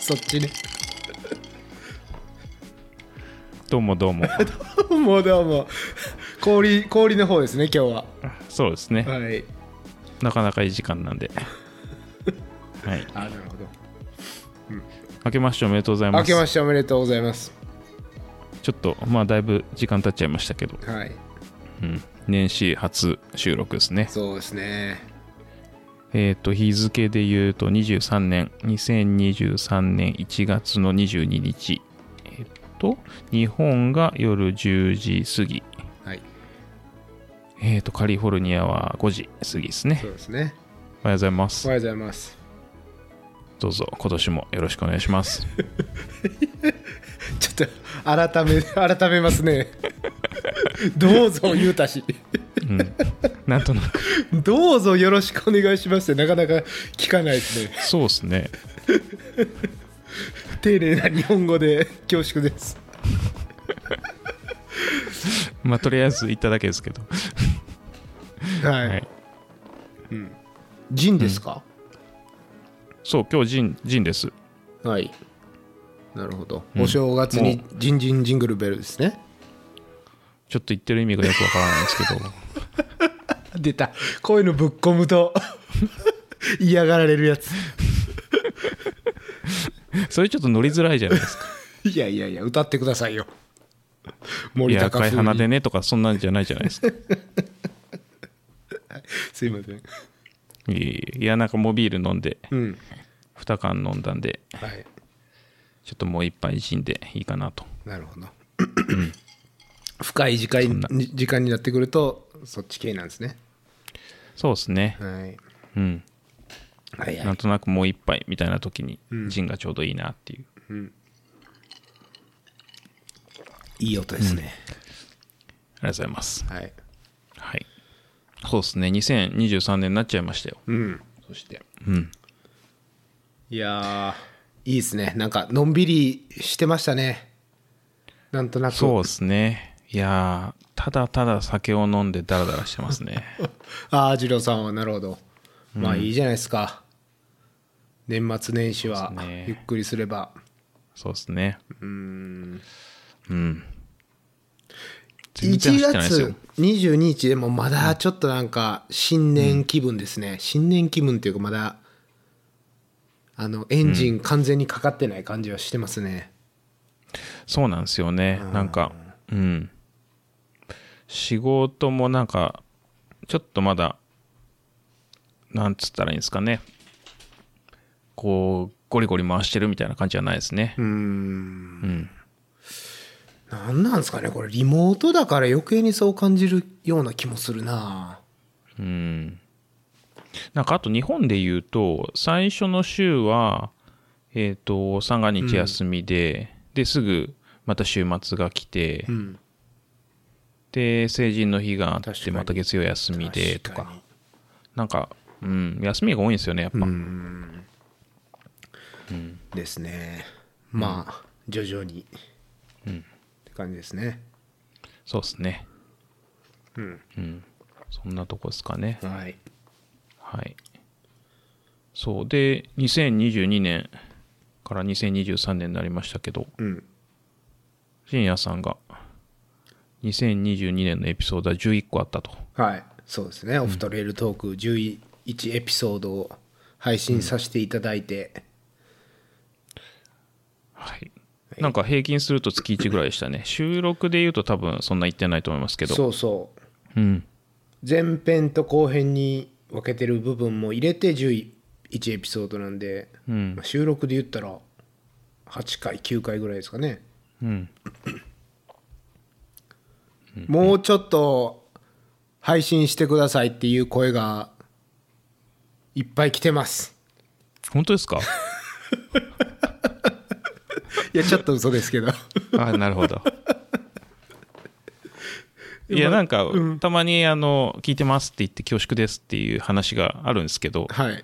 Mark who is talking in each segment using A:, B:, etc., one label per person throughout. A: そっちね。
B: どうもど うも
A: もうどうも。氷、氷の方ですね、今日は。
B: そうですね、
A: はい。
B: なかなかいい時間なんではい
A: あ、なるほど。
B: 明けましておめでとうござい
A: 明
B: ます
A: けましておめでとうございます。
B: ちょっとまあだいぶ時間経っちゃいましたけど、
A: はい。
B: うん、年始初収録ですね
A: そうですね。
B: えっ、と日付で言うと23年2023年1月の22日えっ、と日本が夜10時過ぎ
A: はい。
B: えっ、とカリフォルニアは5時過ぎですね
A: そうですね。
B: おはようございま
A: お
B: す
A: はようございます。
B: どうぞ今年もよろしくお願いします
A: ちょっと、改め、 改めます ね。どうぞ、言うたし。
B: うんなんとなく
A: どうぞよろしくお願いしますってなかなか聞かないですね。
B: そうですね
A: 丁寧な日本語で恐縮です。
B: まあとりあえず言っただけですけど
A: はい。
B: はい
A: ジンですか、
B: そう今日ジンジンです
A: はい。なるほど。
B: ん
A: お正月に
B: も
A: ジンジンジングルベルですね。
B: ちょっと言ってる意味がよくわからないんですけど
A: 出た。こういうのぶっ込むと 嫌がられるやつ。
B: それちょっと乗りづらいじゃないですか。
A: いやいやいや、歌ってくださいよ。
B: い
A: 森
B: や、
A: 高
B: 赤
A: 風
B: い
A: に
B: 花でねとか、そんなんじゃないじゃないですか。
A: すいません。
B: いやいやいや、なんかもうビール飲んで、
A: うん。
B: 2缶飲んだんで、
A: はい。
B: ちょっともう1杯ジンでいいかなと。
A: なるほ ど。深い時間
B: んな
A: に時間になってくると、そっち系なんですね。
B: そうですね。
A: はい。
B: うん。
A: はい
B: な
A: は
B: ん
A: い。
B: となくもう1杯みたいな時に、ジンがちょうどいいなっていう。
A: いい音ですね。
B: ありがとうございます。
A: はい。
B: はい。そうですね。2023年になっちゃいましたよ。
A: うん。そして。
B: うん。
A: いやー、いいですね。なんか、のんびりしてましたね。なんとなく。
B: そうですね。いやー、ただただ酒を飲んでダラダラしてますね。
A: ああ、二郎さんは、なるほど。まあ、いいじゃないですか。年末年始は
B: そうっすね、
A: ゆっくりすれば。
B: そうですね。
A: うん。
B: うん。全然
A: 1
B: 走ってないですよ
A: 月。22日でもまだちょっとなんか新年気分ですね、新年気分っていうかまだあのエンジン完全にかかってない感じはしてますね、
B: そうなんですよね。なんか、うん。仕事もなんか、ちょっとまだ、なんつったらいいんですかね。こう、ゴリゴリ回してるみたいな感じじゃないですね。うん。
A: なんなんですかねこれリモートだから余計にそう感じるような気もするな
B: うんなんか、あと日本で言うと、最初の週は、えっ、と、三が日休みで、で、すぐ、また週末が来て、
A: うん
B: で、成人の日があっ
A: 確か
B: て、
A: に
B: また月曜休みで、と
A: 確
B: か
A: に。
B: なんか、うん、休みが多いんですよね、やっぱ。
A: うんですねまあ徐々に、って感じですね
B: そうですね。
A: うん
B: そんなとこですかね。
A: はい
B: はい。そう。で、2022年から2023年になりましたけど、
A: うん
B: 深夜さんが2022年のエピソードは11個あったと。
A: はい、そうですね、オフトレイルトーク11エピソードを配信させていただいて、
B: はい。なんか平均すると月1ぐらいでしたね。収録で言うと多分そんな言ってないと思いますけど。
A: そうそう、
B: うん。
A: 前編と後編に分けてる部分も入れて11エピソードなんで、
B: うん
A: まあ収録で言ったら8回、9回ぐらいですかね、
B: うん。
A: もうちょっと配信してくださいっていう声がいっぱい来て ます。
B: 本当ですか
A: いや、ちょっと嘘ですけど。
B: あなるほど。 いや、なんか、たまに、あの、聞いてますって言って恐縮ですっていう話があるんですけど、
A: はい。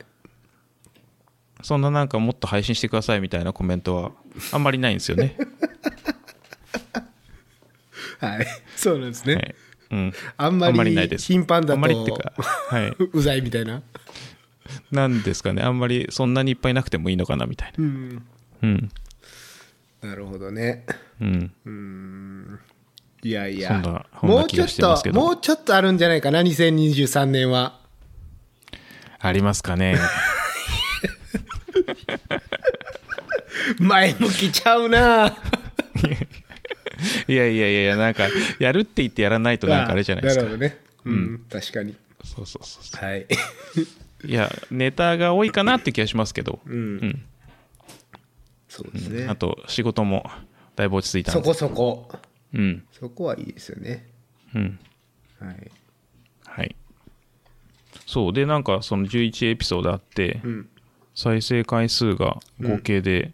B: そんななんかもっと配信してくださいみたいなコメントはあんまりないんですよ ね。
A: はい。そうなんですね。
B: はいうん、
A: あんま
B: あんまり
A: り
B: ないです
A: 頻繁だ
B: あんまりっ
A: と
B: てか、はい、
A: うざいみたいな。
B: なんですかね、あんまりそんなにいっぱいなくてもいいのかなみたいな。
A: うん。
B: うん。
A: なるほどね
B: うん。
A: いやい
B: そ
A: や
B: んなそん
A: も
B: な
A: う
B: 気
A: ちょ
B: が
A: っ
B: してます
A: と
B: けど
A: もうちょっとあるんじゃないかな2023年は
B: ありますかね。
A: 前向きちゃう ない
B: やいやいやいや、なんか、やるって言ってやらないとなんかあれじゃないです
A: な
B: か。
A: るほどねうん、確かに
B: そうそうそうそ
A: はい
B: う。いや、ネタが多いかなって気がしますけど、うん
A: そうですね、
B: あと、仕事もだいぶ落ち着いた
A: そ
B: んで。
A: こそこ
B: うん。
A: そこはいいですよね
B: うん。
A: はい
B: はい。そう。で、なんか、その11エピソードあって、
A: ん
B: 再生回数が合計で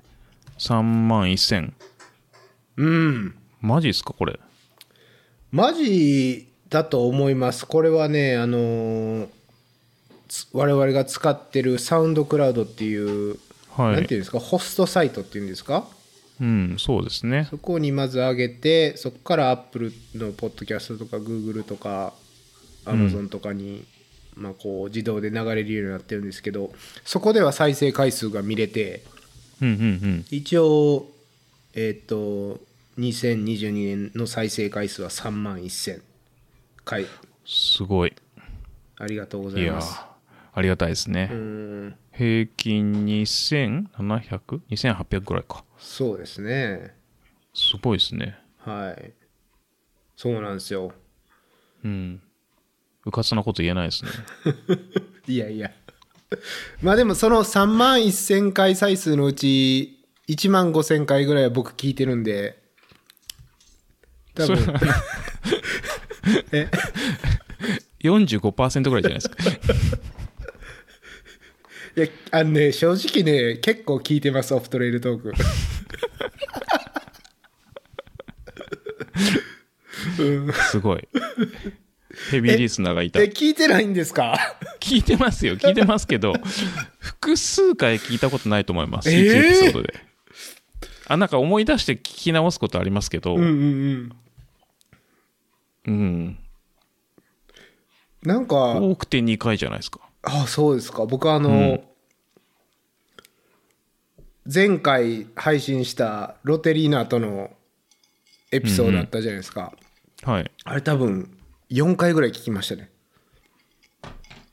B: 3万1000。
A: うん
B: マジっすか、これ。
A: マジだと思いますこれはねあのーつ我々が使ってるサウンドクラウドっていう、
B: はい
A: なんていうんですかホストサイトっていうんですか
B: うん、そうですね。
A: そこにまず上げてそこからアップルのポッドキャストとかグーグルとかアマゾンとかに、まあ、こう自動で流れるようになってるんですけどそこでは再生回数が見れて
B: うんうん
A: 一応えっ、と2022年の再生回数は3万1000回
B: うん。すごい。
A: ありがとうござ
B: い
A: い
B: や
A: ます
B: ーありがたいですね。
A: うん
B: 平均 2700?2800 ぐらいか。
A: そうですね
B: すごいですね。
A: はいそうなんですよ
B: うん。うかつなこと言えないですね。
A: いやいや。まあでもその3万1000回再生のうち1万5000回ぐらいは僕聞いてるんで、多分、え、
B: 45%ぐらいじゃないですか。
A: いや、あのね、正直ね、結構聞いてます、オフトレイルトーク。
B: すごい。ヘビーリスナーがいた
A: え、。聞いてないんですか
B: 聞いてますよ。聞いてますけど、複数回聞いたことないと思います。
A: え
B: 1
A: ー
B: エピソードで。あ、なんか思い出して聞き直すことありますけど、
A: う
B: うん。
A: うんんうん。なんか、
B: 多くて2回じゃないですか。
A: あそうですか僕あの、
B: ん
A: 前回配信したロテリーナとのエピソードあったじゃないですか、
B: はい。
A: あれ多分4回ぐらい聞きましたね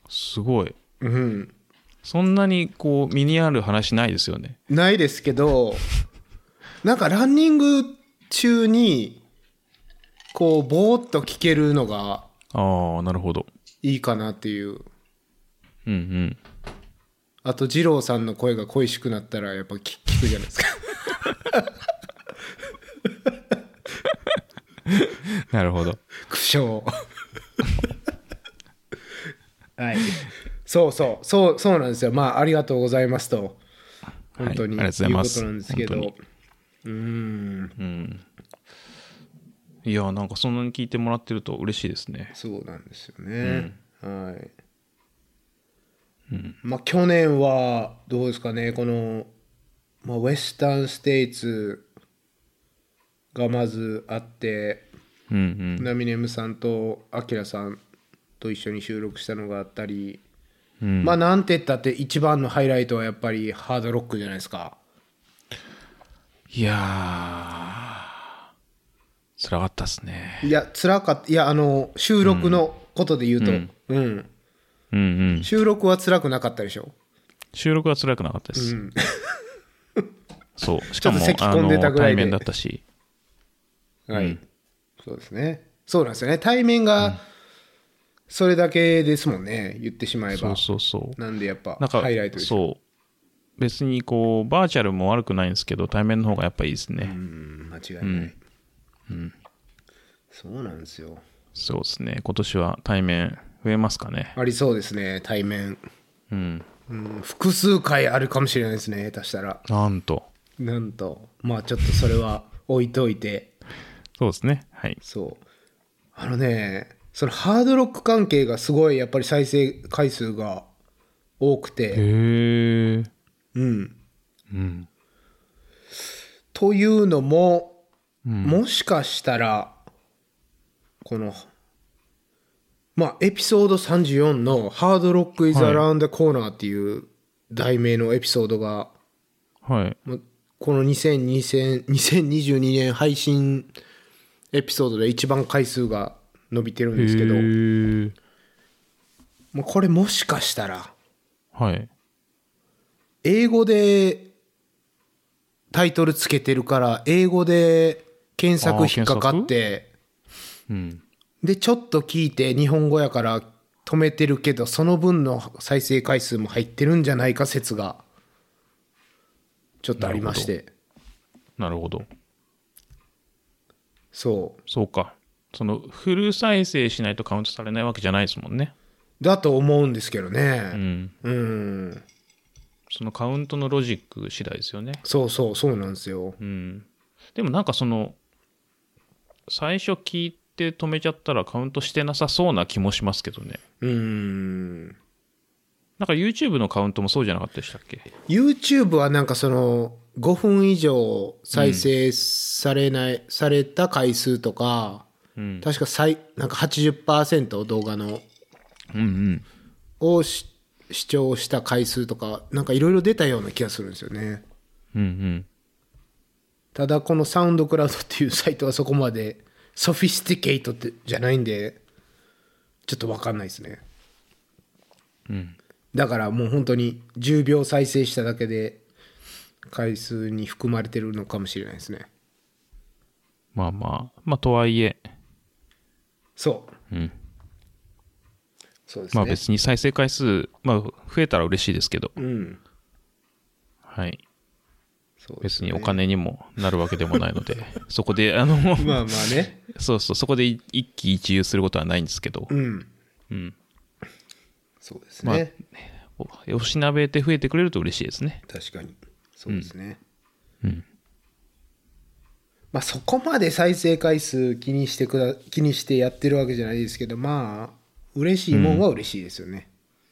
B: すごい。
A: うん
B: そんなにこう、身にある話ないですよね。
A: ないですけどなんかランニング中にこうぼーっと聞けるのが
B: ああ、なるほど。
A: いいかなっていう
B: うんうん。
A: あと二郎さんの声が恋しくなったらやっぱ聞聞くじゃないですか
B: なるほど。
A: 苦笑はいそうそうそうそうなんですよまあありがとうございますと
B: はい
A: 本当に、
B: ありがとうございます
A: いうことなんですけど
B: 本
A: うーん
B: いや、なんかそんなに聞いてもらってると嬉しいですね。
A: そうなんですよね、はい、まあ去年はどうですかねこの、まあ、ウェスタンステイツがまずあって
B: うんうん。
A: ナミネムさんとアキラさんと一緒に収録したのがあったり、
B: うん
A: まあなんて言ったって一番のハイライトはやっぱりハードロックじゃないですか
B: いやー、辛かったっすね。
A: いや辛かったいやあの収録のことで言うと、うん
B: うんうん。
A: 収録は辛くなかったでしょ
B: 収録は辛くなかったです。
A: うん
B: そう。しかも、
A: ちょっと咳
B: あ
A: 込んでた
B: の、
A: ぐらい
B: 対
A: で
B: 面だったし。
A: はい、そうですねそうなんですよね対面がそれだけですもんね言ってしまえば
B: そうそうそう。
A: なんでやっぱ
B: なんか、
A: ハイライトです
B: そう。別にこう、バーチャルも悪くないんですけど、対面の方がやっぱいいですね。
A: うん間違いない、そうなんですよ
B: そうですね。今年は対面増えますかね。
A: ありそうですね対面
B: うん。
A: うん複数回あるかもしれないですね下手したら
B: なんと。
A: なんとまあちょっとそれは置いといて
B: そうですね。はい。
A: そうあのねそのハードロック関係がすごいやっぱり再生回数が多くて
B: へえ。
A: うん
B: うん。
A: というのも、もしかしたらこのまあエピソード34の「ハードロック・イズ・アラウンド・コーナー」っていう題名のエピソードが、
B: はい。
A: まあこの2020 2022年配信エピソードで一番回数が伸びてるんですけど
B: へー
A: もうこれもしかしたら
B: はい。
A: 英語でタイトルつけてるから英語で検索引っかかって
B: うん。
A: でちょっと聞いて日本語やから止めてるけどその分の再生回数も入ってるんじゃないか説がちょっとありまして
B: なるほど。
A: そう
B: そうか。その、フル再生しないとカウントされないわけじゃないですもんね。
A: だと思うんですけど
B: う
A: ね
B: ん。
A: うん
B: そのカウントのロジック次第ですよね。
A: そうそうそうなんですよ
B: うん。でもなんかその、最初聞いて止めちゃったらカウントしてなさそうな気もしますけどね。
A: うん
B: なんか YouTube のカウントもそうじゃなかったでしたっけ
A: YouTube はなんかその5分以上再生されない、された回数とか
B: うん。
A: 確か最なんか80%動画の
B: うんうん。
A: をし視聴した回数とかなんかいろいろ出たような気がするんですよね
B: うんうん。
A: ただこのサウンドクラウドっていうサイトはそこまでソフィスティケイトってじゃないんでちょっと分かんないですね
B: うん。
A: だからもう本当に10秒再生しただけで回数に含まれてるのかもしれないですね
B: まあまあ、まあとはいえ、
A: そう
B: うん。
A: そうですね、
B: まあ別に再生回数、まあ増えたら嬉しいですけど、
A: うん
B: はい。
A: そうです
B: 別
A: ね
B: にお金にもなるわけでもないので、そこで、あの、
A: まあまあね
B: そうそう、そこで一喜一憂することはないんですけど、
A: うん
B: うん。
A: そうです
B: まあ
A: ね、、
B: おおしなべて増えてくれると嬉しいですね。
A: 確かにそうですね、
B: うん。
A: まあ、そこまで再生回数気にしてくだ気にしてやってるわけじゃないですけどまあ嬉しいもんは嬉しいですよね、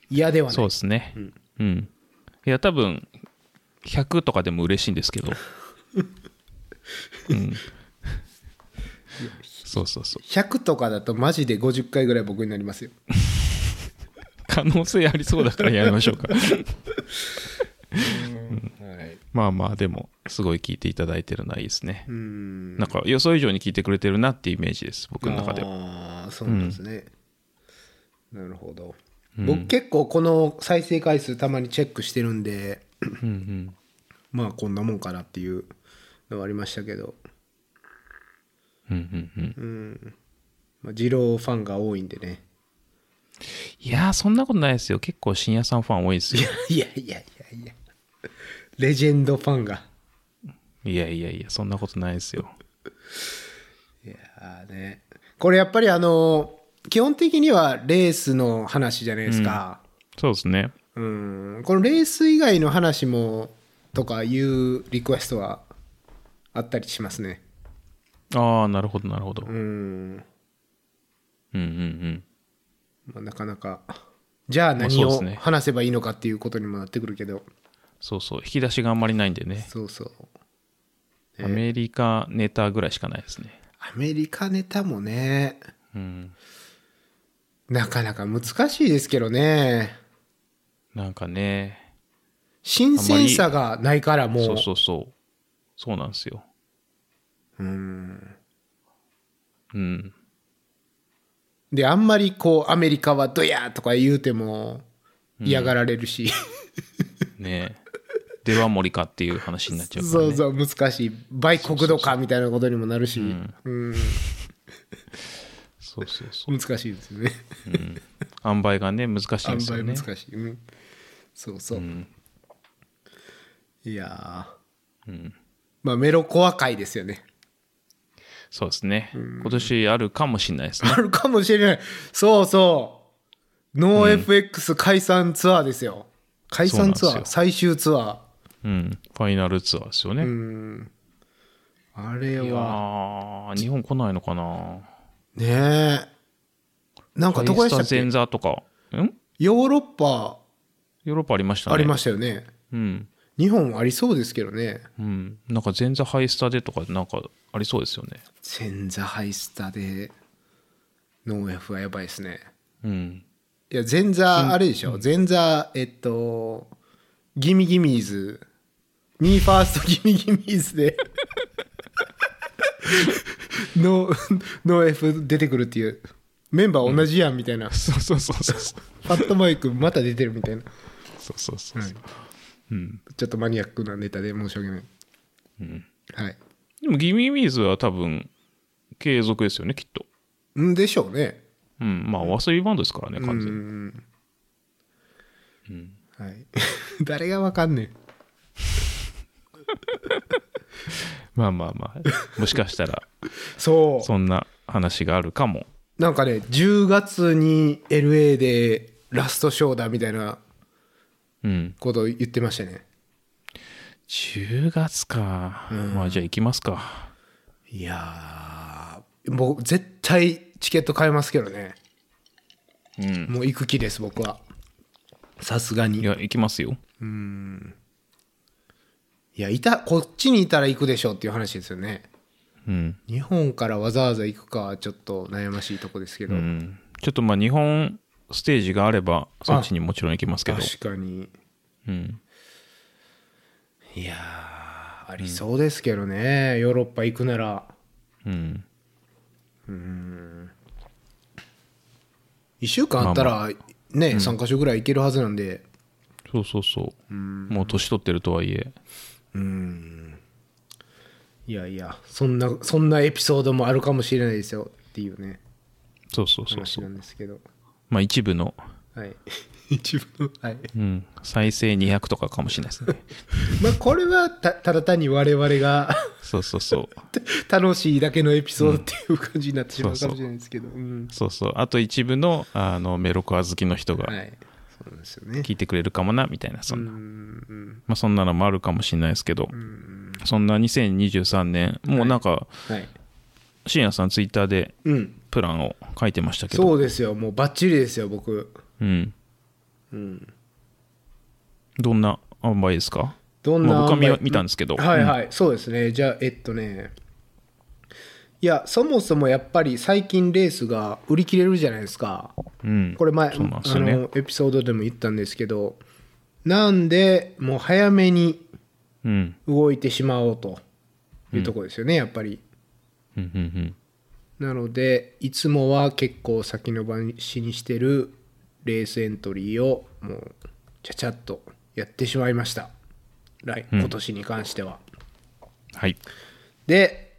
A: 嫌ではな
B: そう
A: い
B: ですね。うん。いや、多分、100とかでも嬉しいんですけど、うん。そうそうそう。
A: 100とかだとマジで50回ぐらい僕になりますよ
B: 可能性ありそうだからやりましょうか。
A: はい
B: まあまあ、でも、すごい聞いていただいてるのはいいですね。
A: うん
B: なんか予想以上に聞いてくれてるなっていうイメージです、僕の中では。
A: ああそうなんですね、なるほど僕結構この再生回数たまにチェックしてるんで
B: うんうん。
A: まあこんなもんかなっていうのはありましたけど、
B: うんうんうん。
A: まあ、二郎ファンが多いんでね
B: いやー、そんなことないですよ。結構深夜さんファン多いですよ。
A: いやいやいやいやレジェンドファンが
B: いやいやいや、そんなことないですよ。
A: いやーねこれやっぱりあの基本的にはレースの話じゃないですか、
B: そうですね。
A: うん、このレース以外の話もとかいうリクエストはあったりしますね
B: ああ、なるほど、なるほど。う
A: う
B: ん
A: ん、
B: うんうん。
A: まあ、なかなかじゃあ何
B: まあそう
A: を
B: ですね
A: 話せばいいのかっていうことにもなってくるけど
B: そうそう、引き出しがあんまりないんでね。
A: そうそう
B: アメリカネタぐらいしかないですね。
A: アメリカネタもね
B: うん。
A: なかなか難しいですけどね
B: なんかね、
A: 新鮮さがないからもう
B: そうそうそう。そうなんですよ。
A: うん
B: うん。
A: であんまりこうアメリカはドヤーとか言うても嫌がられるし、
B: ね出は森かっていう話になっちゃうか ら
A: そ
B: ね。
A: うそう難しい売国度かみたいなことにもなるし、うん
B: そうそうそう。
A: 難しいですよね
B: うん。塩梅がね、難しいん
A: 塩
B: ですよ
A: 梅
B: ね
A: 難。しい、うん、そうそう、いやー
B: うん。
A: まあメロコア界ですよね
B: そうですね。今年あるかもしれないですね
A: あ。るかもしれないそうそうノー FX 解散ツアーですよ解散ツア
B: そうなん
A: ー
B: です
A: 最終ツア
B: うん。ファイナルツアーですよね。
A: ーうんあれ
B: いや
A: は
B: ー日本来ないのかな
A: ねえなんかどこでしたっけ
B: 前座とか。ん
A: ヨーロッパ
B: ヨーロッパありましたね。
A: ありましたよね。
B: うん。
A: 日本ありそうですけどね。
B: うん。なんか前座ハイスタでとか、なんかありそうですよね。
A: 前座ハイスタでノー F はやばいですね。
B: うん。
A: いや前座あれでしょ。前座えっとギミギミーズミーファーストギミギミーズで、 ノー、ノー F 出てくるっていう。メンバー同じやんみたいな。フ
B: そうそうそうそうそう
A: ァットマイクまた出てるみたいな。
B: そうそうそう
A: はい
B: うん、
A: ちょっとマニアックなネタで申し訳ない。はい。
B: でもギミーミーズは多分継続ですよねきっと
A: んでしょうね。
B: うんまあお遊びバンドですからね完全
A: う
B: に、
A: ん。はい。 誰がわかんねん。
B: まあまあまあもしかしたら
A: そう。
B: そんな話があるかも
A: なんかね、10月に LA でラストショーだみたいな
B: うん
A: ことを言ってましたね。
B: 10月か、まあじゃあ行きますか
A: いやー、もう絶対チケット買えますけどね。
B: うん
A: もう行く気です、僕は。さすがに。
B: い
A: いや、
B: や行きますよ
A: いた、こっちにいたら行くでしょうっていう話ですよね。
B: うん、
A: 日本からわざわざ行くかはちょっと悩ましいとこですけど。
B: うん、ちょっとまあ日本ステージがあればそっちにもちろん行きますけど
A: 確かに。
B: うん
A: いやー、ありそうですけどね、ヨーロッパ行くなら。
B: うん
A: 1週間あったら、ね、3か所ぐらい行けるはずなんで。
B: そうそうそう、もう年取ってるとはいえ
A: いやいや、そんな、そんなエピソードもあるかもしれないですよっていうね、
B: そうそうそう
A: 話
B: そう
A: なんですけど。
B: まあ一部の、
A: はい。一部の、はい。
B: うん、再生200とかかもしれないです ね
A: まあ、これはたただ単に我々が
B: そうそうそう
A: 楽しいだけのエピソードっていう感じになってしまうかもしれないですけど。うん
B: そうそうあと一部のあのメロコア好きの人が
A: はい。そうなんですよね。
B: 聞いてくれるかもなみたいなそんな、まあ、そんなのもあるかもしれないですけど、そんな2023年もうなんか
A: はい。
B: 椎名さんツイッターで
A: うん。
B: プランを書いてましたけど
A: そうですよ。もうバッチリですよ、僕。
B: うん。どんな塩梅ですか
A: どんな
B: まあ、僕は見
A: 塩梅
B: 見たんですけど。
A: はいはい、そうですね。じゃあ、えっとね。いや、そもそもやっぱり最近レースが売り切れるじゃないですか。
B: うん。
A: これ前、
B: そうなんです
A: あ
B: よね
A: のエピソードでも言ったんですけどなんでもう早めに
B: うん。
A: 動いてしまおうというところですよね、やっぱり
B: うん。うん。
A: なのでいつもは結構先延ばしにしてるレースエントリーをもうちゃちゃっとやってしまいました来今年に関しては、
B: はい。
A: で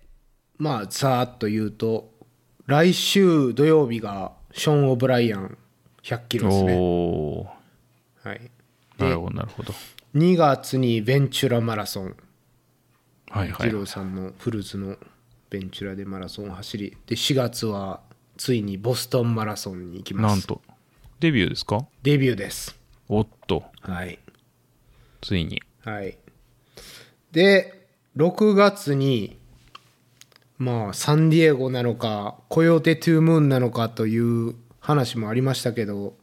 A: まあざーっと言うと来週土曜日がショーン・オブライアン100キロですね
B: おー
A: はい
B: なるほど、なるほど。
A: 2月にベンチュラマラソン、
B: はいは
A: 二
B: い。
A: 郎さんのフルーツのベンチュラでマラソンを走りで4月はついにボストンマラソンに行きます
B: なんと、デビューですか
A: デビューです
B: おっと、
A: はい
B: ついに。
A: はいで6月にまあサンディエゴなのかコヨーテ・トゥ・ムーンなのかという話もありましたけど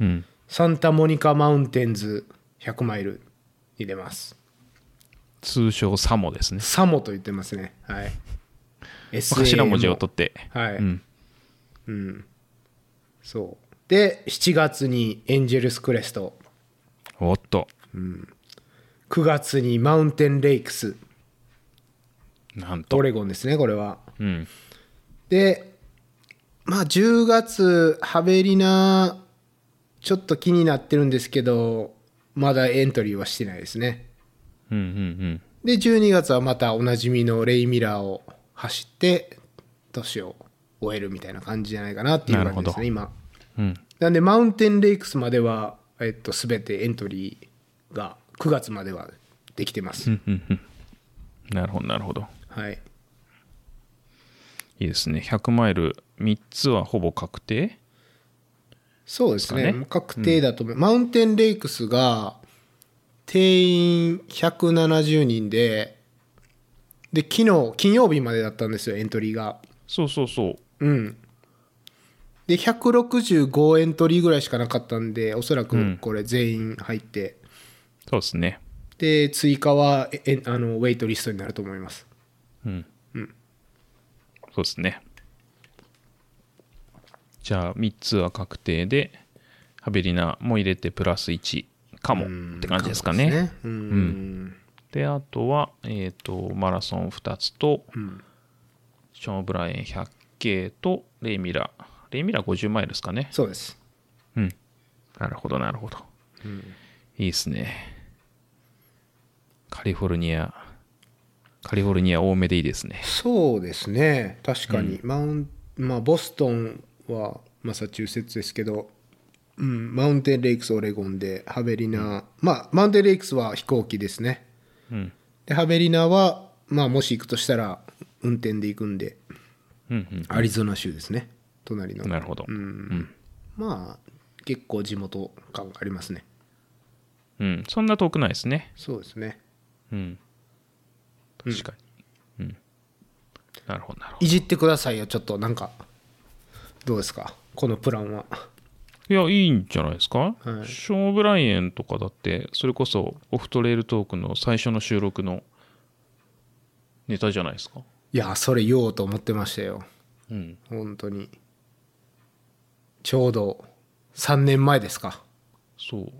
B: うん。
A: サンタモニカ・マウンテンズ100マイルに出ます
B: 通称サモですね。
A: サモと言ってますねはい
B: 頭文字を
A: SAMO
B: 取って。
A: はい、
B: うん。
A: そうで7月にエンジェルスクレスト
B: おっと、
A: 9月にマウンテンレイクス
B: なんと。
A: オレゴンですねこれは
B: うん。
A: でまあ10月ハベリナちょっと気になってるんですけどまだエントリーはしてないですね
B: うんうん
A: で12月はまたおなじみのレイ・ミラーを走って年を終えるみたいな感じじゃないかなっていう感じですね今
B: うん。うん。
A: なんでマウンテンレイクスまでは、えっと、全てエントリーが9月まではできてます、
B: なるほど、なるほど。
A: はい
B: いいですね。100マイル、3つはほぼ確定
A: そうです
B: で
A: ね
B: すかね
A: 確定だと思う、マウンテンレイクスが定員170人でで昨日金曜日までだったんですよエントリーが
B: そうそうそう。
A: うんで165エントリーぐらいしかなかったんでおそらくこれ全員入って、
B: そうですね。
A: で追加はええあのウェイトリストになると思います
B: そうですね。じゃあ、3つは確定で、ハベリナも入れてプラス1かもって感じですかね。
A: うん、
B: で、あとは、えっ、と、マラソン2つと、ショーン・オブライエン 100K と、レイ・ミラー。レイ・ミラー50マイルですかね。
A: そうです。
B: うん。なるほど、なるほど。いいですね。カリフォルニア、カリフォルニア多めでいいですね。
A: そうですね、確かに、マウンまあ、ボストンはマサチューセッツですけど、うん、マウンテン・レイクス・オレゴンで、ハベリナ、まあ、マウンテン・レイクスは飛行機ですね、
B: うん。
A: でハベリナは、まあ、もし行くとしたら、運転で行くんで、
B: うん、
A: アリゾナ州ですね、隣
B: うん。
A: の、
B: なるほど。うん。
A: まあ、結構地元感がありますね、
B: うん。そんな遠くないですね。
A: そうですね、
B: うん。確かに。うん。なるほど、なるほ
A: いじってくださいよ、ちょっとなんか、どうですか、このプランは。
B: ど。いや、いいんじゃないですか、
A: はい
B: ショーン・オブライエンとかだって、それこそオフトレールトークの最初の収録のネタじゃないですか。
A: いや、それ言おうと思ってましたよ。
B: うん。
A: 本当にちょうど3年前ですか
B: そう。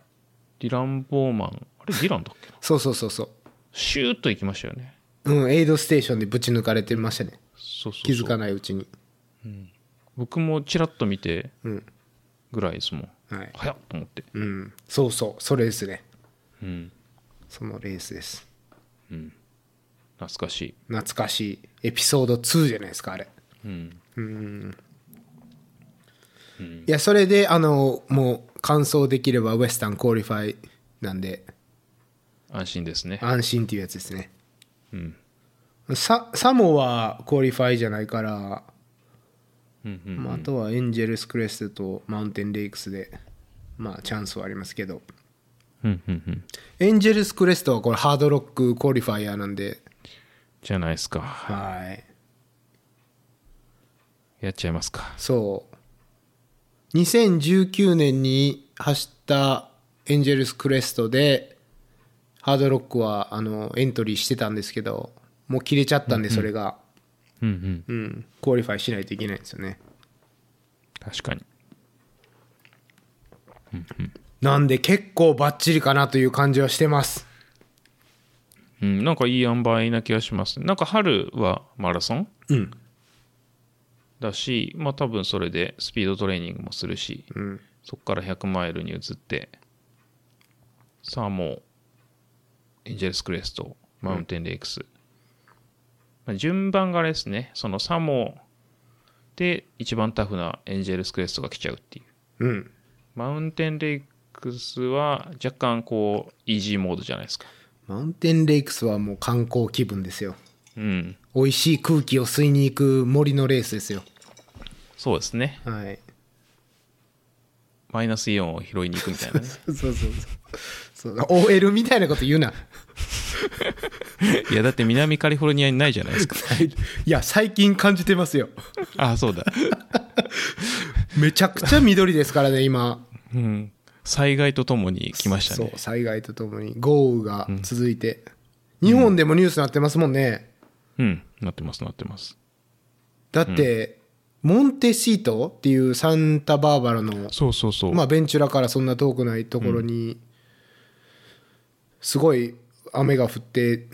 B: ディラン・ボーマン。あれ、ディランだっけな
A: そうそうそうそ
B: シューッと行きましたよね。
A: ううんエイドステーションでぶち抜かれてましたね
B: そうそうそう
A: 気づかないうちに
B: 僕もちらっと見て
A: うん
B: ぐらいですもん。
A: はい
B: 早っと思って。
A: うんそうそうそれですね
B: うん。
A: そのレースです
B: 懐かしい。
A: 懐かしいエピソード2じゃないですかあれ
B: うん。
A: いやそれであのもう完走できればウエスタンクオリファイなんで
B: 安心ですね。
A: 安心っていうやつですね
B: うん。
A: ササモはクオリファイじゃないから、
B: うんうん。
A: まあ、あとはエンジェルスクレストとマウンテンレイクスでまあチャンスはありますけど
B: うんうんうん。
A: エンジェルスクレストはこれハードロッククオリファイヤーなんで、
B: じゃないですか。
A: はい。
B: やっちゃいますか。
A: そう。2019年に走ったエンジェルスクレストで、ハードロックはあのエントリーしてたんですけど、もう切れちゃったんで、それが、
B: うんうん。
A: うん、クオリファイしないといけないんですよね。
B: 確かに。
A: なんで結構バッチリかなという感じはしてます。
B: うん。なんかいい塩梅な気がします。なんか春はマラソン
A: うん。
B: だし、まあ多分それでスピードトレーニングもするし、
A: うん。
B: そこから100マイルに移って、さあもう、エンジェルスクレスト、マウンテンレイクス。まあ順番があれですね、そのサモで一番タフなエンジェルスクレストが来ちゃうっていう。
A: うん。
B: マウンテンレイクスは若干こう、イージーモードじゃないですか。
A: マウンテンレイクスはもう観光気分ですよ。
B: うん、
A: 美味しい空気を吸いに行く森のレースですよ。
B: そうですね。
A: はい。
B: マイナスイオンを拾いに行くみたいなね。
A: そうそうそう。そう OL みたいなこと言 うな。
B: いや、だって南カリフォルニアにないじゃないですか。
A: いや、最近感じてますよ。
B: ああ、そうだ。
A: めちゃくちゃ緑ですからね、今。
B: うん。災害とともに来ましたね。
A: そう、災害とともに豪雨が続いて。日本でもニュースになってますもんね。
B: うん、なってます、なってます。
A: だって、モンテシートっていうサンタバーバラの、
B: そうそうそう。
A: まあ、ベンチュラからそんな遠くないところに、すごい雨が降って、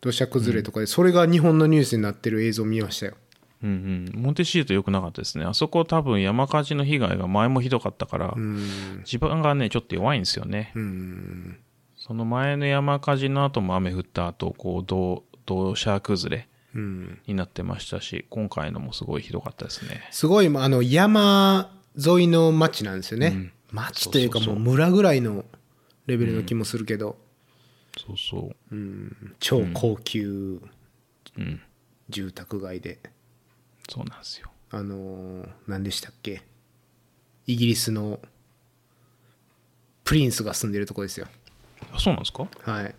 A: 土砂崩れとかで、それが日本のニュースになってる映像見ましたよ。
B: うんうん。モンテシート良くなかったですね。あそこ多分山火事の被害が前もひどかったから、地盤がね、ちょっと弱いんですよね。その前の山火事の後も雨降った後、こう、土土砂崩れ
A: うん。
B: になってましたし、今回のもすごいひどかったですね。
A: すごい、まああの、山沿いの町なんですよね。町というかもう村ぐらいのレベルの気もするけど、
B: そうそう。
A: うん超高級
B: うん。
A: 住宅街で、
B: そうなんですよ。
A: あのー何でしたっけイギリスのプリンスが住んでるとこですよ。
B: あ、そうなんですか
A: はい。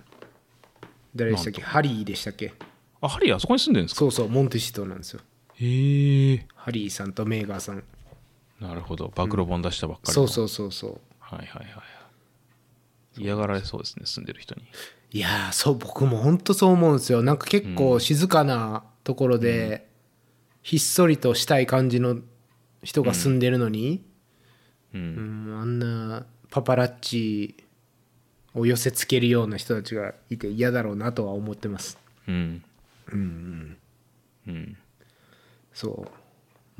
A: 誰でしたっけハリーでしたっけ
B: あ、ハリーあそこに住んでるんですか
A: そうそう、モンテシトなんですよ。
B: へえ。
A: ハリーさんとメーガーさん。
B: なるほど。暴露本出したばっかりの。
A: そうそうそうそう。
B: はいはいはいはい。嫌がられそうですね、住んでる人に。
A: いやーそう僕も本当そう思うんですよなんか結構静かなところで、ひっそりとしたい感じの人が住んでるのに、
B: うん
A: うんあんなパパラッチを寄せつけるような人たちがいて嫌だろうなとは思ってます
B: うん
A: そう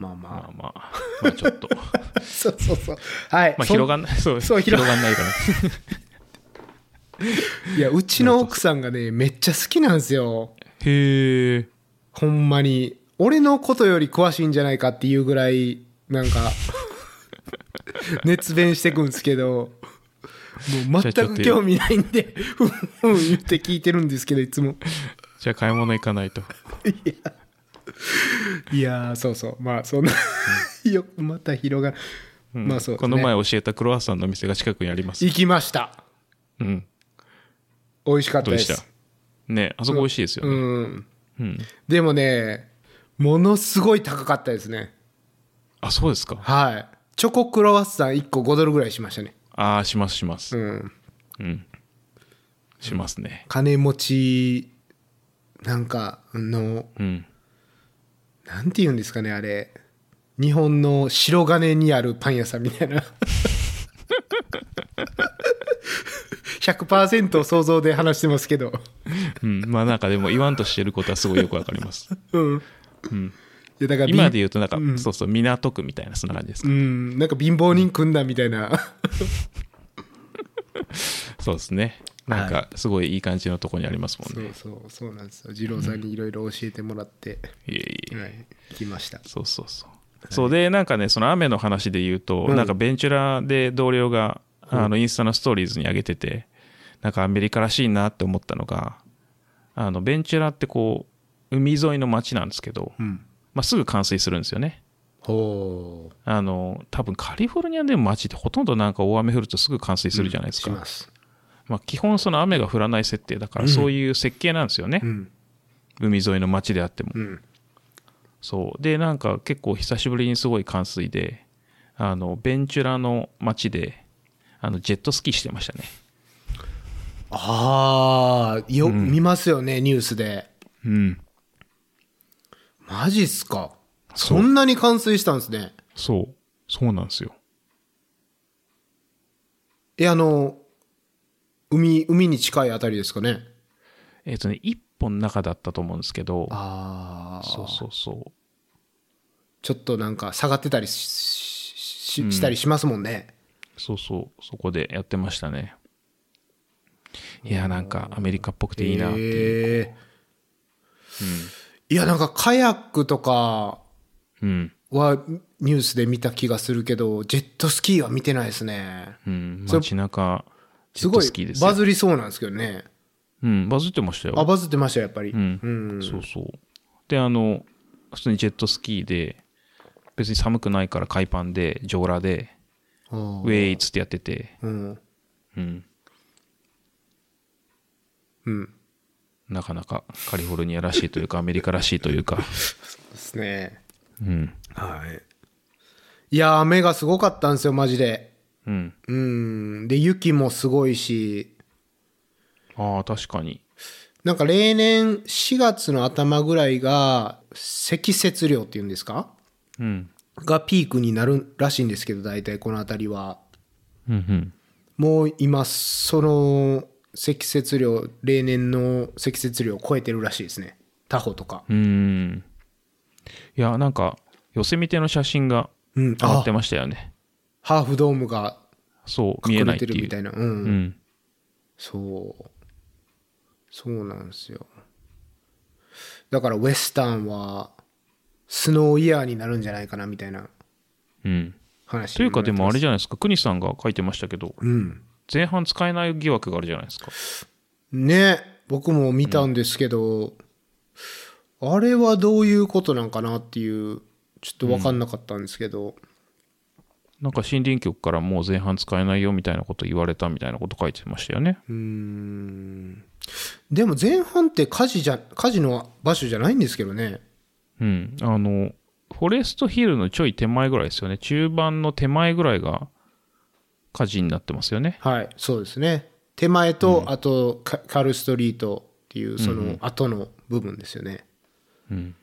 A: まあまあ、
B: まあまあまあちょっ と
A: そうそうそうはい、
B: まあ
A: そん
B: 広がんないそう
A: そう広
B: 広
A: が
B: がんないから
A: いやうちの奥さんがねめっちゃ好きなんですよ
B: へえ
A: ほんまに俺のことより詳しいんじゃないかっていうぐらいなん か熱弁してくんですけどもう全く興味ないんでふんふん言って聞いてるんですけどいつも
B: じゃあ買い物行かな いと
A: いやーそうそうまあそんなよくまた広がる、
B: うん
A: まあそうです
B: こ
A: ね
B: の前教えたクロワッサンの店が近くにあります
A: 行きました
B: うん
A: 美味しかった
B: どう
A: で
B: でし
A: す
B: たねあそこ美味しいですよ
A: う
B: ね
A: ん
B: うん
A: でもねものすごい高かったですね
B: あそうですか
A: はいチョコクロワッサン1個5ドルぐらいしましたね
B: ああしますします
A: うん
B: うんしますね
A: 金持ちなんかの
B: うん
A: なんて言うんですかねあれ日本の白金にあるパン屋さんみたいな 100%想像で話してますけど
B: うんまあなんかでも言わんとしてることはすごいよくわかります
A: うん、いやだから
B: 今
A: 貧
B: で言うとなんか、そうそう港区みたいなそんな感じです
A: う
B: か、
A: んなんか貧乏人組んだみたいな
B: そうですねなんかすごいいい感じのとこにありますもん
A: そ
B: ね、
A: うそうそうなんですよ二郎さんにいろいろ教えてもらって、
B: い、えいえ
A: はい行きました
B: そうそうそう、そうでなんかねその雨の話で言うと、なんかベンチュラで同僚があのインスタのストーリーズに上げててなんかアメリカらしいなって思ったのがあのベンチュラってこう海沿いの町なんですけど、
A: うん
B: まあ、すぐ冠水するんですよね
A: ほ
B: あの多分カリフォルニアでも町ってほとんどなんか大雨降るとすぐ冠水するじゃないです
A: し
B: か、
A: ます
B: まあ、基本その雨が降らない設定だからそういう設計なんですよね、
A: ん
B: 海沿いの町であっても、
A: うん
B: そうでなんか結構久しぶりにすごい冠水であのベンチュラの町であのジェットスキーしてましたね
A: ああよ、見ますよねニュースで
B: うん
A: マジっすか
B: そ
A: そうそんなに冠水したんですね
B: そうそうなんですよ
A: えあの海海に近いあたりですかね
B: えっ、とね一本の中だったと思うんですけど
A: ああ
B: そうそうそう
A: ちょっとなんか下がってたりししししたりしますもんね、
B: そうそうそこでやってましたねいやなんかアメリカっぽくていいなっていう、
A: へえいやなんかカヤックとか
B: うん
A: はニュースで見た気がするけどジェットスキーは見てないですね
B: うん、
A: それ
B: 街中ジ
A: す
B: ェット
A: ご
B: スキー
A: い
B: ですよ
A: バズりそうなんですけどね
B: うん、バズってました
A: あ
B: よ。
A: バズってましたやっぱり、
B: うん、そうそう。で、あの、普通にジェットスキーで、別に寒くないから海パンで、上裸で、
A: うん
B: ウェイっつってやってて、
A: うん
B: うん、
A: うん
B: なかなかカリフォルニアらしいというか、 アメリカらしいというか、
A: ですね
B: うん、
A: はいいや雨がすごかったんですよマジで
B: うん。
A: うんで雪もすごいし
B: ああ、確かに。
A: なんか例年4月の頭ぐらいが積雪量っていうんですか
B: うん、
A: がピークになるらしいんですけど大体この辺りは
B: うん、うん。
A: もう今その積雪量例年の積雪量を超えてるらしいですね他方とか
B: うーん。いや、なんか、寄せ見ての写真が
A: うん
B: 上が
A: あ
B: ってましたよね。
A: ハーフドームが
B: そう、見え
A: 隠
B: ない
A: れ
B: って
A: てる
B: い
A: みた
B: う。
A: いなう、
B: うんん。
A: そうそうなんですよだからウェスタンはスノーイヤーになるんじゃないかなみたいな
B: うん。
A: 話
B: というか、でもあれ
A: じ
B: じゃないですか、国さんが書いてましたけど、
A: ゃうん
B: 前半使えない疑惑があるじゃないですか。
A: ね僕も見たんですけど、あれはどういうことなんかなっていうちょっと分かんなかったんですけど、
B: なんか森林局からもう前半使えないよみたいなこと言われたみたいなこと書いてましたよね。
A: でも前半って火事じゃ火事の場所じゃないんですけどね
B: うん。あの、フォレストヒルのちょい手前ぐらいですよね。中盤の手前ぐらいが火事になってますよね。
A: はいそうですね手前と、あとカカールストリートっていうその後の部分ですよね、
B: うん。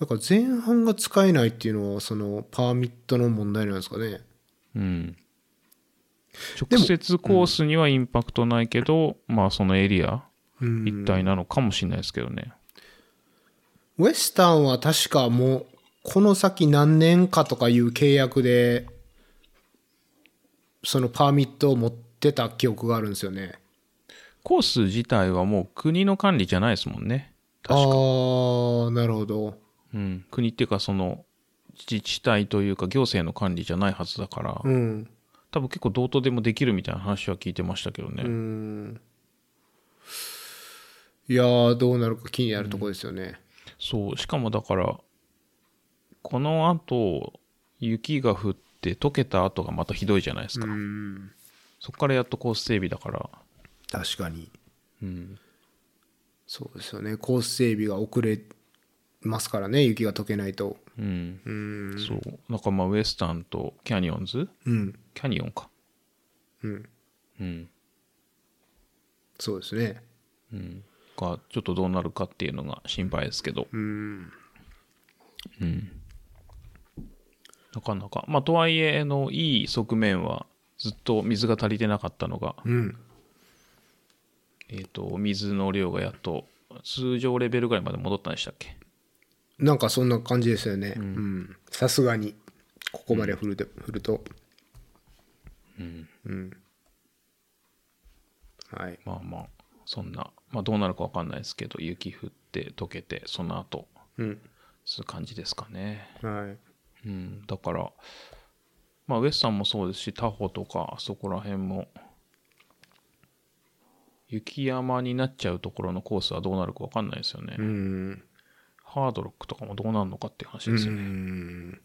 A: だから前半が使えないっていうのはそのパーミットの問題なんですかね
B: うん。直接コースにはインパクトないけど、まあそのエリア
A: うん
B: 一体なのかもしれないですけどね。
A: ウェスタンは確かもう、この先何年かとかいう契約で、そのパーミットを持ってた記憶があるんですよね。
B: コース自体はもう国の管理じゃないですもんね。
A: ああ
B: 確か。
A: ー、なるほど。
B: うん。国っていうかその自治体というか行政の管理じゃないはずだから、
A: うん。
B: 多分結構どうとでもできるみたいな話は聞いてましたけどね。
A: うん。いやー、どうなるか気になるとこですよね。
B: そう、しかもだから、この後、雪が降って溶けた後がまたひどいじゃないですか。
A: うん。
B: そこからやっとコース整備だから、
A: 確かに。
B: うん。
A: そうですよね。コース整備が遅れますからね、雪が解けないと。
B: うん。
A: うん。
B: そう。なんかまあ、ウエスタンとキャニオンズ
A: うん。
B: キャニオンか。
A: うん。
B: うん。
A: そうですね。
B: うん。が、ちょっとどうなるかっていうのが心配ですけど。
A: うん。
B: うん。なかなか。まあ、とはいえ、あの、いい側面は、ずっと水が足りてなかったのが、
A: うん。
B: えっ、と、水の量がやっと、通常レベルぐらいまで戻ったんでしたっけ
A: なんかそんな感じですよね。うんさすがに、ここまで降ると。降るとうんはい。
B: まあまあ、そんな、まあどうなるかわかんないですけど、雪降って溶けて、その後、
A: うん。
B: そういう感じですかね。
A: はい。
B: うん、だから、まあウエスタンもそうですし、タホとか、あそこら辺も、雪山になっちゃうところのコースはどうなるかわかんないですよね。
A: うん。
B: ハードロックとかもどうなるのかっていう話
A: う
B: ですよね。
A: ん。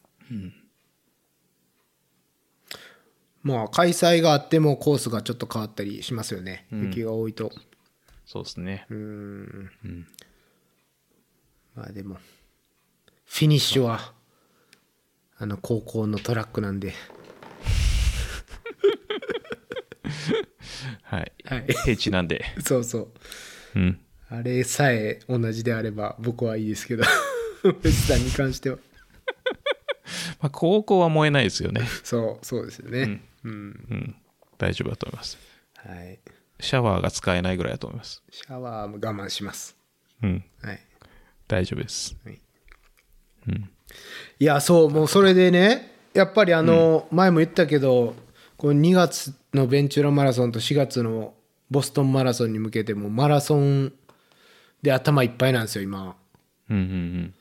A: まあ、開催があってもコースがちょっと変わったりしますよね。雪が多いと。
B: そうですね。
A: うん。
B: うん。
A: まあでも、フィニッシュは、あの、高校のトラックなんで。
B: はい。
A: はい。
B: 平地なんで。
A: そうそう。
B: うん。
A: あれさえ同じであれば僕はいいですけど 藤田に関しては
B: まあ、高校は燃えないですよね。
A: そうそうですよねうん、
B: うん。大丈夫だと思います。
A: はい
B: シャワーが使えないぐらいだと思います。
A: シャワーも我慢します
B: うん。
A: はい、
B: 大丈夫です。
A: はい、
B: うん。
A: いやそうもうそれでねやっぱりあの、前も言ったけどこの2月のベンチュラマラソンと4月のボストンマラソンに向けてもうマラソンで頭いっぱいなんですよ今
B: うんうんうん。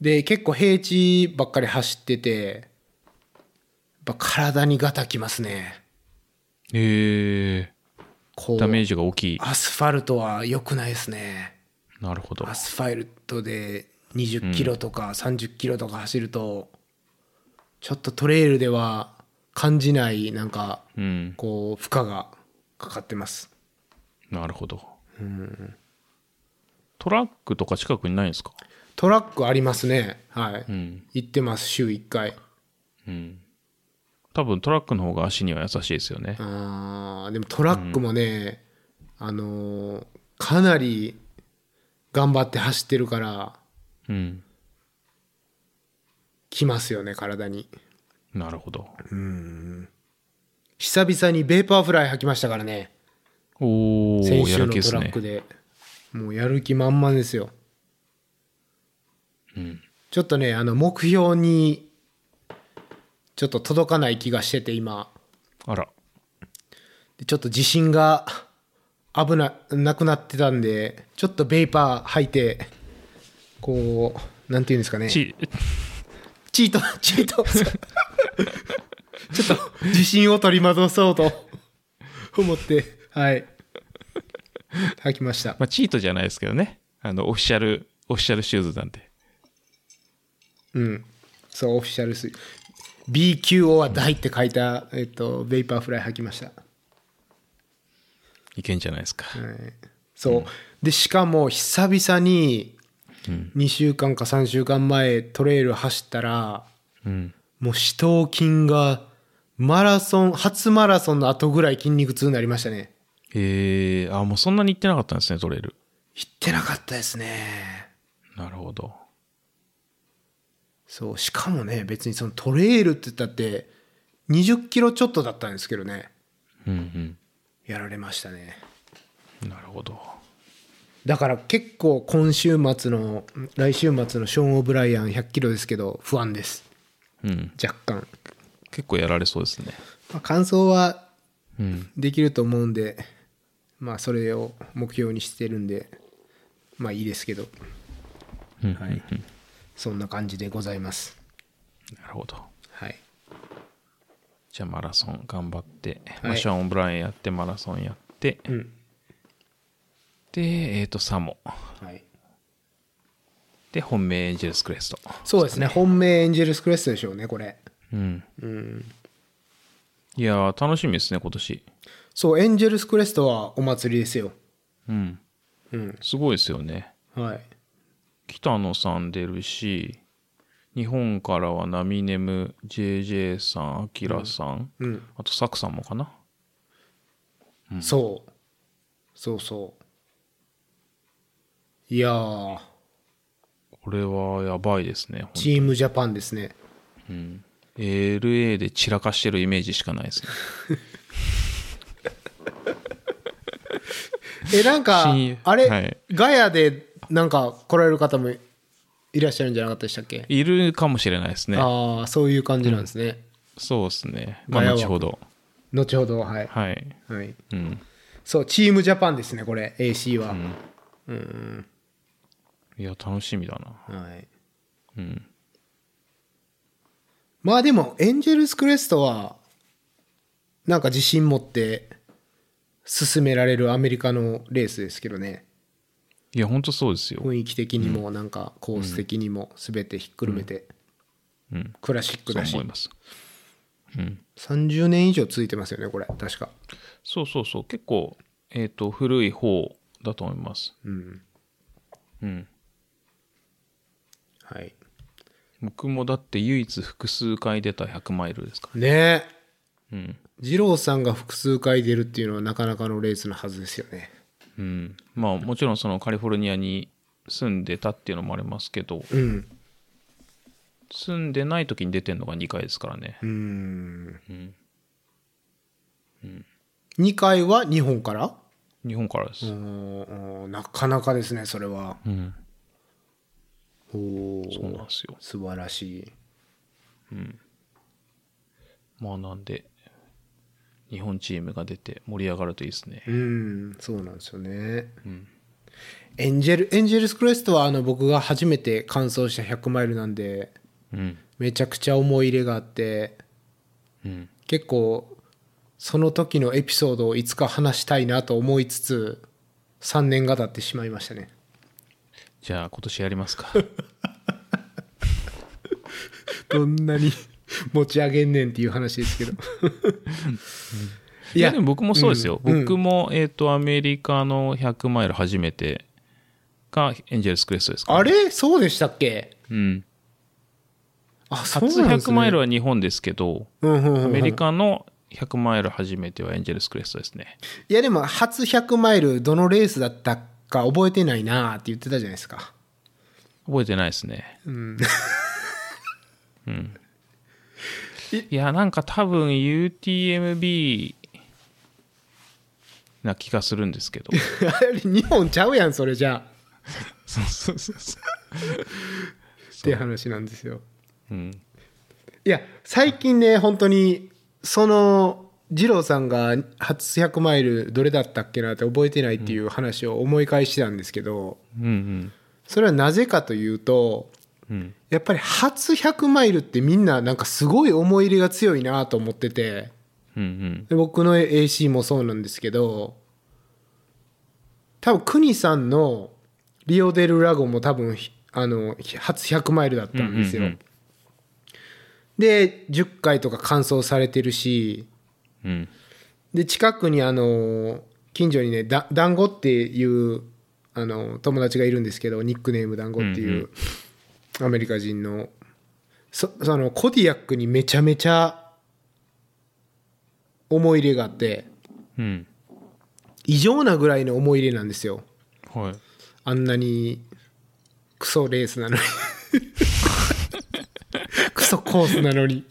A: で結構平地ばっかり走っててやっぱ体にガタきますね
B: え
A: こ
B: ー、
A: う
B: ダメージが大きい。
A: アスファルトは良くないですね。
B: なるほど
A: ア。スファルトで20キロとか30キロとか走ると、ちょっとトレイルでは感じない、なんか、
B: うん。
A: こう、負荷がかかってます。
B: なるほど。トラックとか近くにないんですか
A: トラックありますね。はい。
B: うん。
A: 行ってます、週1回。
B: うん。多分トラックの方が足には優しいですよね。
A: あーでもトラックもね、あのーかなり頑張って走ってるから、
B: うん。
A: きますよね、体に。
B: なるほど。
A: 久々にベーパーフライ吐きましたからね。
B: お
A: 先
B: ー、や
A: 週
B: る
A: の
B: 気で
A: ト
B: す
A: ラッ
B: ね
A: ク。でもうやる気満々ですよ
B: うん。
A: ちょっとねあの目標にちょっと届かない気がしてて今
B: あら。
A: でちょっと自信が危ななくなってたんでちょっとベイパー吐いてこうなんていうんですかねチ
B: ち、
A: ート チートちょっと自信を取り戻そうと思ってはい吐きました
B: まあ、チートじゃないですけどね。あの、オフィシャル、オフィシャルシューズなんで。
A: うん。そう、オフィシャルス。BQO は大って書いた、えっと、ベイパーフライ履きました。
B: いけんじゃないですか。
A: はいそう。で、しかも、久々に、
B: うん
A: 2週間か3週間前、トレイル走ったら、
B: うん。
A: もう死闘筋が、マラソン、初マラソンの後ぐらい筋肉痛になりましたね。
B: えー、あ、もうそんなに行ってなかったんですね、トレイル。
A: 行ってなかったですね。
B: なるほど。
A: そう、しかもね、別にそのトレイルって言ったって、 20キロちょっとだったんですけどね
B: うん
A: やられましたね
B: うん。なるほど。
A: だから結構今週末の来週末のショーン・オブライアン100キロですけど不安です
B: うん。
A: 若干、
B: 結構やられそうですね。
A: まあ、感想は
B: うん。
A: できると思うんでまあそれを目標にしてるんでまあいいですけど
B: うん
A: はいそんな感じでございます
B: なるほど。
A: はい
B: じゃあマラソン頑張って、
A: はい
B: マシャン・オブラインやって、マラソンやって、
A: うん
B: で、えっ、と、サモ。
A: はい
B: で、本命エンジェルス・クレスト。
A: そうですね本命エンジェルスクレストでしょうねこれ
B: うん。
A: うん
B: いやー、楽しみですね、今年。
A: そうエンジェルスクレストはお祭りですよ
B: うん。
A: うん
B: すごいですよね。
A: はい
B: 北野さん出るし、日本からはナミネム、JJ さん、アキラさん、
A: うん
B: あとサクさんもかな。
A: そうそうそういやー
B: これはやばいですね。ほん
A: チームジャパンですね
B: LA で散らかしてるイメージしかないですね。
A: えなんか
B: 親友
A: あれ、
B: はい
A: ガヤでなんか来られる方もいらっしゃるんじゃなかったでしたっけ、
B: いるかもしれないですね。
A: ああそういう感じなんですね、
B: そうですね。まあ、
A: ガヤ枠
B: 後ほど。
A: 後ほどはい、
B: はい。
A: はい、
B: うん。
A: そうチームジャパンですねこれ AC は、
B: いや、楽しみだな。
A: はい
B: うん。
A: まあでもエンジェルスクレストはなんか自信持って進められるアメリカのレースですけどね
B: いや、本当そうですよ。
A: 雰囲気的にもなんかコース的にも全てひっくるめて、
B: うん。
A: クラシック
B: そう
A: だし
B: 思います。うん。
A: 30年以上続いてますよねこれ確か
B: そうそうそう。結構、えっ、と、古い方だと思います。
A: うん
B: うん。
A: はい
B: 僕もだって唯一複数回出た100マイルですか
A: ねえ
B: ら。うん。
A: 二郎さんが複数回出るっていうのはなかなかのレースのはずですよね
B: うん。まあ、もちろんそのカリフォルニアに住んでたっていうのもありますけど、
A: うん
B: 住んでない時に出てんのが2回ですからね
A: う。ーん
B: うん。
A: 2回は日本から
B: 日本からです。
A: うーんなかなかですねそれは
B: うん。
A: お
B: そうなん
A: お
B: ですよ。
A: 素晴らしい
B: まあ、なんで、日本チームが出て盛り上がるといいですね。
A: うんそうなんですよね
B: うん。
A: エンジェルエンジェルスクレストはあの僕が初めて完走した100マイルなんで
B: うん。
A: めちゃくちゃ思い入れがあって
B: うん。
A: 結構その時のエピソードをいつか話したいなと思いつつ3年が経ってしまいました ね
B: じゃあ、今年やりま すか。
A: どんなに 持ち上げんねんっていう話ですけど
B: いや、でも僕もそうですよ。
A: うん
B: 僕も、えっ、と、アメリカの100マイル初めてがエンジェルスクレストですから
A: あれそうでしたっけ
B: うん。
A: あそう
B: 初
A: なんです
B: 100
A: ね
B: マイルは日本ですけど、
A: うんうんうんうん
B: アメリカの100マイル初めてはエンジェルスクレストですね。
A: いやでも初100マイルどのレースだったか覚えてないなーって言ってたじゃないですか
B: 覚えてないですね。
A: うん
B: いや、なんか多分 UTMB な気がするんで すけど。
A: あれ日本ちゃうやんそれじゃあ
B: そうそうそうそ
A: って話なんですよ
B: う。うん。
A: いや最近ね本当にその二郎さんが初100マイルどれだったっけなって覚えてないっていう話を思い返してたんですけど、
B: うん
A: それはなぜかというと
B: うん。うん。
A: やっぱり初100マイルってみんななんかすごい思い入れが強いなと思ってて
B: うんうん。
A: で僕の AC もそうなんですけど多分邦さんのリオデルラゴも多分ひあのひ初100マイルだったんですよ、
B: うんうんうん
A: で10回とか完走されてるし
B: うん。
A: で近くにあの近所にねだ団子っていうあの友達がいるんですけどニックネーム団子っていう、アメリカ人のそそのコディアックにめちゃめちゃ思い入れがあって
B: うん。
A: 異常なぐらいの思い入れなんですよ
B: はい。
A: あんなにクソレース なのにクソコースなのに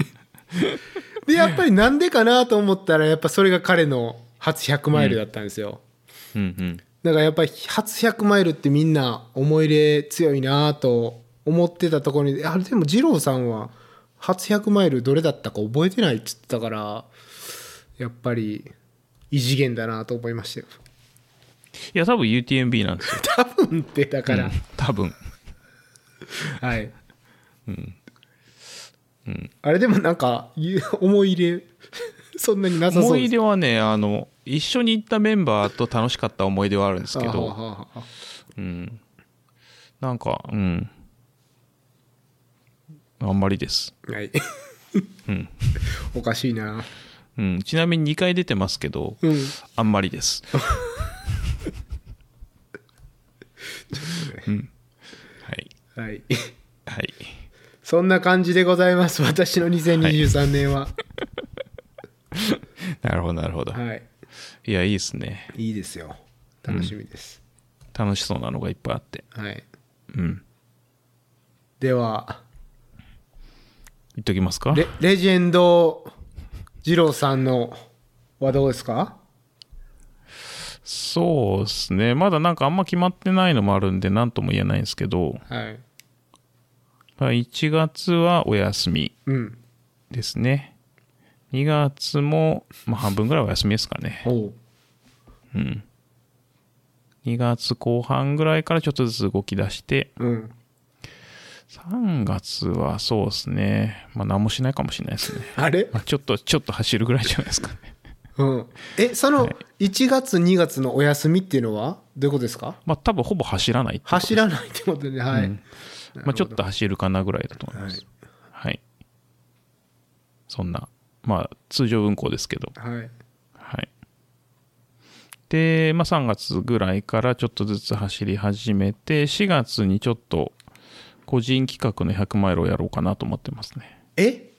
A: でやっぱりなんでかなと思ったらやっぱそれが彼の初100マイルだったんですよ、
B: うんうん。
A: だからやっぱり初100マイルってみんな思い入れ強いなと思ってたところにあでも二郎さんは初100マイルどれだったか覚えてないっつってたからやっぱり異次元だなと思いましたよ
B: いや、多分 UTMB なんですよ。
A: 多分ってだから、
B: うん多分。
A: はい、うんうん、あれでもなんかゆ思い入れそんなになさそ
B: 思
A: う
B: い出はね、あの、一緒に行ったメンバーと楽しかった思い出はあるんですけ
A: あ
B: ど、
A: ははは
B: うん。なんか、うん。あんまりです。
A: はい、
B: うん。
A: おかしいな
B: うん。ちなみに2回出てますけど、
A: うん
B: あんま りです。うん。はい。
A: はい
B: はい。
A: そんな感じでございます私の2023年は
B: なるほど、なるほど。
A: はい、
B: いや、いいですね。
A: い、いですよ楽しみです、
B: 楽しそうなのがいっぱいあって。
A: はい
B: うん。
A: では
B: 言っときますか
A: レレジェンド二郎さんのはどうですか
B: そうですね。まだなんかあんま決まってないのもあるんで、なんとも言えないんですけど、
A: はい
B: まあ1月はお休み
A: うん
B: ですね。2月も、まあ、半分ぐらいお休みですかね。
A: おう
B: うん。2月後半ぐらいからちょっとずつ動き出して、
A: うん
B: 3月はそうですね。まあ、何もしないかもしれないですね。
A: あれ
B: まあ、ちょっと、ちょっと走るぐらいじゃないですかね。
A: うん、えその1月2月のお休みっていうのはどういうことですか
B: まあ、多分ほぼ走らないってことです
A: 走らないってことではい、
B: うんまあ、ちょっと走るかなぐらいだと思います。はい。そんな、まあ、通常運行ですけど。
A: はい
B: はい。で、まあ、3月ぐらいからちょっとずつ走り始めて、4月にちょっと、個人企画の100マイルをやろうかなと思ってますね。
A: え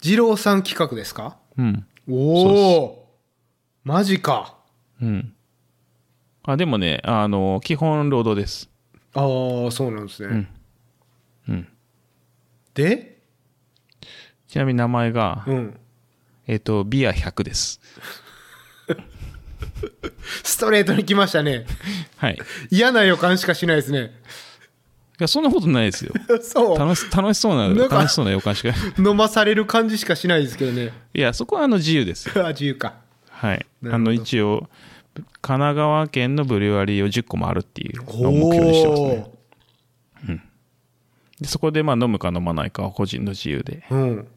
A: 二郎さん企画ですか
B: うん。
A: おおマジか
B: うん。あ、でもね、あの、基本労働です。
A: ああそうなんですね、
B: うんうん。
A: で
B: ちなみに名前が、
A: うん
B: えっ、と、ビア100です。
A: ストレートに来ましたね
B: はい。い
A: 嫌な予感しかしないです ね
B: や、そんなことないです よ。
A: そ
B: 楽し楽しそうな、
A: なんか
B: 楽しそうな予感しか。
A: う飲まされる感じしかしないですけど ね
B: いや、そこはあの自由ですよ。
A: あ自由か
B: はい。
A: なるほ
B: あ
A: ど
B: の、一応、神奈川県のブリュワリーを10個もあるっていうのを目標にしてますね。でそこで、まあ、飲むか飲まないかは個人の自由で、
A: おーうん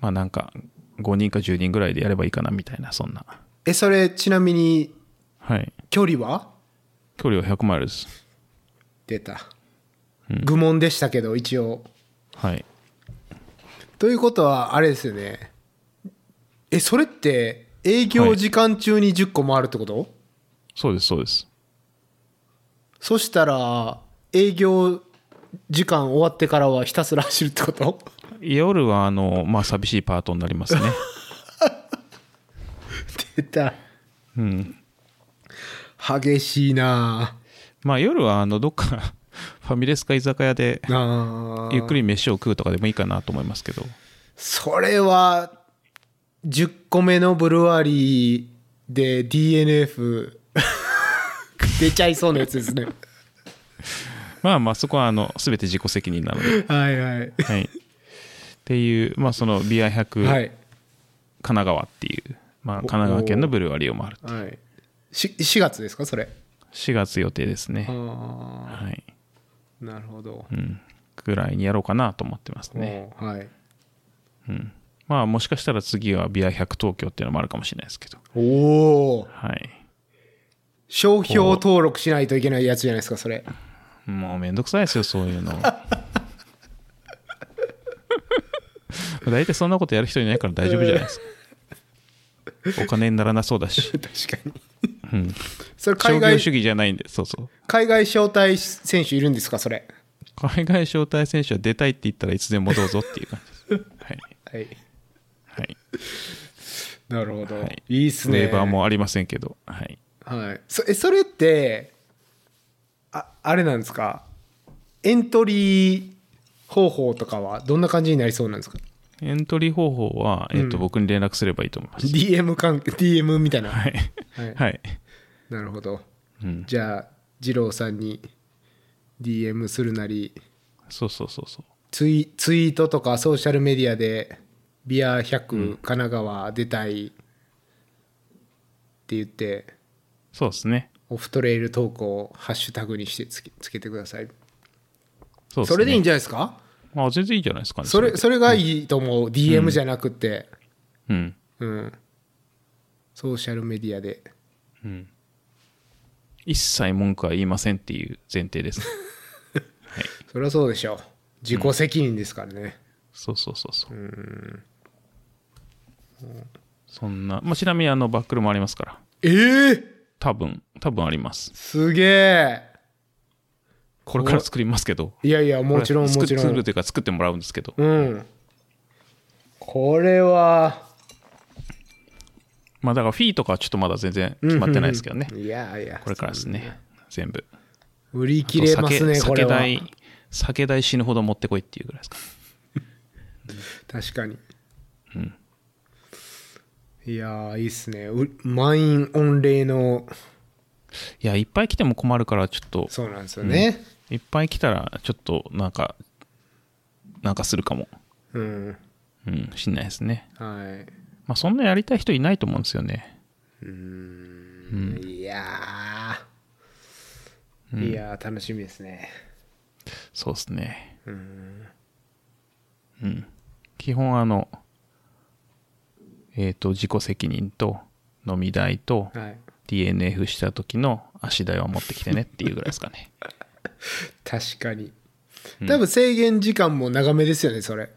B: まあ、なんか、5人か10人ぐらいでやればいいかなみたいな、そんな。
A: えそれちなみに
B: はい。
A: 距離は
B: 距離は100マイルです。
A: 出た、愚問でしたけど一応
B: はい。
A: ということはあれですよねえそれって営業時間中に10個回るってこと、
B: そうです、そうです。
A: そしたら営業時間終わってからはひたすら走るってこと
B: 夜は、あの、まあ、寂しいパートになりますね。
A: 出た
B: うん。
A: 激しいな
B: まあ、夜は、あの、どっか、 ファミレスか居酒屋で
A: あ、あー
B: ゆっくり飯を食うとかでもいいかなと思いますけど。
A: それは10個目のブルワリーで DNF 出ちゃいそうなやつですね
B: まあまあ、そこは、あの、すべて自己責任なので。
A: はいはい
B: はい。っていう、まあ、その BI100、
A: は
B: 神
A: い
B: 奈川っていう、まあ、神奈川県のブルワリーを回る。
A: はいし4月ですかそれ
B: 4月予定です
A: あ
B: ね。
A: あ
B: はい。
A: なるほど。
B: うん。ぐらいにやろうかなと思ってます
A: ね、
B: ね。
A: はい。
B: うん。まあ、もしかしたら次は BI100 東京っていうのもあるかもしれないですけど。
A: おお。
B: はい。
A: 商標登録しないといけないやつじゃないですか、それ。
B: もうめんどくさいですよ、そういうの。大体そんなことやる人いないから大丈夫じゃないですか。お金にならなそうだし。
A: 確かに。
B: うん。
A: それ
B: 商
A: 海
B: 業
A: 外
B: 主、義じゃないんで、そうそう。
A: 海外招待選手いるんですか、それ。
B: 海外招待選手は出たいって言ったらいつでもどうぞっていう感じです。はい。
A: はい。
B: はい。
A: なるほど。
B: はい
A: い、いっすね。
B: レーバー。もありませんけど。はい。
A: はい。そえそれって、あ、あれなんですか。エントリー方法とかはどんな感じになりそうなんですか
B: エントリー方法は、えっ、と、
A: うん
B: 僕に連絡すればいいと思います。
A: DM 関係 DM みたいな、
B: はい。
A: はい
B: はい。
A: なるほど
B: うん。
A: じゃあ二郎さんに DM するなり
B: そうそうそうそう。
A: ツイツイートとかソーシャルメディアで「ビア100神奈川出たい」って言って、
B: そうですね。
A: オフトレイル投稿をハッシュタグにしてつけつけてください
B: そうすね
A: それでいいんじゃないですか
B: まあ、全然いいんじゃないですかね。
A: それそれがいいと思う、DM じゃなくて、
B: うん。
A: うん、ソーシャルメディアで
B: うん。一切文句は言いませんっていう前提 です。
A: そりゃそうでしょう自己責任ですからね、
B: そうそうそうそう。そんな、まあ、ちなみにあのバックルもありますから。
A: ええ
B: 多分、多分あります。
A: すげえ
B: これから作りますけど。
A: いやいやもちろん
B: これ
A: もちろ
B: 作作る
A: ん
B: というか作ってもらうんですけど。
A: うんこれは
B: まあだからフィーとかはちょっとまだ全然決まってないですけどね。
A: いやいや
B: これからですね。全部。
A: 売り切れますね
B: あと
A: これ
B: 酒
A: は
B: 代、酒代死ぬほど持ってこいっていうぐらいですか。
A: 確かに、いやーいいっすねう満員御礼の
B: いや、いっぱい来ても困るから、ちょっと、
A: そうなんですよね
B: いっぱい来たら、ちょっと、なんか、なんかするかも。
A: うん、
B: うん、しんないですね。
A: はい
B: まあ、そんなやりたい人いないと思うんですよね。
A: いやー、いやー楽しみですね
B: そうですね。うん。基本、あの、えっ、と、自己責任と、飲み代と、
A: はい
B: DNF した時の足代は持ってきてねっていうぐらいですかね。
A: 確かに多分制限時間も長めですよねそれ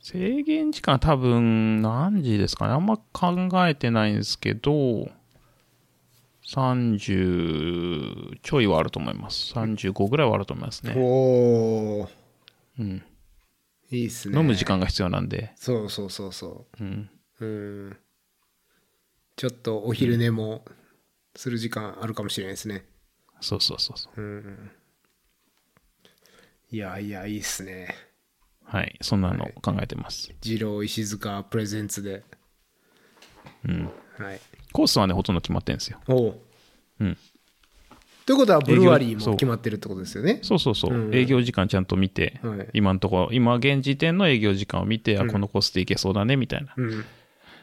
B: 制限時間は多分何時ですかねあんま考えてないんですけど30ちょいはあると思います35ぐらいはあると思いますね、
A: おお
B: うん、
A: いいっすね
B: 飲む時間が必要なんで、
A: そうそうそうそ
B: うん、
A: ううんちょっとお昼寝もする時間あるかもしれないですね
B: そうそうそうそう
A: うんいやいやいいっすね
B: はいそんなの考えてます、
A: 二郎石塚プレゼンツで
B: うん、
A: はい
B: コースはねほとんど決まってるんですよ、
A: おう
B: うん、
A: ということはブルワリー
B: そう
A: も決まってるってことですよね
B: そうそうそう、
A: うん
B: 営業時間ちゃんと見て、
A: はい
B: 今のところ今現時点の営業時間を見て、あこのコースでいけそうだねみたいな
A: うん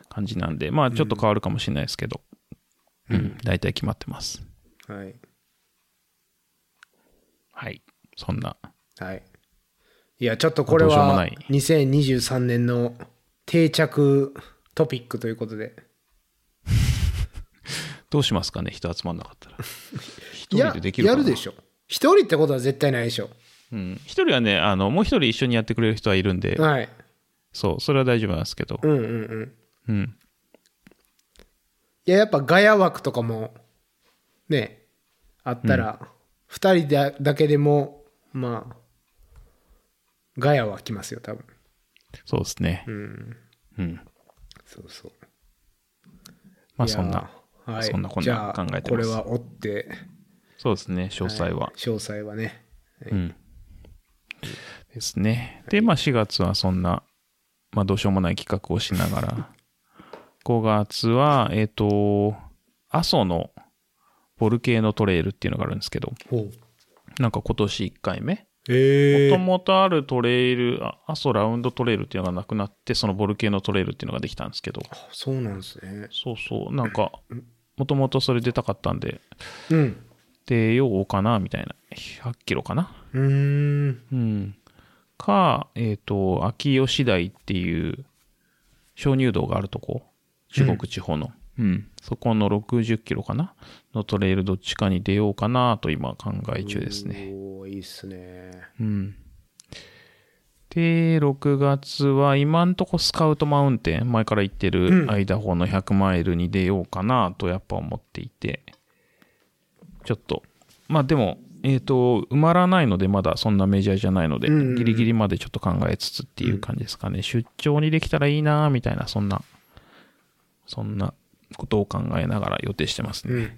B: 感じなんでまあちょっと変わるかもしれないですけど、うん、大体決まってます
A: はい
B: はい。そんな。
A: はい。いや、ちょっとこれ
B: どうしようも
A: は
B: ない
A: 2023年の定着トピックということで。
B: どうしますかね人集まんなか ったら。一
A: いや
B: 人でできる
A: や
B: かな
A: るでしょ。一人ってことは絶対ないでしょ。
B: うん。一人はね、あの、もう一人一緒にやってくれる人はいるんで、
A: はい。
B: そう、それは大丈夫なんですけど
A: う。んうんうん。
B: うん。
A: いや、やっぱガヤ枠とかもね、あったら、二人だだけでも、まあ、ガヤは来ますよ、多分。
B: そうですね。
A: うん。
B: うん。
A: そうそう。
B: まあ、
A: いや
B: そんな。
A: はい。
B: そんなこん
A: じ
B: な
A: ゃ
B: 考
A: あ
B: えて
A: こ
B: ま
A: れ
B: す。
A: は追って、
B: そうですね。詳細は。
A: 詳細はね。
B: うん。ですね。で、まあ、4月はそんな、まあ、どうしようもない企画をしながら、5月は、えっ、と、阿蘇のボルケーノトレイルっていうのがあるんですけど、
A: ほう。
B: なんか今年1回目
A: ええ
B: もともとあるトレイル、あ阿蘇ラウンドトレイルっていうのがなくなって、そのボルケーノトレイルっていうのができたんですけど、
A: そうなんですね。
B: そうそう、なんか、もともとそれ出たかったんで、
A: うん。
B: 出ようかな、みたいな。100キロかな
A: うーん。
B: うん。か、えっ、と、秋吉台っていう、鍾乳洞があるとこ、中国地方の、うん、そこの60キロかなのトレイルどっちかに出ようかなと今考え中ですね。
A: おーいいっすね。
B: うん。で、6月は今んとこスカウトマウンテン、前から言ってるアイダホの100マイルに出ようかなとやっぱ思っていて、ちょっと、まあでも、えっ、と、埋まらないので、まだそんなメジャーじゃないので、
A: うんうんうん
B: ギリギリまでちょっと考えつつっていう感じですかね。出張にできたらいいなみたいな、そんな、そんなことを考えながら予定してますね。
A: うん。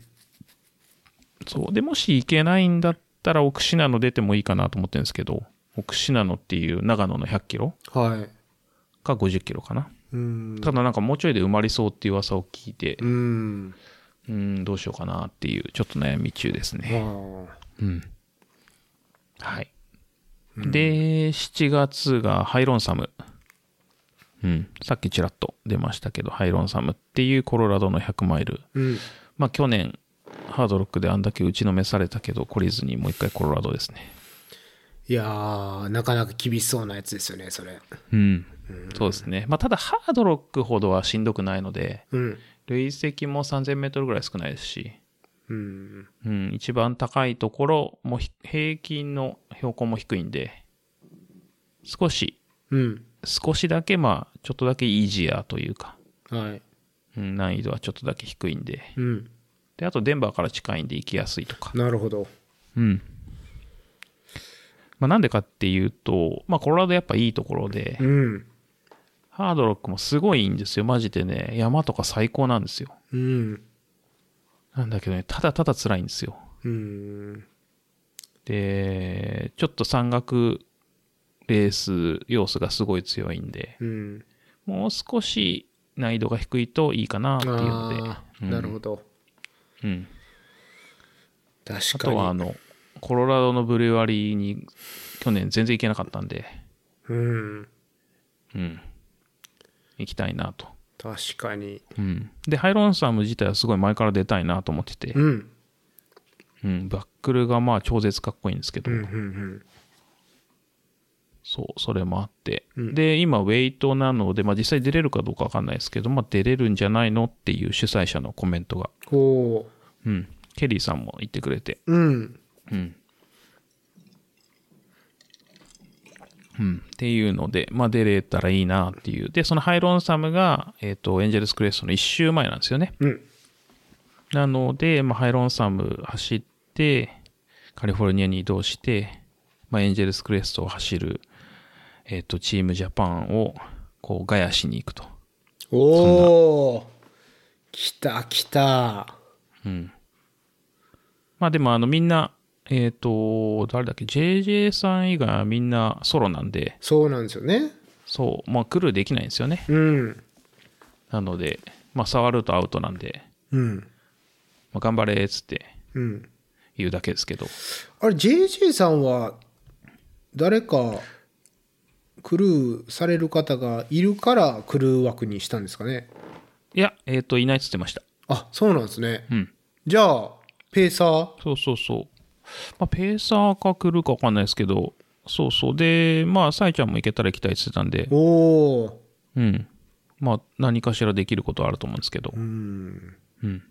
B: そう。で、もし行けないんだったら、奥信濃出てもいいかなと思ってるんですけど、奥信濃っていう長野の100キロ
A: はい。
B: か50キロかな。
A: うん
B: ただなんかもうちょいで埋まりそうっていう噂を聞いて、
A: うん
B: うん、どうしようかなっていう、ちょっと悩み中です
A: あ
B: ね。
A: ー
B: うん。はい。で、7月がハイロンサム。うん。さっきちらっと出ましたけど、ハイロンサムっていうコロラドの100マイル。
A: うん
B: まあ去年、ハードロックであんだけ打ちのめされたけど、懲りずにもう一回コロラドですね。
A: いやーなかなか厳しそうなやつですよねそれ
B: うん。そうですね。まあただ、ハードロックほどはしんどくないので、
A: うん
B: 累積も3000メートルぐらい少ないですし、
A: うん
B: うん、一番高いところもひ平均の標高も低いんで、少し、
A: うん
B: 少しだけまあ、ちょっとだけイージアーというか、
A: はい
B: うん、難易度はちょっとだけ低いんで、
A: うん
B: で、あとデンバーから近いんで行きやすいとか。
A: なるほど
B: うん。まあ、なんでかっていうと、まあ、コロラドやっぱいいところで、
A: うん
B: ハードロックもすごいいいんですよ。マジでね、山とか最高なんですよ。
A: うん
B: なんだけどね、ただただ辛いんですよ。
A: うん
B: で、ちょっと山岳レース要素がすごい強いんで、
A: うん
B: もう少し難易度が低いといいかなっていうの
A: あ
B: う
A: ー
B: ん
A: なるほど
B: で、うん、あ
A: 確か
B: と
A: に
B: はあの、コロラドのブルワリーに去年全然行けなかったんで、
A: うん
B: うん、行きたいなと。
A: 確かに
B: うん、で、ハイロンサム自体はすごい前から出たいなと思ってて、
A: うん
B: うん、バックルがまあ超絶かっこいいんですけど、
A: うんうん
B: そう、それもあって、
A: うん
B: で、今、ウェイトなので、まあ、実際出れるかどうかわかんないですけど、まあ、出れるんじゃないのっていう主催者のコメントが、
A: うんおー
B: うん、ケリーさんも言ってくれて、
A: うん
B: うん。うん、っていうので、まあ、出れたらいいなっていう。で、そのハイロンサムが、えっ、と、エンジェルスクレストの1周前なんですよね。
A: うん
B: なので、まあ、ハイロンサム走って、カリフォルニアに移動して、まあ、エンジェルスクレストを走る、えっ、と、チームジャパンを、こう、ガヤしに行くと。
A: おお来た来た
B: うん。まあ、でも、あの、みんな、えっ、と、誰だっけ、JJ さん以外はみんなソロなんで、
A: そうなんですよね
B: そう、まあ、クルーできないんですよね。
A: うん
B: なので、まあ、触るとアウトなんで、
A: うん
B: まあ、頑張れ、っつって
A: うん
B: 言うだけですけど。
A: あれ JJ さんは誰かクルーされる方がいるからクルー枠にしたんですかね
B: いや、えっ、と、いないっつってました。
A: あそうなんですね
B: うん。
A: じゃあペーサー
B: そうそうそう。まあ、ペーサーか来るか分かんないですけど、そうそう。で、まあ、サイちゃんも行けたら行きたいって言ってたんで、
A: おお
B: うん。まあ、何かしらできることはあると思うんですけど
A: う、ん
B: うん。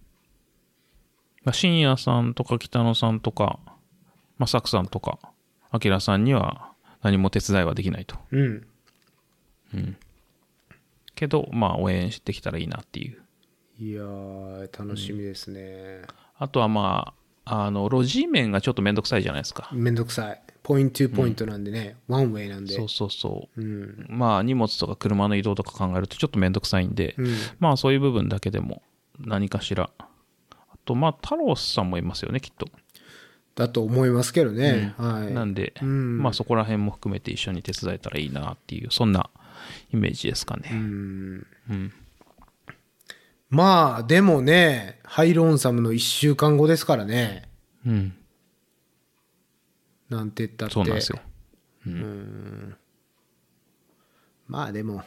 B: まあ、深夜さんとか北野さんとか、まあ、サクさんとか、アキラさんには何も手伝いはできないと。
A: うん
B: けど、まあ、応援してきたらいいなっていう。
A: いやー楽しみですね、
B: あとはまあ、あの、路地面がちょっとめんどくさいじゃないですか。
A: めんどくさいポイントゥーポイントなんでね、ワンウェイなんで
B: そうそうそう。
A: うん
B: まあ荷物とか車の移動とか考えるとちょっとめんどくさいんで、
A: うん
B: まあそういう部分だけでも何かしら。あとまあ太郎さんもいますよね、きっと。
A: だと思いますけどね、はい
B: なんで、
A: うん
B: まあそこら辺も含めて一緒に手伝えたらいいなっていう、そんなイメージですか
A: う
B: ね。
A: ん
B: うん。
A: まあでもねハイロンサムの1週間後ですからね
B: うん。
A: なんて言ったって
B: そうなんですよ。
A: まあでも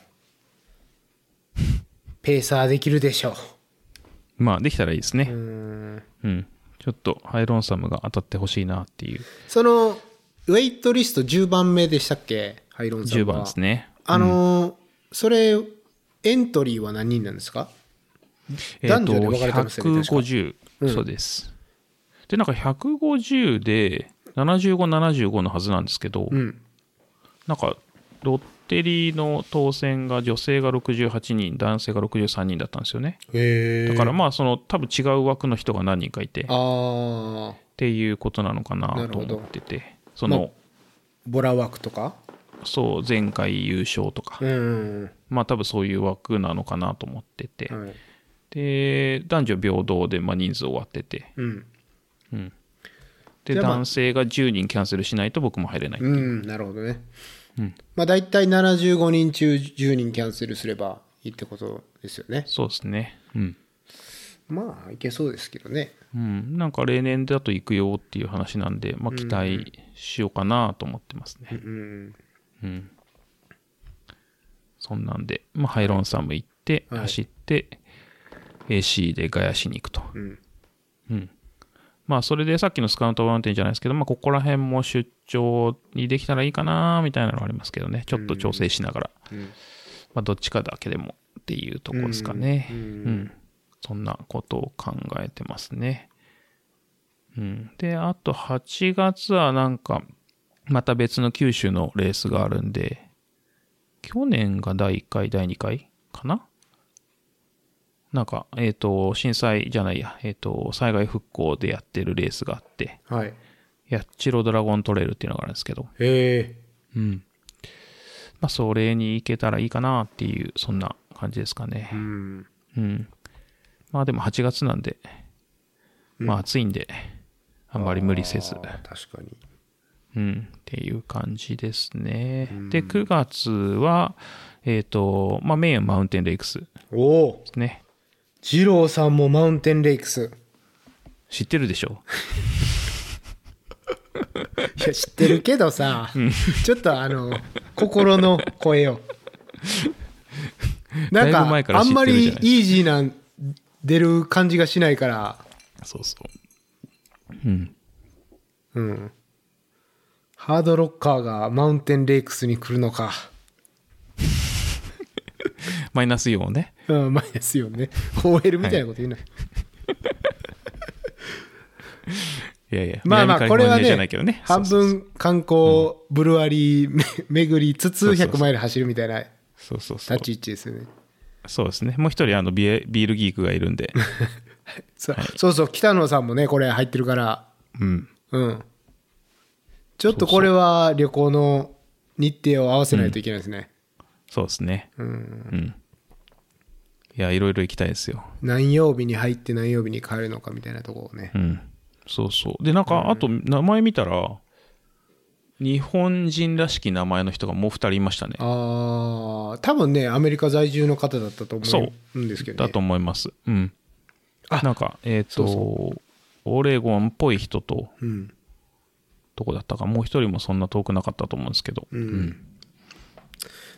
A: ペーサーできるでしょ
B: まあできたらいいです
A: うう
B: ね。
A: ん
B: うん。ちょっとハイロンサムが当たってほしいなっていう
A: そのウェイトリスト10番目でしたっけハイロンサム
B: 10
A: は
B: 番ですね。
A: あのーそれエントリーは何人なんですか
B: えー
A: 男女で分かれてますよね確か
B: 150、そうです。で、なんか150で、75、75のはずなんですけど、
A: うん
B: なんか、ロッテリーの当選が女性が68人、男性が63人だったんですよね。
A: へえ
B: だからまあ、その、多分違う枠の人が何人かいて、っ
A: ああ
B: ていうことなのか
A: な
B: な
A: る
B: と
A: ほど
B: 思ってて、その、
A: ボラ枠とか
B: そう、前回優勝とか、
A: うん、
B: まあ多分そういう枠なのかなと思ってて、
A: はい
B: で、男女平等でまあ人数終わってて、
A: うん、
B: うん。で、
A: じゃあまあ
B: 男性が10人キャンセルしないと僕も入れない。
A: うん、なるほどね。まあ大体75人中10人キャンセルすればいいってことですよね。
B: そうですね。うん。
A: まあ、いけそうですけどね。
B: うん、なんか例年だと行くよっていう話なんで、まあ、期待しようかなと思ってますね。
A: うん。
B: そんなんで、まあ、ハイロンサム行って、
A: はい
B: 走って、AC でガヤしに行くと。
A: うん。
B: まあ、それでさっきのスカウントマウンテンじゃないですけど、まあ、ここら辺も出張にできたらいいかなみたいなのはありますけどね。ちょっと調整しながら。
A: うん
B: まあ、どっちかだけでもっていうところですかね。
A: う
B: うんん。そんなことを考えてますね。うん。で、あと8月はなんか、また別の九州のレースがあるんで、去年が第1回、第2回かななんか、えっ、と、震災じゃないや、えっ、と、災害復興でやってるレースがあって、
A: はい。
B: ヤッチロドラゴントレイルっていうのがあるんですけど、
A: へ
B: うん。まあ、それに行けたらいいかなっていう、そんな感じですか
A: え。う
B: ね。
A: ん。
B: うん。まあ、でも8月なんで、まあ、暑いんで、あんまり無理せず、
A: あー確かに。
B: うん、っていう感じですね。で、9月は、えっ、と、まあ、メインはマウンテンレイクスで
A: おお、
B: すね。
A: 二郎さんもマウンテンレイクス。
B: 知ってるでし ょ
A: いや、知ってるけどさ、ちょっとあの、心の声を。なん
B: だいぶ前
A: か、
B: から
A: あ
B: 知っ
A: んま
B: てるじゃ
A: り
B: ない
A: イージーな、出る感じがしないから、
B: そうそう。うん。
A: うん。ハードロッカーがマウンテンレイクスに来るのか。
B: マイナスイオンをね。
A: うん、前ですよね。OL みたいなこと言うな。
B: いやいや、
A: まあまあ、
B: 南
A: こ
B: カリ
A: れ
B: フォ
A: は
B: ルニアじゃ
A: ね
B: ないけどね。、
A: 半
B: そうそう
A: 分観光、ブルワリーめ巡りつつ
B: そうそうそ
A: 100
B: う
A: マイル走るみたいな
B: そうそうそう
A: 立。ち位置ですよね。
B: そうですね。もう一人、あのビエ、ビールギークがいるんで。
A: そそうそう、北野さんもね、これ入ってるから。
B: うん。
A: うん。ちょっとこれは旅行の日程を合わせないといけないですね。
B: そうですね。
A: うん。
B: うん。いや、いろいろ行きたいですよ。
A: 何曜日に入って何曜日に帰るのかみたいなとこをね
B: う。ん。そうそう。で、なんか、あと、名前見たら、日本人らしき名前の人がもう二人いましたね。
A: ああ、多分ね、アメリカ在住の方だったと思うんですけど、ね。
B: だと思います。うん。
A: あ
B: なんか、えっ、と
A: そう
B: オレゴンっぽい人と、
A: うん。
B: どこだったか、もう一人もそんな遠くなかったと思うんですけど。うん。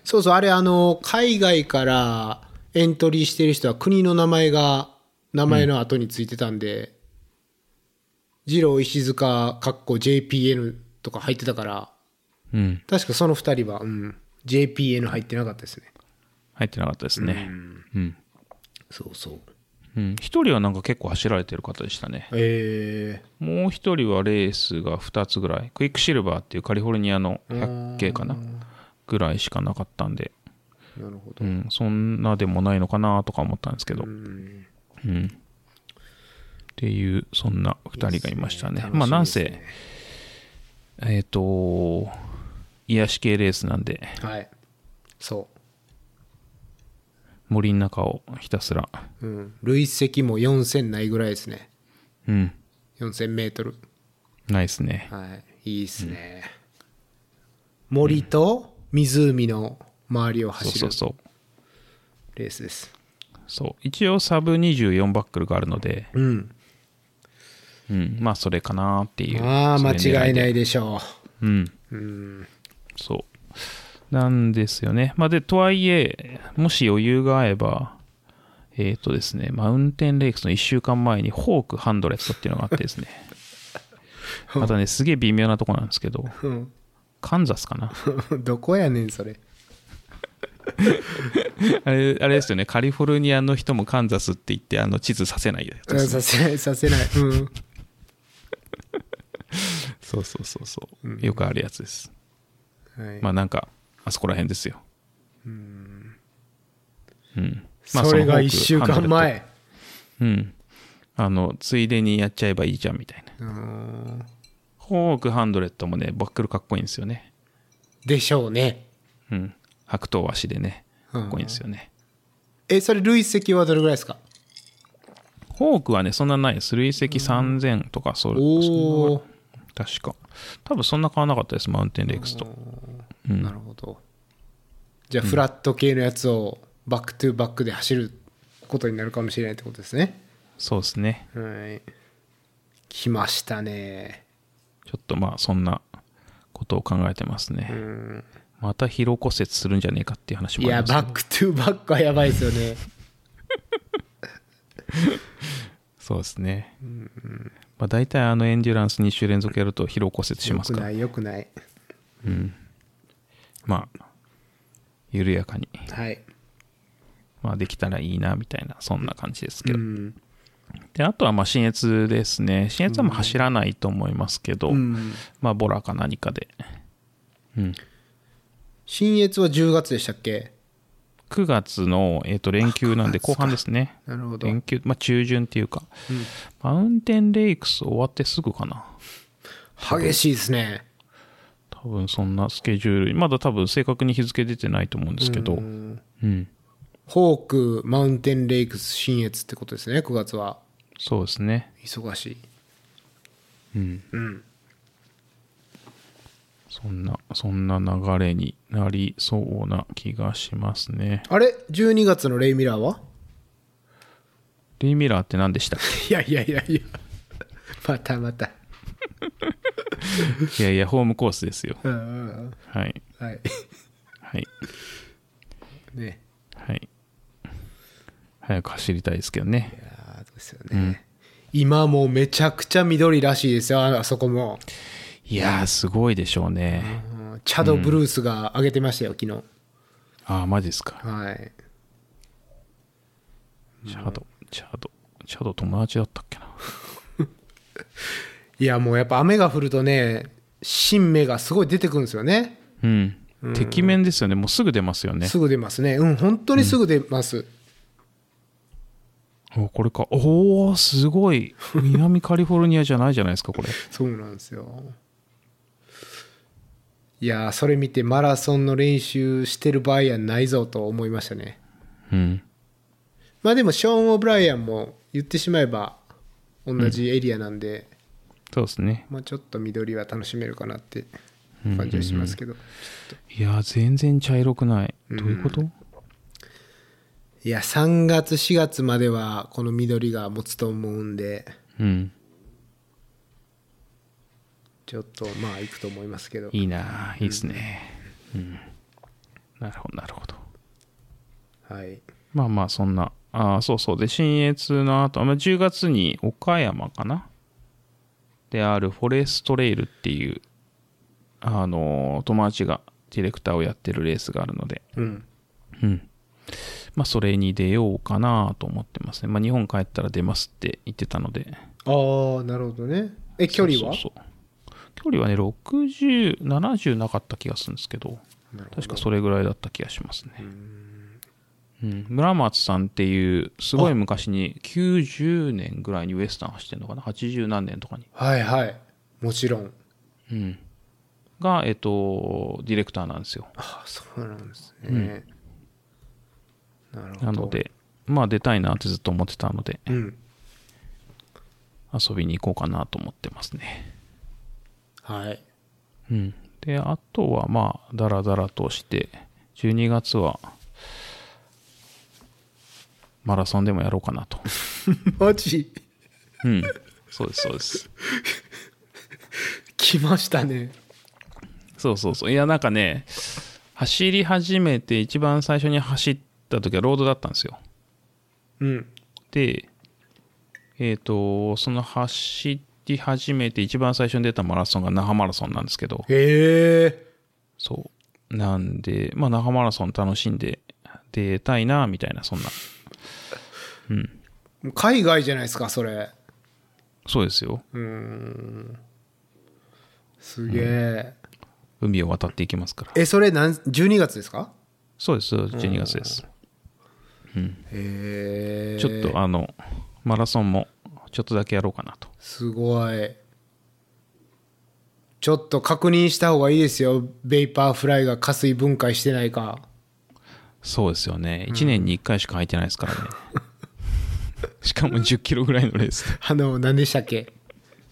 A: そうそう、あれ、あの、海外からエントリーしてる人は国の名前が、名前の後についてたんで、二郎石塚、かっこ JPN とか入ってたから、
B: うん。
A: 確かその二人は、うん、JPN 入ってなかったですね。
B: 入ってなかったですね。うん。
A: そうそう。
B: うん。一、人はなんか結構走られてる方でしたね。
A: え
B: もう一人はレースが2つぐらい。クイックシルバーっていうカリフォルニアの100系かなぐらいしかなかったんで、
A: ー、なるほど。
B: うん、そんなでもないのかなとか思ったんですけど、
A: うん、
B: うん。っていう、そんな2人がいました
A: 楽しみで
B: ね。
A: すね
B: まあ、なんせ、えっ、と、癒し系レースなんで、
A: はい。そ
B: 森の中をひたすら、
A: う。うん。累積も4000ないぐらいですね。
B: うん、
A: 4000メートル。
B: ないですね。
A: はい。いいですね。森と湖の周りを
B: そう
A: 走
B: そ
A: る
B: うそう。
A: レースです。
B: そう一応サブ24バックルがあるので、
A: うん。
B: うん、まあそれかなっていう
A: ああ、間
B: それ狙
A: 違い
B: で
A: ないでしょ
B: うん。
A: う。 うん。
B: そう。なんですよね。まあ、で、とはいえ、もし余裕があれば、えっ、とですね、マウンテンレイクスの1週間前にホークハンドレットっていうのがあってです ね、またね、すげえ微妙なとこなんですけど、
A: うん、
B: カンザスかな。
A: どこやねん、それ。
B: あれ、あれですよね、カリフォルニアの人もカンザスって言って、あの、地図させないやつ
A: う
B: で
A: ん
B: すね
A: させない、させない。うん。
B: そうそうそうそう。よくあるやつです。
A: はい
B: まあ、なんか、あそこら辺ですよ。うん。まあ
A: それが
B: の
A: 1週
B: ホークハンド
A: 間
B: レット
A: 前。
B: うん。あの、ついでにやっちゃえばいいじゃんみたいな。
A: うん
B: ホークハンドレットもね、バックルかっこいいんですよね。
A: でしょうね。
B: うん。白頭足でね、
A: うん
B: かっこいいんですよね。
A: え、それ累積はどれぐらいですか
B: ホークはね、そんなないです。累積3000とか、そう、
A: おおー。
B: 確か。多分そんな変わらなかったです、マウンテンレイクスと。うん
A: なるほどじゃあフラット系のやつをバックトゥバックで走ることになるかもしれないってことですね
B: そうですね。
A: はい来ましたね
B: ちょっとまあ、そんなことを考えてますね。
A: うん
B: また疲労骨折するんじゃねえかっていう話
A: い
B: もあり
A: や
B: ますけど
A: バックトゥバックはやばいですよね
B: そうですね。まあ、大体あのエンデュランス2週連続やると疲労骨折し
A: よ
B: ます
A: く
B: から
A: な。いよくない
B: まあ、緩やかに、
A: はい
B: まあ、できたらいいな、みたいな、そんな感じですけ
A: う
B: ど。
A: ん
B: で、あとは、まあ、新越ですね。新越はもう走らないと思いますけど、
A: うん
B: まあ、ボラか何かで。うん。
A: 新越は10月でしたっけ
B: 9月の、えっ、と、連休なんで、
A: あ九月か
B: 後半ですね。
A: なるほど
B: 連休、まあ、中旬っていうか、マウンテンレイクス終わってすぐかな。
A: 激しいですね
B: 多分そんなスケジュール、まだ多分正確に日付出てないと思うんですけど、うん、
A: ホークマウンテンレイクス新越ってことですね9月は
B: そうですね。
A: 忙しい
B: うん。
A: うん
B: そんな、そんな流れになりそうな気がしますね。
A: あれ12月のレイミラーは
B: レイミラーって何でしたっ
A: いやいやいやいやまたまた
B: けいやいや、ホームコースですよ。
A: うんうんうん
B: はい。
A: はい
B: はい。
A: ね
B: はい。早く走りたいですけどね
A: い。やーそうですよね、今もうめちゃくちゃ緑らしいですよあそこも、
B: いやー、すごいでしょうね。
A: うんチャド・ブルースが上げてましたよ昨日
B: あー、マジですか。
A: はい
B: チャド、チャド、チャド友達だったっけな。
A: いやもうやっぱ雨が降るとね新芽がすごい出てくるんですよね
B: うん。てきめんですよね。もうすぐ出ますよね。
A: すぐ出ますねうん本当にすぐ出ます、
B: おこれか。おー、すごい。南カリフォルニアじゃないじゃないですか、これ。
A: そうなんですよいやーそれ見てマラソンの練習してる場合やないぞと思いましたね
B: うん。
A: まあでもショーン・オブライアンも言ってしまえば同じエリアなんで、
B: そうですね。
A: まあ、ちょっと緑は楽しめるかなって感じはしますけど、
B: いやー、全然茶色くない。どういうこと、
A: いや3月4月まではこの緑が持つと思うんで
B: うん。
A: ちょっとまあ行くと思いますけど
B: いいなあいいですね。うん。なるほど、なるほど。
A: はい
B: まあまあ、そんな。ああ、そうそう。で、新越の後、まあ、10月に岡山かなであるフォレストレイルっていう、あのー友達がディレクターをやってるレースがあるので、
A: うん
B: うん。まあ、それに出ようかなと思ってますね。まあ、日本帰ったら出ますって言ってたので。
A: ああなるほどねえ距離は
B: そうそうそう距離はね、60、70なかった気がするんですけど、
A: なるほど
B: 確かそれぐらいだった気がしますね。うん、村松さんっていう、すごい昔に90年ぐらいにウエスタン走ってるのかな、80何年とかに。
A: はいはいもちろん
B: うん、が、えっと、ディレクターなんですよ。
A: ああそうなんですね、なるほど
B: なので、まあ出たいなってずっと思ってたので、
A: うん
B: 遊びに行こうかなと思ってますね。
A: はい
B: うん、であとはまあだらだらとして12月はマラソンでもやろうかなと
A: マジ
B: うんそうですそうです
A: 来ましたね
B: そうそうそういやなんかね走り始めて一番最初に走った時はロードだったんですよ
A: うん
B: でえっ、とその走り始めて一番最初に出たマラソンが那覇マラソンなんですけど
A: へえ
B: そう。なんで、まあ、那覇マラソン楽しんで出たいな、みたいな、そんな。うん。
A: 海外じゃないですかそれ
B: そうですよ。
A: うーんすげえ、
B: 海を渡っていきますから。
A: えそれなん12月ですか
B: そうです。12月です。うん。
A: へえ
B: ちょっと、あの、マラソンも、ちょっとだけやろうかなと。
A: すごいちょっと確認した方がいいですよベイパーフライが加水分解してないか
B: そうですよね。1年に1回しか履いてないですか らね。しかも10キロぐらいのレース。
A: あの何でしたっけ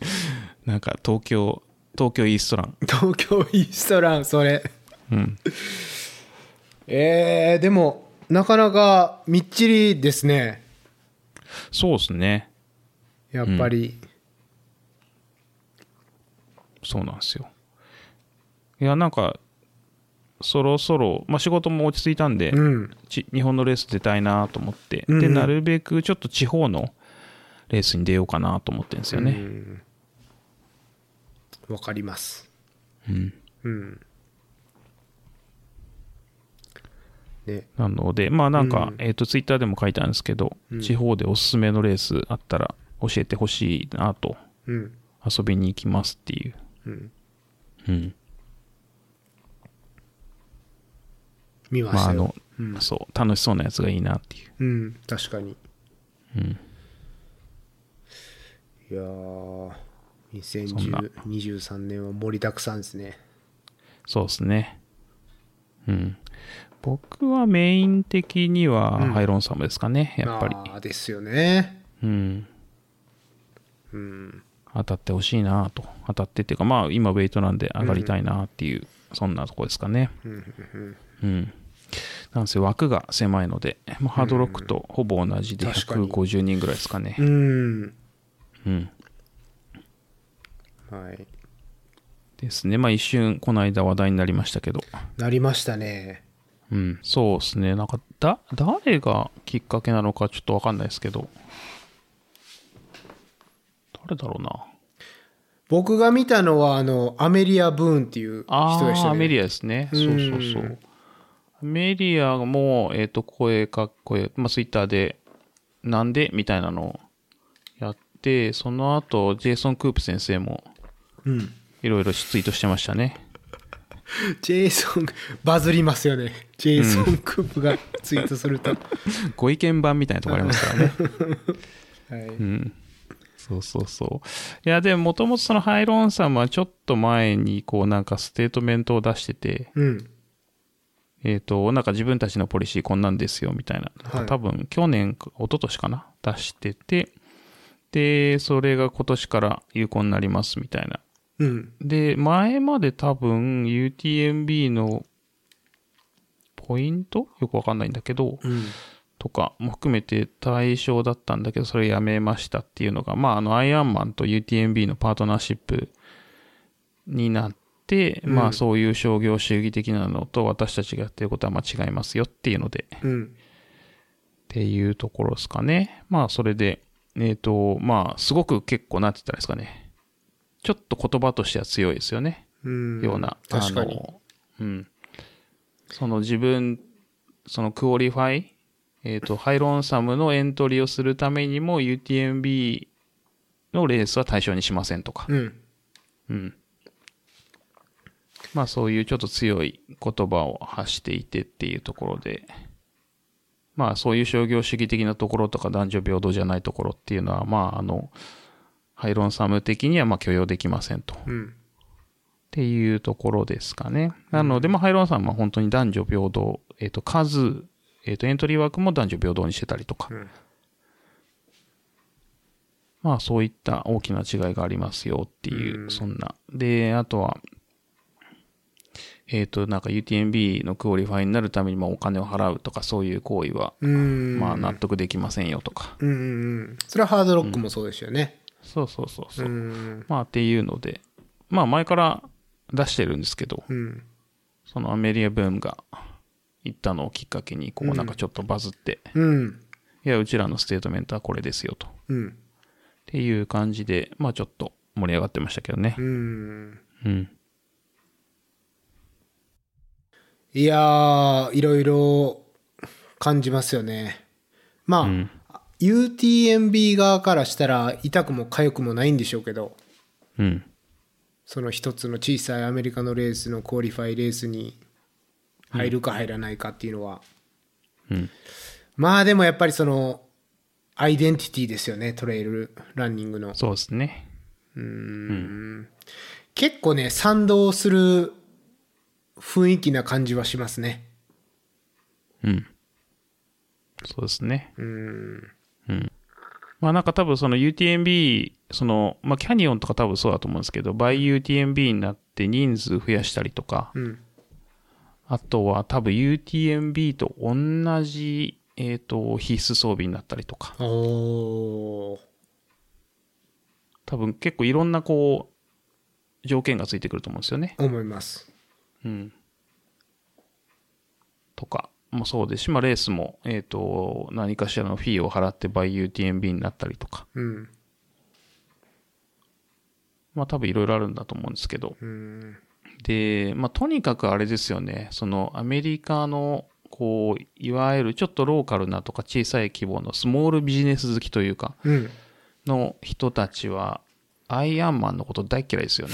B: なんか、東京、東京イーストラン。
A: 東京イーストランそれ
B: うん。
A: えー、でもなかなかみっちりですね
B: そうですね。
A: やっぱり、
B: そうなんですよ。いや、なんか、そろそろ、まあ、仕事も落ち着いたんで、
A: うん
B: ち日本のレース出たいなと思って、
A: うんう
B: で、
A: ん
B: なるべくちょっと地方のレースに出ようかなと思ってるんですよ
A: う
B: ね。
A: んわかります
B: うん
A: うんね
B: なので、まあなんか、
A: うん
B: えっ、と、ツイッターでも書いたんですけど、
A: うん
B: 地方でおすすめのレースあったら教えてほしいなと、
A: うん
B: 遊びに行きますっていう。
A: うん
B: うん。
A: 見まし
B: まあ
A: た
B: あ
A: よ、
B: の、そう、楽しそうなやつがいいなっていう。
A: うん確かに
B: うん。
A: いやー
B: んな
A: 2023年は盛りだくさんですね
B: そうですね。うん。僕はメイン的には、
A: うん
B: ハイロンサムですかね、やっぱり。
A: まあですよね
B: うん。
A: うん
B: 当たってほしいなと。当たってっていうか、まあ今ウェイトなんで上がりたいなっていう、そんなとこですかね。
A: うんうんうん
B: うん。なんせ枠が狭いので、まあ、ハードロックとほぼ同じで
A: 確かに
B: 150人ぐらいですかね。
A: うん
B: うん。
A: はい
B: ですね。まあ一瞬、この間話題になりましたけど。
A: なりましたね
B: うん。そうですね。なんか、だ、誰がきっかけなのかちょっとわかんないですけど。誰だろうな。
A: 僕が見たのはあのアメリア・ブーンっていう
B: あ
A: 人でした
B: あ、
A: ね
B: アメリアですね。
A: う
B: そ
A: ん
B: うそうそう。アメリアも、えっ、と、声か、声、まあ、ツイッターで、なんでみたいなのをやって、その後、ジェイソン・クープ先生も、
A: うん
B: いろいろツイートしてましたね。
A: ジェイソンバズりますよねジェイソン・クープがツイートすると、
B: ご意見版みたいなとこありますからね。
A: はい、
B: うん。 そうそうそう。いや、でも、もともとそのハイローンさんはちょっと前に、こう、なんかステートメントを出してて、
A: うん
B: えっ、と、なんか自分たちのポリシーこんなんですよ、みたいな。
A: はい
B: 多分、去年か、一昨年かな出してて、で、それが今年から有効になります、みたいな。
A: うん
B: で、前まで多分、UTMB のポイントよくわかんないんだけど、
A: うん
B: とかも含めて対象だったんだけど、それやめましたっていうのが、まあ、あの、アイアンマンと UTMB のパートナーシップになって、
A: うん
B: まあ、そういう商業主義的なのと私たちがやってることはまあ違いますよっていうので、っ
A: うん
B: ていうところですかね。まあ、それで、えっ、と、まあ、すごく結構、なんて言ったらいいですかね。ちょっと言葉としては強いですよね。
A: うん
B: ような、
A: 確かに
B: あのうん、その自分そのクオリファイ、えー、とハイロンサムのエントリーをするためにも UTMB のレースは対象にしませんとか、
A: うん
B: うんまあそういうちょっと強い言葉を発していてっていうところでまあそういう商業主義的なところとか男女平等じゃないところっていうのはまああのハイロンサム的にはまあ許容できませんと
A: うん
B: っていうところですかね。なので、まあ、ハイロンさんは本当に男女平等、えっ、と、数、えっ、と、エントリー枠も男女平等にしてたりとか、
A: うん
B: まあ、そういった大きな違いがありますよっていう、
A: うん
B: そんな。で、あとは、えっ、と、なんか UTMB のクオリファイになるためにもお金を払うとか、そういう行為は、
A: うん
B: まあ、納得できませんよとか。
A: うんうんうんそれはハードロックもそうですよね
B: そうそうそうそうう。
A: ん
B: まあ、っていうので、まあ、前から出してるんですけど、
A: うん
B: そのアメリア・ブームが行ったのをきっかけに、こうなんかちょっとバズって、
A: うん
B: いや、うちらのステートメントはこれですよと。っ
A: うん
B: ていう感じで、まあちょっと盛り上がってましたけどね
A: う。ん
B: うん。
A: いやーいろいろ感じますよねまあ、
B: うん。
A: UTMB 側からしたら痛くも痒くもないんでしょうけど
B: うん。
A: その一つの小さいアメリカのレースのクオリファイレースに入るか入らないかっていうのは、
B: うん。
A: まあでもやっぱりそのアイデンティティですよねトレイルランニングの
B: そうですね。
A: 結構ね賛同する雰囲気な感じはしますね
B: うん。そうですね。
A: うん
B: うん。まあなんか多分その UTMB、その、まあキャニオンとか多分そうだと思うんですけど、by UTMB になって人数増やしたりとか、
A: うん。
B: あとは多分 UTMB と同じ、えっ、と、必須装備になったりとか、
A: おー。
B: 多分結構いろんなこう、条件がついてくると思うんですよね。
A: 思います。
B: うん。とかもそうですし、まあレースも、えっ、と、何かしらのフィーを払って by UTMB になったりとか、
A: うん。
B: まあ多分いろいろあるんだと思うんですけど、
A: うん。
B: で、まあ、とにかくあれですよね、そのアメリカの、こう、いわゆるちょっとローカルなとか小さい規模のスモールビジネス好きというか、
A: うん。
B: の人たちは、アイアンマンのこと大嫌いですよね。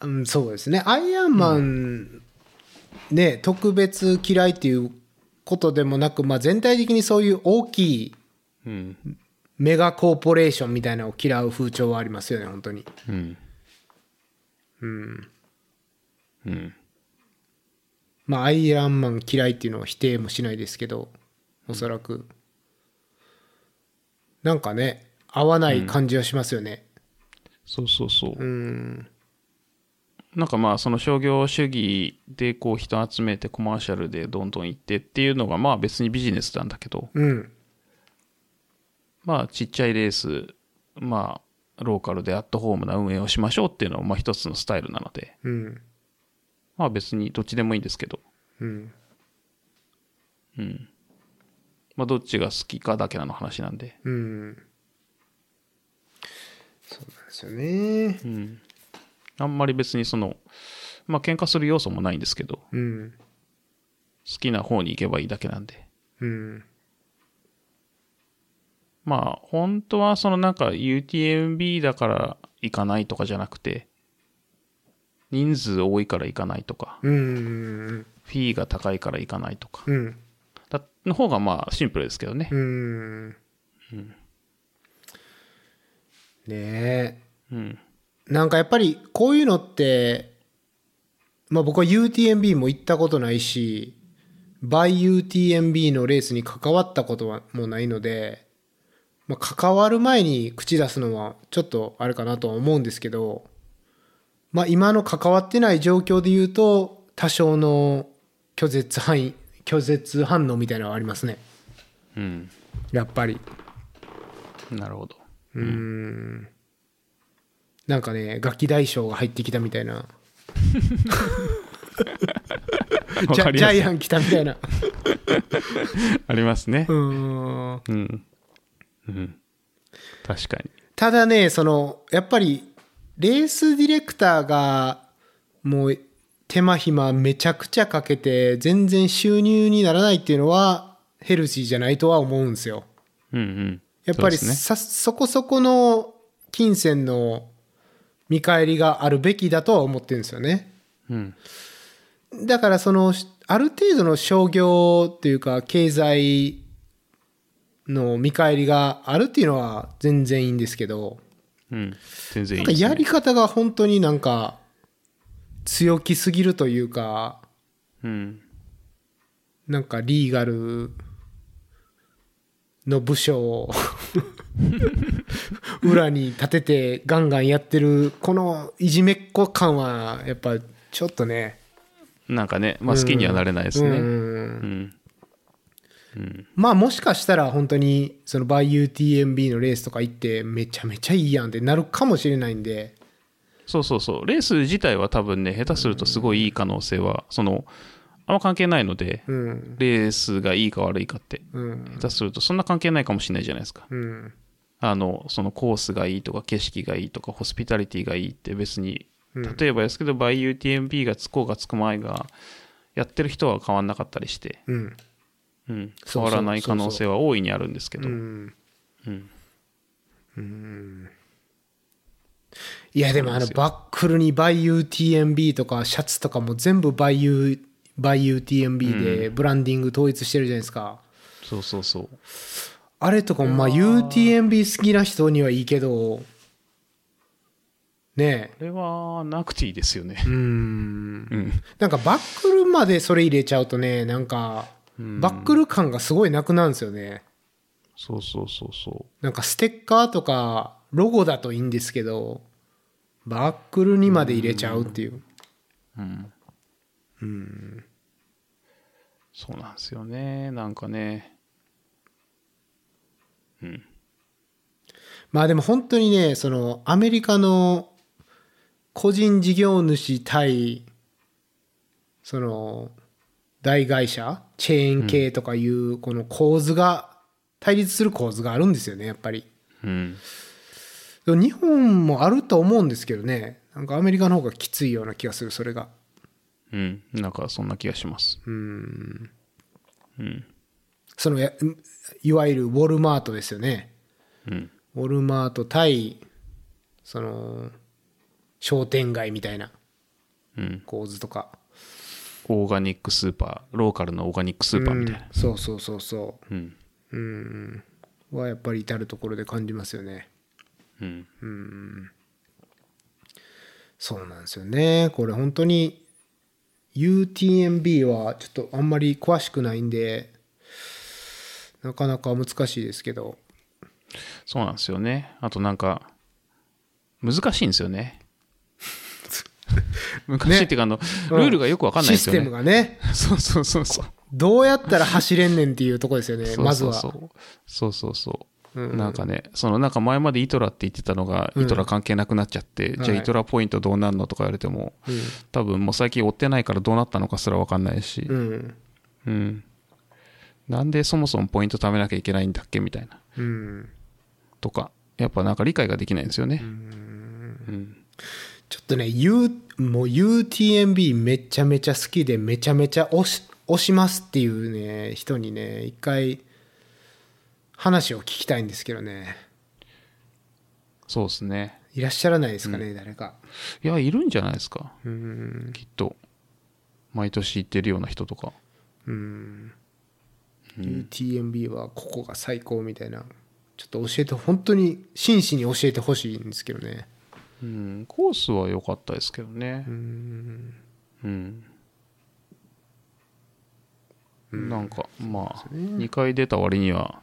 A: うん、そうですね。アイアンマン、ね、特別嫌いっていうことでもなく、まあ、全体的にそういう大きい
B: うん。
A: メガコーポレーションみたいなのを嫌う風潮はありますよね、本当に。
B: うん。
A: うん。
B: うん。
A: まあ、アイアンマン嫌いっていうのを否定もしないですけど、おそらく。なんかね、合わない感じはしますよね。
B: そうそうそう。
A: うん。
B: なんかまあ、その商業主義でこう人集めてコマーシャルでどんどん行ってっていうのがまあ別にビジネスなんだけど、
A: うん。
B: まあちっちゃいレース、まあローカルでアットホームな運営をしましょうっていうのはまあ一つのスタイルなので、
A: うん。
B: まあ別にどっちでもいいんですけど、
A: うん。
B: うん。まあどっちが好きかだけなの話なんで。
A: うん。そうなんですよね。
B: うん。あんまり別にその、まあ喧嘩する要素もないんですけど、好
A: うん。
B: きな方に行けばいいだけなんで。
A: うん。
B: まあ本当はそのなんか UTMB だから行かないとかじゃなくて、人数多いから行かないとか、
A: うん。
B: フィーが高いから行かないとか、
A: うん。
B: だの方がまあシンプルですけどね。
A: うん。ねえ。
B: うん。
A: なんかやっぱりこういうのって、まあ僕は UTMB も行ったことないし、by UTMB のレースに関わったことはもうないので、まあ関わる前に口出すのはちょっとあれかなとは思うんですけど、まあ今の関わってない状況で言うと、多少の拒絶範囲、拒絶反応みたいなのはありますね。
B: うん。
A: やっぱり。
B: なるほ ど。
A: うーん。なんかね、楽器大将が入ってきたみた いな。
B: わ
A: ジ
B: か
A: ャ
B: り
A: ジ
B: ま
A: ャイ
B: す。
A: アン来たみた いな。
B: ありますね
A: う。ーん。
B: うん。うん。確かに。
A: ただね、その、やっぱり、レースディレクターが、もう、手間暇めちゃくちゃかけて、全然収入にならないっていうのは、ヘルシーじゃないとは思うんですよ。
B: うんうん。
A: やっぱり
B: そうですね。
A: さそ,、こそこの金銭の見返りがあるべきだとは思ってるんですよね。
B: うん。
A: だからそのある程度の商業というか経済の見返りがあるっていうのは全然いいんですけど
B: うん。全然
A: ない
B: い
A: んか
B: ですね、
A: やり方が本当になんか強気すぎるというか
B: うん。
A: なんかリーガルの部署を 裏に立ててガンガンやってるこのいじめっ子感はやっぱちょっとね
B: なんかね、まあ好きにはなれないですね。
A: う
B: うん。
A: ん
B: うん。うん。
A: まあもしかしたら本当にそのバイ UTMB のレースとか行ってめちゃめちゃいいやんってなるかもしれないんで
B: そうそうそう。レース自体は多分ね、下手するとすごいいい可能性は、その、あんま関係ないので、
A: うん
B: レースがいいか悪いかって、
A: うん
B: 下手するとそんな関係ないかもしれないじゃないですか。
A: うん
B: あの、そのコースがいいとか景色がいいとかホスピタリティがいいって別に、
A: うん
B: 例えばですけど、バイ UTMB がつこうがつく前が、やってる人は変わんなかったりして、
A: うん
B: うん、
A: そうそ
B: 変
A: う
B: わらない可能性は大いにあるんですけど、
A: う
B: うん
A: んうんい
B: そ
A: や
B: う
A: で
B: で
A: す
B: よ
A: もあのバックルにバイ UTMB とかシャツとかも全部バイ UTMB でブランディング統一してるじゃないですか、
B: そうそうそう。
A: あれとかもまあ UTMB 好きな人にはいいけどね
B: これはなくていいですよね
A: え。うん
B: うん。
A: なんかバックルまでそれ入れちゃうとね、なんか、バックル感がすごいなくなるんですよね。
B: そうそうそうそ
A: なんかステッカーとかロゴだといいんですけど、バックルにまで入れちゃうっていう。
B: う。うん。そうなんですよね。なんかね。うん。
A: まあでも本当にね、そのアメリカの個人事業主対、その大会社、チェーン系とかいうこの構図が、対立する構図があるんですよね、やっぱり。
B: うん。
A: でも日本もあると思うんですけどね、なんかアメリカの方がきついような気がする、それが。
B: うん。なんかそんな気がします。
A: うん。
B: うん。
A: そのやいわゆるウォルマートですよね。
B: うん。
A: ウォルマート対、その、商店街みたいな
B: うん。
A: 構図とか。
B: オーガニックスーパー、ローカルのオーガニックスーパーみたいな。
A: うんそうそうそうそ
B: うん。
A: う。うんうん。はやっぱり至る所で感じますよね。
B: うん。
A: そうなんですよね。これ本当に UTMB はちょっとあんまり詳しくないんで、なかなか難しいですけど。
B: そうなんですよね。あとなんか、難しいんですよ ね。難しいっていうか、あの、
A: うん
B: ルールがよくわかんないで
A: シ
B: す
A: ス
B: よね。
A: テムがね、
B: そうそうそうそう。
A: どうやったら走れんねんっていうとこですよね、まずは。
B: そうそうそうそう、
A: うん
B: なんかねそのなんか前までイトラって言ってたのが、
A: うん
B: イトラ関係なくなっちゃって、じゃあ
A: はい
B: イトラポイントどうなんのとか言われても多分もう最近追ってないからどうなったのかすら分かんないし
A: うん。うん。
B: うん、なんでそもそもポイント貯めなきゃいけないんだっけみたいな
A: うん。
B: とかやっぱなんか理解ができないんですよねうん
A: ちょっとね、U、もう UTMB めちゃめちゃ好きで、めちゃめちゃ押し押しますっていうね、人にね、一回、話を聞きたいんですけどね、
B: そうですね
A: いらっしゃらないですかね、誰か。
B: いやいるんじゃないですか
A: うん、
B: きっと毎年行ってるような人とか
A: うん、UTMB はここが最高みたいな、ちょっと教えて、本当に真摯に教えてほしいんですけどね。
B: うんコースは良かったですけどね
A: うん、
B: うんなんかまあ
A: うですね
B: 2回出た割には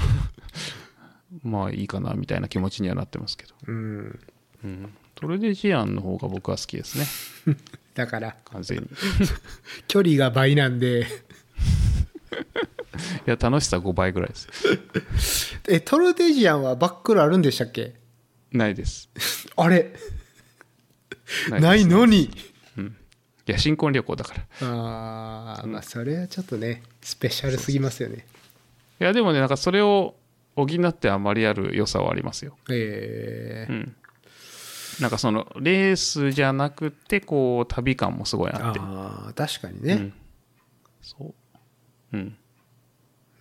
B: まあいいかなみたいな気持ちにはなってますけど、
A: うん、
B: うん、それでジアンの方が僕は好きですね
A: だから、
B: 完全にい
A: 距離が倍なんで、
B: や楽しさ5倍ぐらいです
A: え、トルデジアンはバックルあるんでしたっけ
B: ないです
A: あれ
B: な
A: ないい
B: です
A: のに
B: いや新婚旅行だからい
A: ああまあそれはちょっとねスペシャルすぎますよね
B: やでもねなんかそれを補ってあまりある良さはありますよ
A: え
B: う
A: え
B: んなんかそのレースじゃなくてこう旅感もすごいあって
A: ああ確かに
B: う
A: ね
B: ん、そううん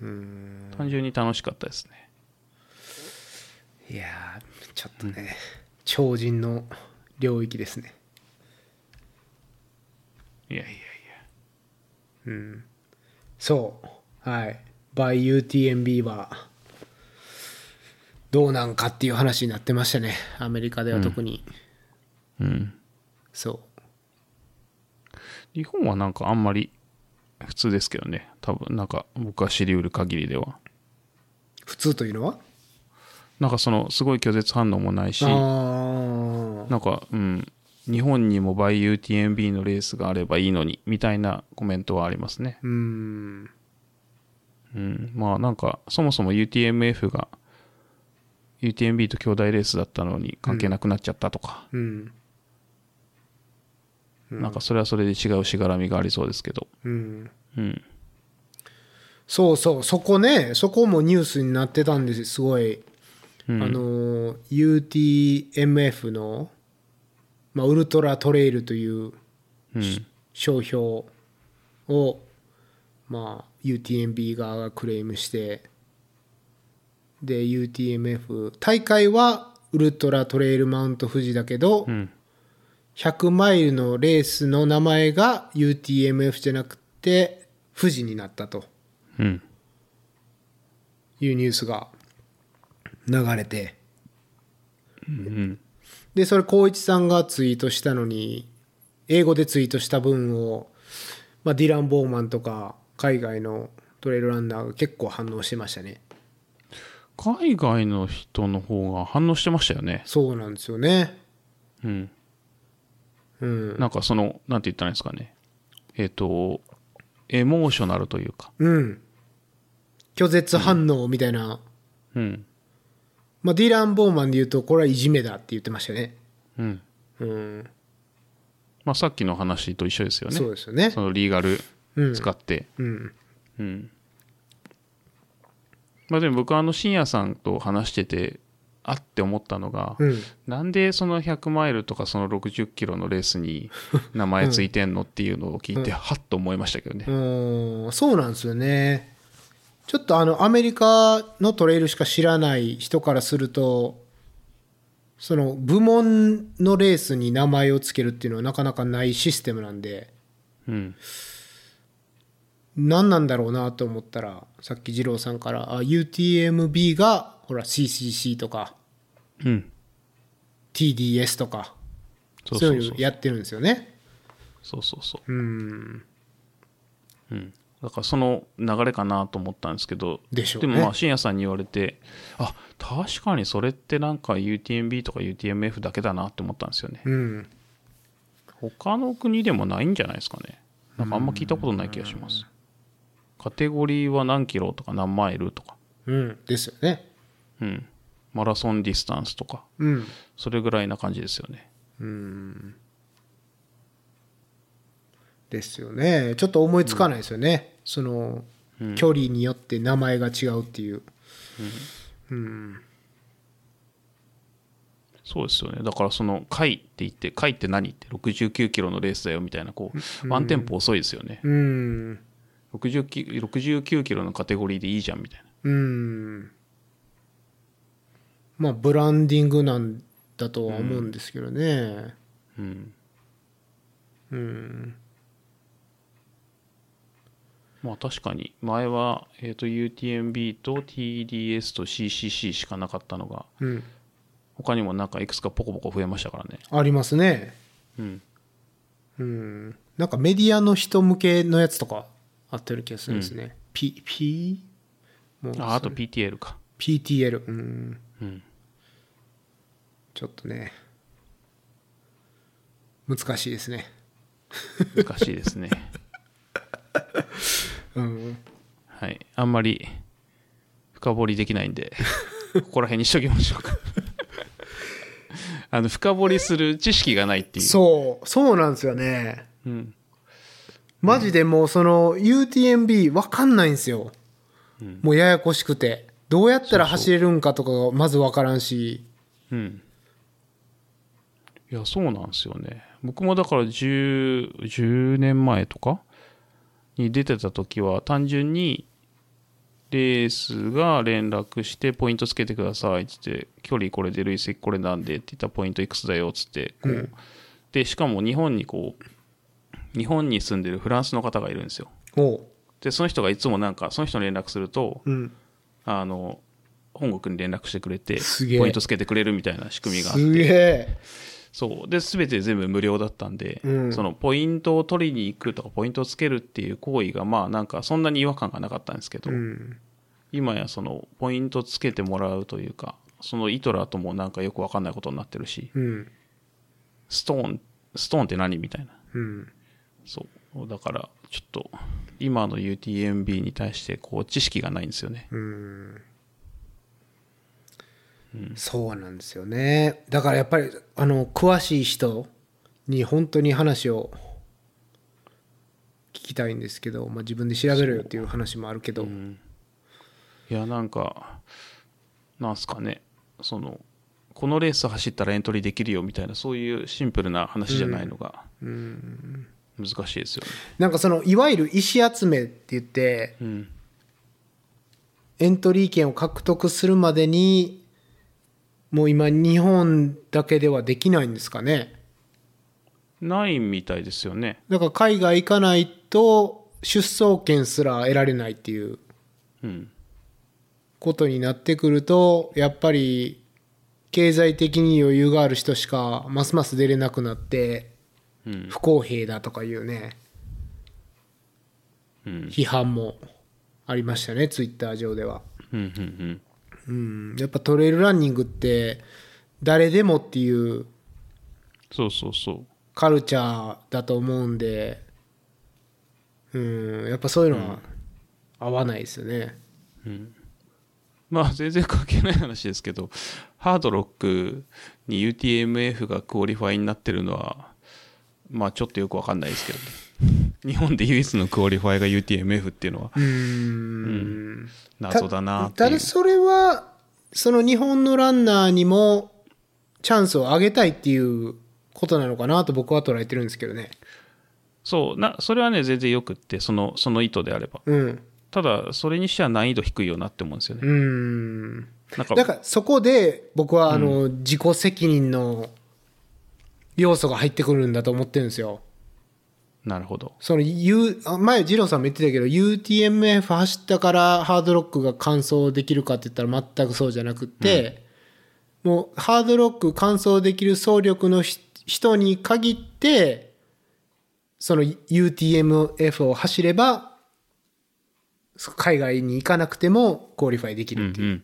A: うん
B: 単純に楽しかったですね
A: いやーちょっとね超人の領域ですね
B: いやいやいや
A: うんそうはいバイ UTMB はどうなんかっていう話になってましたねアメリカでは特に、
B: うん
A: そ
B: 日本はなんかあんまり普通ですけどね多分なんか僕は知りうる限りでは
A: う普通というのは
B: なんかそのすごい拒絶反応もないし
A: ああ
B: なんかうん日本にも byUTMB のレースがあればいいのにみたいなコメントはありますね
A: うん
B: うんまあなんかそもそも UTMF が UTMB と兄弟レースだったのに関係なくなっちゃったとか、
A: うん
B: なんかそれはそれで違うしがらみがありそうですけど
A: うん
B: うん
A: そうそう、そこね、そこもニュースになってたんです、すごい。
B: うん
A: あの、UTMF の、まあ、ウルトラトレイルという
B: うん
A: 商標を、まあ、UTMB 側がクレームして、で、UTMF、大会はウルトラトレイルマウント富士だけど、
B: うん
A: 100マイルのレースの名前が UTMF じゃなくて、富士になったと。
B: うん
A: いうニュースが流れて
B: うん
A: でそれ光一さんがツイートしたのに英語でツイートした分を、まあ、ディラン・ボーマンとか海外のトレイルランナーが結構反応してましたね
B: 海外の人の方が反応してましたよね。
A: そうなんですよね
B: うん。
A: うん
B: なんかその、なんて言ったらいいんですかね。えっ、と、エモーショナルというか。
A: うん拒絶反応みたいな、
B: うん。
A: まあ、ディラン・ボーマンで言うとこれはいじめだって言ってましたね
B: うん。
A: うん
B: まあさっきの話と一緒ですよね。
A: そうですよね
B: そのリーガル
A: うん
B: 使って。
A: うん
B: うん。まあでも僕はあの、深夜さんと話してて、あって思ったのが、
A: うん
B: なんでその100マイルとかその60キロのレー スに名前ついてんのっていうのを聞いて、はっと思いましたけどね。
A: うんそうなんですよねちょっとあのアメリカのトレイルしか知らない人からするとその部門のレースに名前をつけるっていうのはなかなかないシステムなんで
B: うん。
A: 何なんだろうなと思ったらさっき二郎さんからあ UTMB がほら CCC とか
B: うん。
A: TDS とか
B: そう
A: そう
B: そ
A: いうう
B: そう
A: の。やってるんですよね
B: そうそうそう。
A: うん
B: うん、だからその流れかなと思ったんですけど
A: でしょう
B: で
A: ね
B: もまあ深夜さんに言われてあ確かにそれってなんか UTMB とか UTMF だけだなって思ったんですよね
A: うん
B: 他の国でもないんじゃないですかねなんかあんま聞いたことない気がしますカテゴリーは何キロとか何マイルとか、
A: うんですよね
B: うん、マラソンディスタンスとか
A: うん
B: それぐらいな感じですよね
A: うんですよねちょっと思いつかないですよね、その距離によって名前が違うっていううん
B: そうですよねだからその回って言って回って何って69キロのレースだよみたいなこうワンテンポ遅いですよね
A: うん
B: 60キ69キロのカテゴリーでいいじゃんみたいな
A: うんまあブランディングなんだとは思うんですけどね
B: うん
A: うん、
B: まあ確かに前は、えー、と UTMB と TDS と CCC しかなかったのが
A: うん、
B: 他にもなんかいくつかポコポコ増えましたからね
A: ありますね
B: うん
A: うんなんかメディアの人向けのやつとかあってる気がするんですね、P P もう
B: ああと PTL か
A: PTL うん
B: うん
A: ちょっとね、難しいですね。
B: 難しいですね
A: うん。
B: はいあんまり深掘りできないんでここら辺にしときましょうかあの深掘りする知識がないっていう
A: そう、そうなんですよね。
B: う、うん
A: マジでもうその UTMB わかんないんですよ。
B: うん
A: もうややこしくて。どうやったら走れるんかとかがまずわからんし。
B: うん。いや、そうなんですよね。僕もだから10、10年前とかに出てた時は、単純に、レースが連絡して、ポイントつけてくださいってって、距離これで累積これなんでって言ったらポイントいくつだよっつって、こう、で、しかも日本にこう、日本に住んでるフランスの方がいるんですよ。
A: おう。
B: で、その人がいつもなんか、その人に連絡すると、
A: うん。
B: あの、本国に連絡してくれて
A: すげえ、
B: ポイントつけてくれるみたいな仕組みがあって
A: すげえ。
B: そう。で、すべて全部無料だったんで、
A: うん
B: そのポイントを取りに行くとか、ポイントをつけるっていう行為が、まあなんかそんなに違和感がなかったんですけど、
A: うん。
B: 今やそのポイントつけてもらうというか、そのイトラともなんかよくわかんないことになってるし、
A: うん。
B: ストーン、ストーンって何みたいな。
A: うん。
B: そう。だから、ちょっと、今の UTMB に対して、こう、知識がないんですよね。
A: うんそうなんですよねだからやっぱりあの詳しい人に本当に話を聞きたいんですけど、まあ、自分で調べるよっていう話もあるけどうん、
B: いや、なんか、なんすかね、その、このレース走ったらエントリーできるよみたいな、そういうシンプルな話じゃないのが、難しいですよね。
A: なんかそのいわゆる石集めって言って
B: うん。
A: エントリー権を獲得するまでにもう今日本だけではできないんですかね
B: ないみたいですよね。
A: だから海外行かないと出走権すら得られないっていう
B: うん。
A: ことになってくるとやっぱり経済的に余裕がある人しかますます出れなくなって
B: うん。
A: 不公平だとかいうね
B: うん
A: 批判もありましたね、ツイッター上では。
B: うんうん
A: うん、やっぱトレイルランニングって、誰でもっていう
B: そうそうそう
A: カルチャーだと思うんで、うん、やっぱそういうのは合わないですよね。
B: まあ全然関係ない話ですけどハードロックに UTMF がクオリファイになってるのはまあちょっとよくわかんないですけどね 日本で唯一のクオリファイが UTMF っていうのは
A: うーん。
B: 謎だなって
A: た
B: いう
A: だそれは、その日本のランナーにもチャンスをあげたいっていうことなのかなと僕は捉えてるんですけどね。
B: そうなそれはね全然よくってそのその意図であれば
A: うん。
B: ただそれにしては難易度低いよなって思うんですよね
A: うーん。
B: なんか
A: だからそこで僕はあの自己責任の要素が入ってくるんだと思ってるんですよ。
B: なるほど
A: その U あ前、二郎さんも言ってたけど、UTMF 走ったからハードロックが完走できるかって言ったら全くそうじゃなくって、もうハードロック完走できる走力のひ人に限って、その UTMF を走れば、そ海外に行かなくてもクオリファイでき
B: うんう
A: るっていう。
B: ん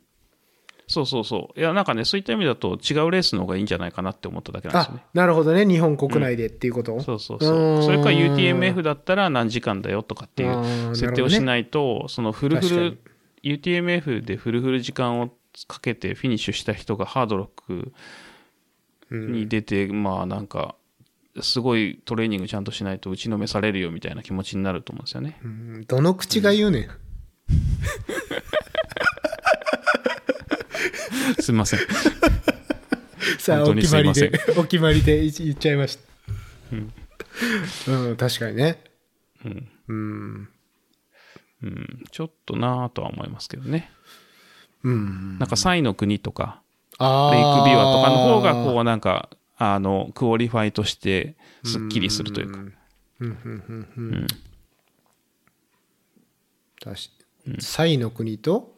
B: そうそうそういやなんかねそういった意味だと違うレースの方がいいんじゃないかなって思っただけなんですよね
A: あ、なるほどね。日本国内でっていうこと、
B: そうそうそううんそれから UTMF だったら何時間だよとかってい
A: あー
B: う設定をしないと、そのフルフル
A: 確
B: UTMF でフルフル時間をかけてフィニッシュした人がハードロックに出て、まあなんかすごいトレーニングちゃんとしないと打ちのめされるよみたいな気持ちになると思うんですよね、
A: うんどの口が言うねん。
B: すいません
A: さあ、お
B: 本当に
A: 決
B: す
A: ま
B: い
A: り
B: ません
A: で、 お決まりでい言っちゃいました。うん、確かにね。うん。
B: うんちょっとなぁとは思いますけどね
A: うん。
B: なんか3位の国とか
A: あ
B: レイクビワとかの方が
A: う
B: こうなんかあのクオリファイとしてすっきりするというか
A: 確かサイの国と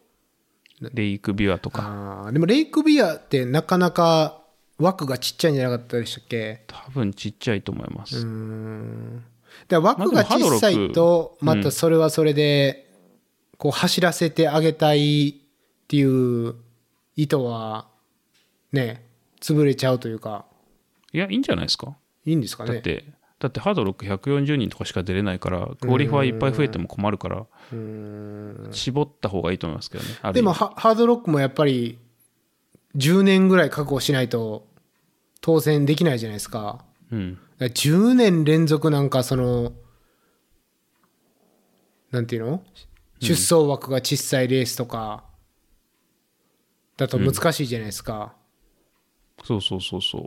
B: レイクビワとか
A: あーでもレイクビアってなかなか枠がちっちゃいんじゃなかったでしたっけ
B: 多分ちっちゃいと思います、
A: うーんだから枠が小さいと、
B: まあ
A: ま
B: でもハードロック
A: たそれはそれで、こう走らせてあげたいっていう意図は、ね、潰れちゃうというか、
B: いやいいんじゃないですか
A: いいんですか
B: だっ
A: ね。
B: て、だってハードロック140人とかしか出れないからクオリファイいっぱい増えても困るから
A: うーん
B: 絞った方がいいと思いますけどねある
A: で
B: 意味
A: もハ、ハードロックもやっぱり、10年ぐらい確保しないと、当選できないじゃないですか。
B: うん
A: だから10年連続なんかそのなんていうの出走枠が小さいレースとかだと難しいじゃないですか、
B: そうそうそうそう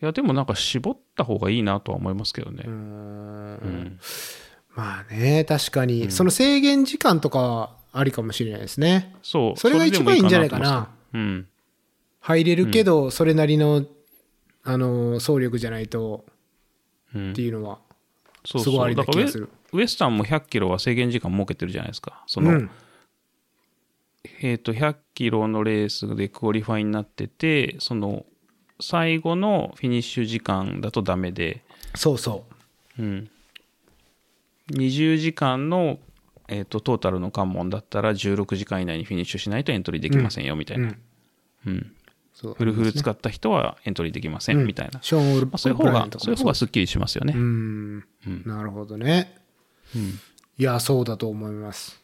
B: いやでもなんか絞った方がいいなとは思いますけどね、うん
A: まあね確かに、その制限時間とかはありかもしれないですね
B: そう
A: それが
B: で
A: 一
B: も
A: 番いいんじゃない
B: と
A: か
B: 思
A: な
B: ましたうん
A: 入れるけどそれなりの、あの総力じゃないと
B: うん
A: っていうのは、
B: そう
A: すごい
B: そ
A: あ
B: う
A: り
B: だ
A: な気
B: からウ
A: が
B: ェ
A: する
B: ウエスタンも100キロは制限時間設けてるじゃないですかそうの、
A: ん
B: えー、と100キロのレースでクオリファイになっててその最後のフィニッシュ時間だとダメで、
A: そうそう
B: うん、20時間の、えー、とトータルの関門だったら16時間以内にフィニッシュしないとエントリーできませんよみたいな、
A: う
B: うん
A: んそう
B: フルフル使った人はエントリーできませんみたいな、
A: ショーン・オール・
B: まあ、そういう方
A: ブライア
B: が
A: ンとか
B: そ
A: も
B: ういう方がすっきりしますよね、
A: うんなるほどね、いやそうだと思います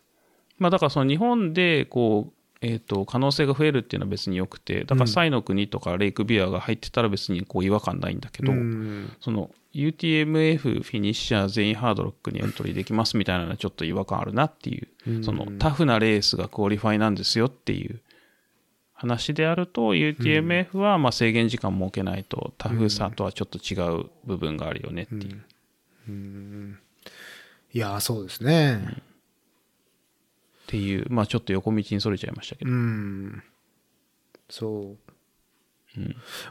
B: まあ、だからその日本でこう、えー、と可能性が増えるっていうのは別によくてだからサイの国とかレイクビアが入ってたら別にこう違和感ないんだけど、
A: うん
B: その UTMF フィニッシャー全員ハードロックにエントリーできますみたいなのはちょっと違和感あるなっていう、そのタフなレースがクオリファイなんですよっていう話であると UTMF はまあ制限時間設けないとタフさとはちょっと違う部分があるよねっていう。
A: いやそうですね
B: っていう、まあちょっと横道にそれちゃいましたけ
A: う
B: ど。
A: ん、そう、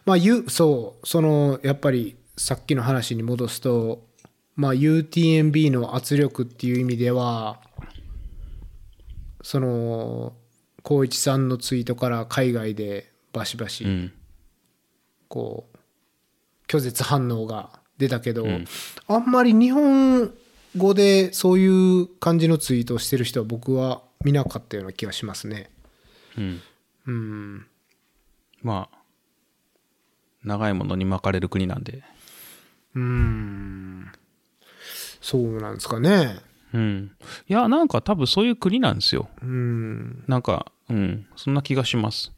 A: まあゆそうそのやっぱりさっきの話に戻すとまあ UTMB の圧力っていう意味ではその光一さんのツイートから海外でバシバシ、
B: うん。
A: こう拒絶反応が出たけど、あんまり日本語でそういう感じのツイートをしてる人は僕は見なかったような気がしますね。
B: うん。
A: うん。
B: まあ、長いものに巻かれる国なんで。
A: うーん。そうなんですかね。
B: うん。いや、なんか多分そういう国なんですよ。
A: うーん。
B: なんか、うん、そんな気がします。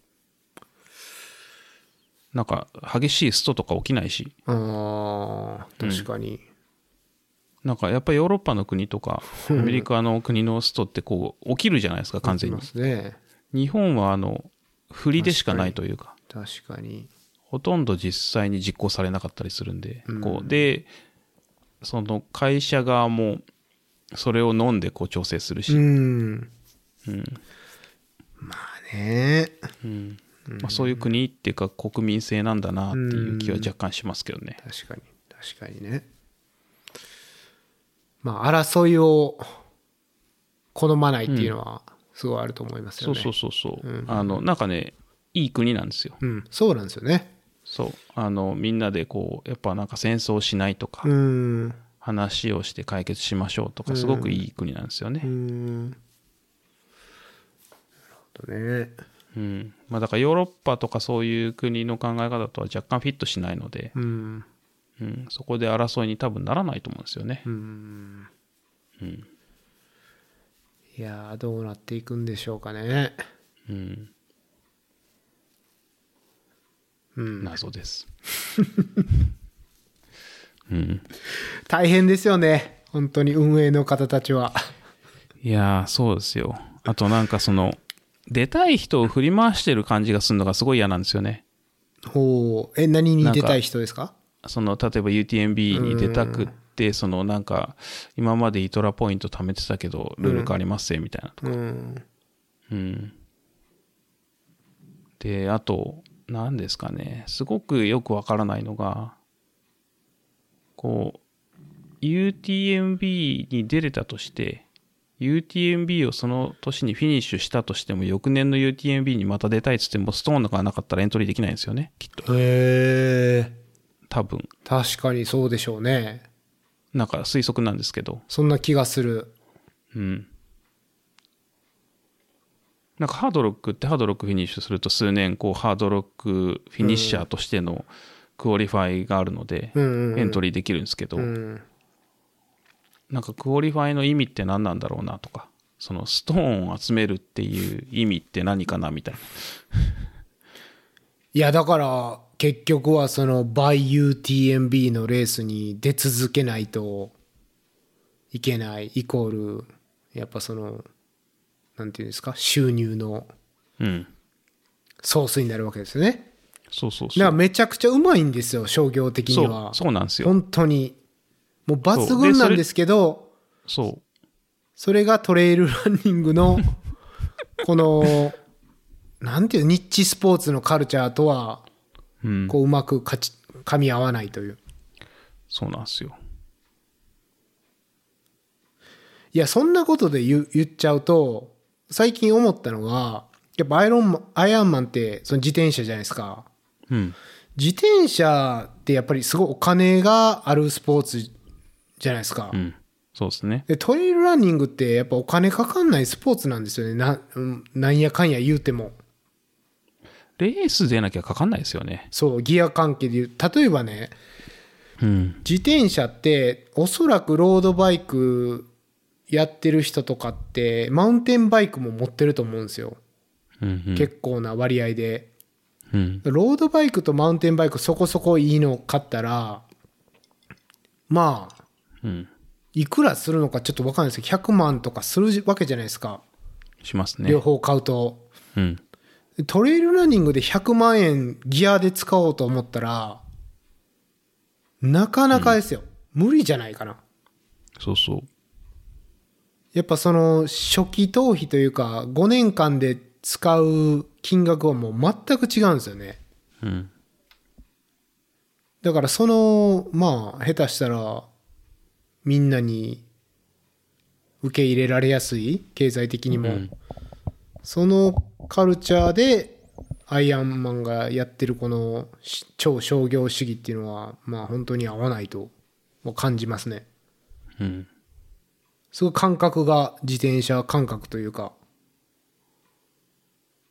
B: なんか、激しいストとか起きないし、
A: ああ、確かに。
B: なんかやっぱりヨーロッパの国とか、アメリカの国のストってこう、起きるじゃないですか、完全
A: い
B: に
A: ま。すね。
B: 日本は、あの、振りでしかないというか、
A: 確かに。
B: ほとんど実際に実行されなかったりするんで、こう、で、その会社側も、それを飲んでこう調整する
A: う
B: し、
A: ん。
B: うん
A: まあね。
B: うんまあ、そういう国っていうか国民性なんだなっていう気は若干しますけどね。
A: 確かに。確かにね。まあ、争いを好まないっていうのは、すごいあると思いますよ
B: そう
A: ね。
B: そうそうそう、あのなんかねいい国なんですよ
A: うん。そうなんですよね。
B: そうあのみんなでこうやっぱなんか戦争しないとか、
A: うーん。
B: 話をして解決しましょうとかすごくいい国なんですよね
A: うー、ん。なるほどね。
B: うんまあ、だからヨーロッパとかそういう国の考え方とは若干フィットしないので、
A: うん。
B: うん、そこで争いに多分ならないと思うんですよね、
A: いやーどうなっていくんでしょうかね。
B: うん謎 です、うん、
A: 大変ですよね。本当に運営の方たちは。
B: いやーそうですよあとなんかその出たい人を振り回してる感じがするのがすごい嫌なんですよね
A: ほう。え、何に出たい人ですか
B: その例えば UTMB に出たくってそのなんか今までイトラポイント貯めてたけどルール変わりますぜみたいなとか
A: うん。
B: うんであと何ですかねすごくよくわからないのがこう UTMB に出れたとして UTMB をその年にフィニッシュしたとしても翌年の UTMB にまた出たいっつってもストーンとかなかったらエントリーできないんですよねきっ
A: へ
B: と
A: え。
B: 多分
A: 確かにそうでしょうね。
B: なんか推測なんですけど
A: そんな気がする。
B: うん。なんかハードロックってハードロックフィニッシュすると数年こうハードロックフィニッシャーとしてのクオリファイがあるので
A: うんうんうん
B: エントリーできるんですけど
A: うん。
B: なんかクオリファイの意味って何なんだろうなとかそのストーンを集めるっていう意味って何かなみたいない
A: や、だから、結局はその、by UTMB のレースに出続けないといけない、イコール、やっぱその、なんていうんですか、収入の
B: うん
A: ソースになるわけですよね。
B: そうそうそ
A: だから
B: う
A: めちゃくちゃうまいんですよ、商業的
B: そ
A: に
B: う
A: は。
B: そうなんですよ
A: 本当に。もう抜群なんですけど、
B: そう
A: それがトレイルランニング の、この、なんていう、ニッチスポーツのカルチャーとは、
B: うん
A: こう、うまくかち、噛み合わないという。
B: そうなんですよ
A: いや、そんなことで言う言っちゃうと、最近思ったのが、やっぱアイロンマン、アイアンマンって、その自転車じゃないですか。
B: うん
A: 自転車ってやっぱりすごいお金があるスポーツじゃないですか。
B: うんそうですね
A: でトレイルランニングってやっぱお金かかんないスポーツなんですよねなうんなんやかんや言うても
B: レース出なきゃかかんないですよね
A: そうギア関係で言う例えばね
B: うん
A: 自転車っておそらくロードバイクやってる人とかってマウンテンバイクも持ってると思うんですよ、
B: うんうん
A: 結構な割合で
B: うん
A: ロードバイクとマウンテンバイクそこそこいいの買ったらまあ
B: うん
A: いくらするのかちょっと分かんないですけど100万とかするわけじゃないですか、
B: しますね
A: 両方買うと
B: うん
A: トレイルランニングで100万円ギアで使おうと思ったら、なかなかですよ。無理じゃないかな。
B: そうそう。
A: やっぱその初期投費というか、5年間で使う金額はもう全く違うんですよね。
B: うん。
A: だからその、まあ、下手したら、みんなに受け入れられやすい、経済的にも。
B: うん
A: そのカルチャーで、アイアンマンがやってるこのし超商業主義っていうのは、まあ本当に合わないともう感じますね。
B: うん。
A: すごい感覚が自転車感覚というか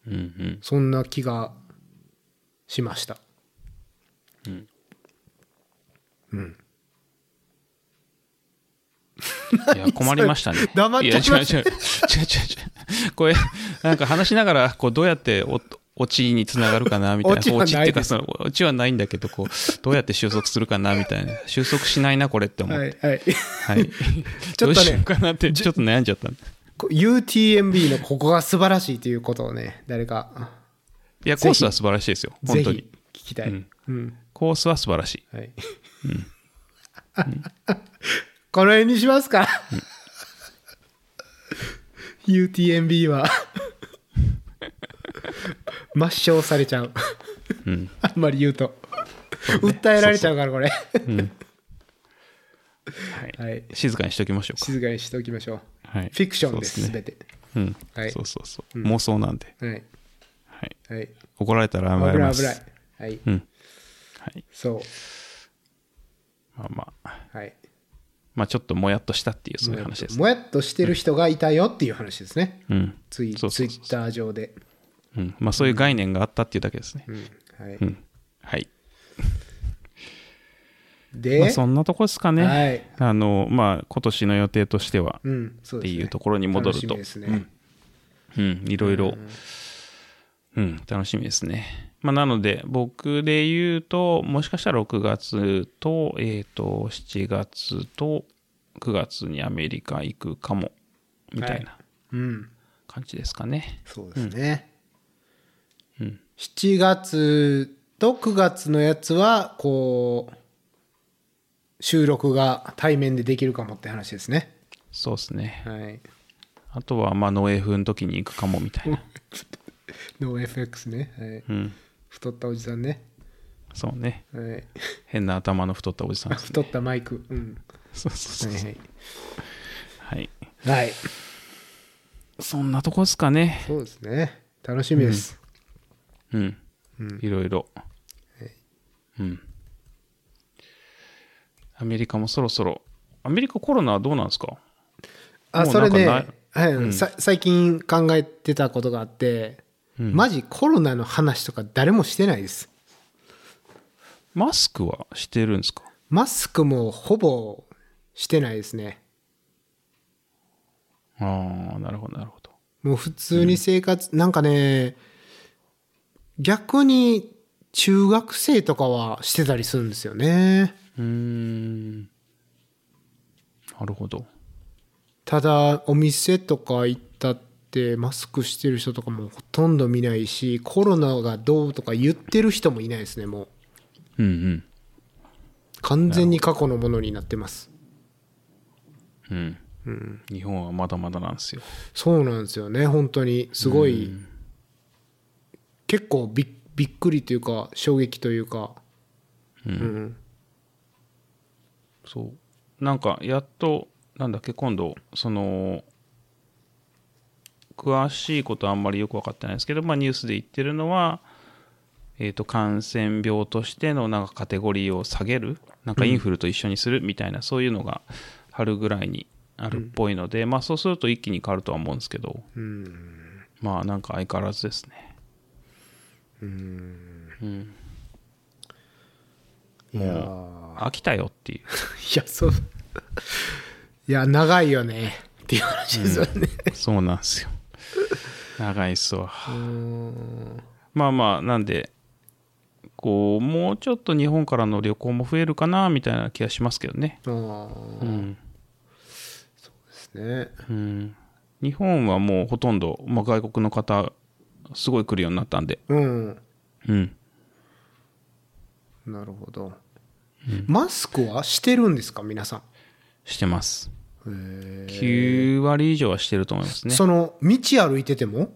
B: うんうん。
A: そんな気がしました。
B: いや、困りましたね
A: 黙っちゃいまし
B: や違う違う。違う違う違う。これ、なんか話しながら、こう、どうやってお、落ちにつながるかな、みたいな。
A: オチは
B: こうオチって
A: な
B: いう
A: いで
B: か、
A: す
B: その、落ちはないんだけど、こう、どうやって収束するかな、みたいな。収束しないな、これって思
A: は
B: って。
A: い はい
B: はい。
A: とね
B: どうしようかなって、ちょっと悩んじゃった。い
A: UTMB のここが素晴らしいということをね誰か
B: や、コースは素晴らしいですよ。
A: ぜ
B: 本
A: ひ
B: 当に
A: 聞。きたい、
B: うん
A: うん
B: コースは素晴らしい。
A: はい この辺にしますか UTMB は抹消されちゃう
B: うん。
A: あんまり言うと訴えられちゃうからこれ
B: は
A: はいい。
B: 静かにしておきましょうか。
A: 静かにしておきましょう
B: はい。
A: フィクションです
B: そう
A: す
B: ね。
A: べて
B: うん
A: はい。
B: そうそうそう。妄想なんで。
A: はい
B: はい。
A: はい
B: 怒られたら謝
A: 危
B: り
A: な
B: ま
A: い危
B: す。
A: ないはい
B: うん。はい。
A: そう
B: まあまあ。
A: はい
B: まあちょっともやっとしたっていうそういう話です。
A: もやっとしてる人がいたよっていう話ですね
B: うん。
A: ツイツ
B: そう
A: イ
B: そうそう
A: ッター上で
B: うん。まあそういう概念があったっていうだけですね。
A: う。んはいう
B: ん。はい。
A: で、
B: まあそんなとこですかね。
A: はい。
B: あの、まあ今年の予定としては、
A: うん、そう
B: っ
A: で
B: て
A: すね。
B: いうところに戻ると
A: 楽しみですね。
B: うん、いろいろ、うん、楽しみですね。まあなので、僕で言うと、もしかしたら6月と、えっ、と、7月と9月にアメリカ行くかも、みたいな
A: うん、
B: 感じですかね。
A: そうですね。
B: うん。
A: 7月と9月のやつは、こう、収録が対面でできるかもって話ですね。
B: そうですね。
A: はい。
B: あとは、まあ、ノエフの時に行くかもみた いな。
A: ノー FX ね。はい。
B: うん。
A: 太ったおじさんね。
B: そうね。
A: はい。
B: 変な頭の太ったおじ さん、ね。
A: 太ったマイク。うん。
B: そうそう
A: は
B: そう。
A: い
B: はい。
A: はい。はい。
B: そんなとこですかね。
A: そうですね。楽しみです。
B: うん。
A: うん
B: いろいろ。うん。アメリカもそろそろ。アメリカコロナはどうなんですか
A: あ、
B: もう
A: それ
B: なんかな
A: ね
B: い、
A: はい
B: うん
A: さ最近考えてたことがあって、
B: うん
A: マジコロナの話とか誰もしてないです。
B: マスクはしてるんですか
A: マスクもほぼしてないですね。
B: ああ、なるほど、なるほど。
A: もう普通に生活、なんかね、逆に中学生とかはしてたりするんですよね。
B: うーん。なるほど。
A: ただ、お店とか行ったって、マスクしてる人とかもほとんど見ないし、コロナがどうとか言ってる人もいないですね、もう。
B: うんうん。
A: 完全に過去のものになってます。
B: うん、日本はまだまだなんですよ。
A: そうなんですよね本当にすごい、結構びっびっくりというか衝撃というかうん
B: そうなんかやっとなんだっけ今度その詳しいことはあんまりよく分かってないですけど、まあ、ニュースで言ってるのは、えー、と感染病としてのなんかカテゴリーを下げるなんかインフルと一緒にするみたいな、そういうのが春ぐらいにあるっぽいので、まあ、そうすると一気に変わるとは思うんですけど、まあなんか相変わらずですね。うん
A: いや
B: 飽きたよっていう。
A: ーいやそう いや長いよねっていう話ですよね、
B: そうなんですよ。長いっすわ。
A: うん
B: まあまあ、なんで、こう、もうちょっと日本からの旅行も増えるかな、みたいな気がしますけどね。
A: あー
B: う
A: で
B: ん。
A: すね
B: うん、日本はもうほとんど、まあ、外国の方、すごい来るようになったんで。
A: うん
B: うん。
A: なるほど、マスクはしてるんですか皆さ
B: してます。
A: んへー
B: 9割以上はしてると思いますね。
A: その道歩いてても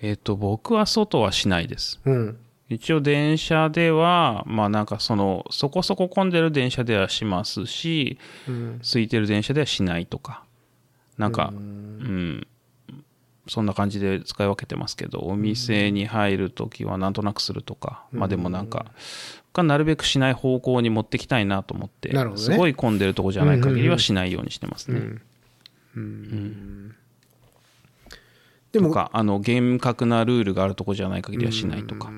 B: えっ、と、僕は外はしないです。
A: うん
B: 一応電車では、まあなんかその、そこそこ混んでる電車ではしますし、
A: うん
B: 空いてる電車ではしないとかなんかうんそんな感じで使い分けてますけどお店に入るときはなんとなくするとかまあでもなんかがなるべくしない方向に持ってきたいなと思って
A: なるほどね
B: すごい混んでるとこじゃない限りはしないようにしてますね
A: で
B: と
A: も、
B: かあの厳格なルールがあるとこじゃない限りはしないとか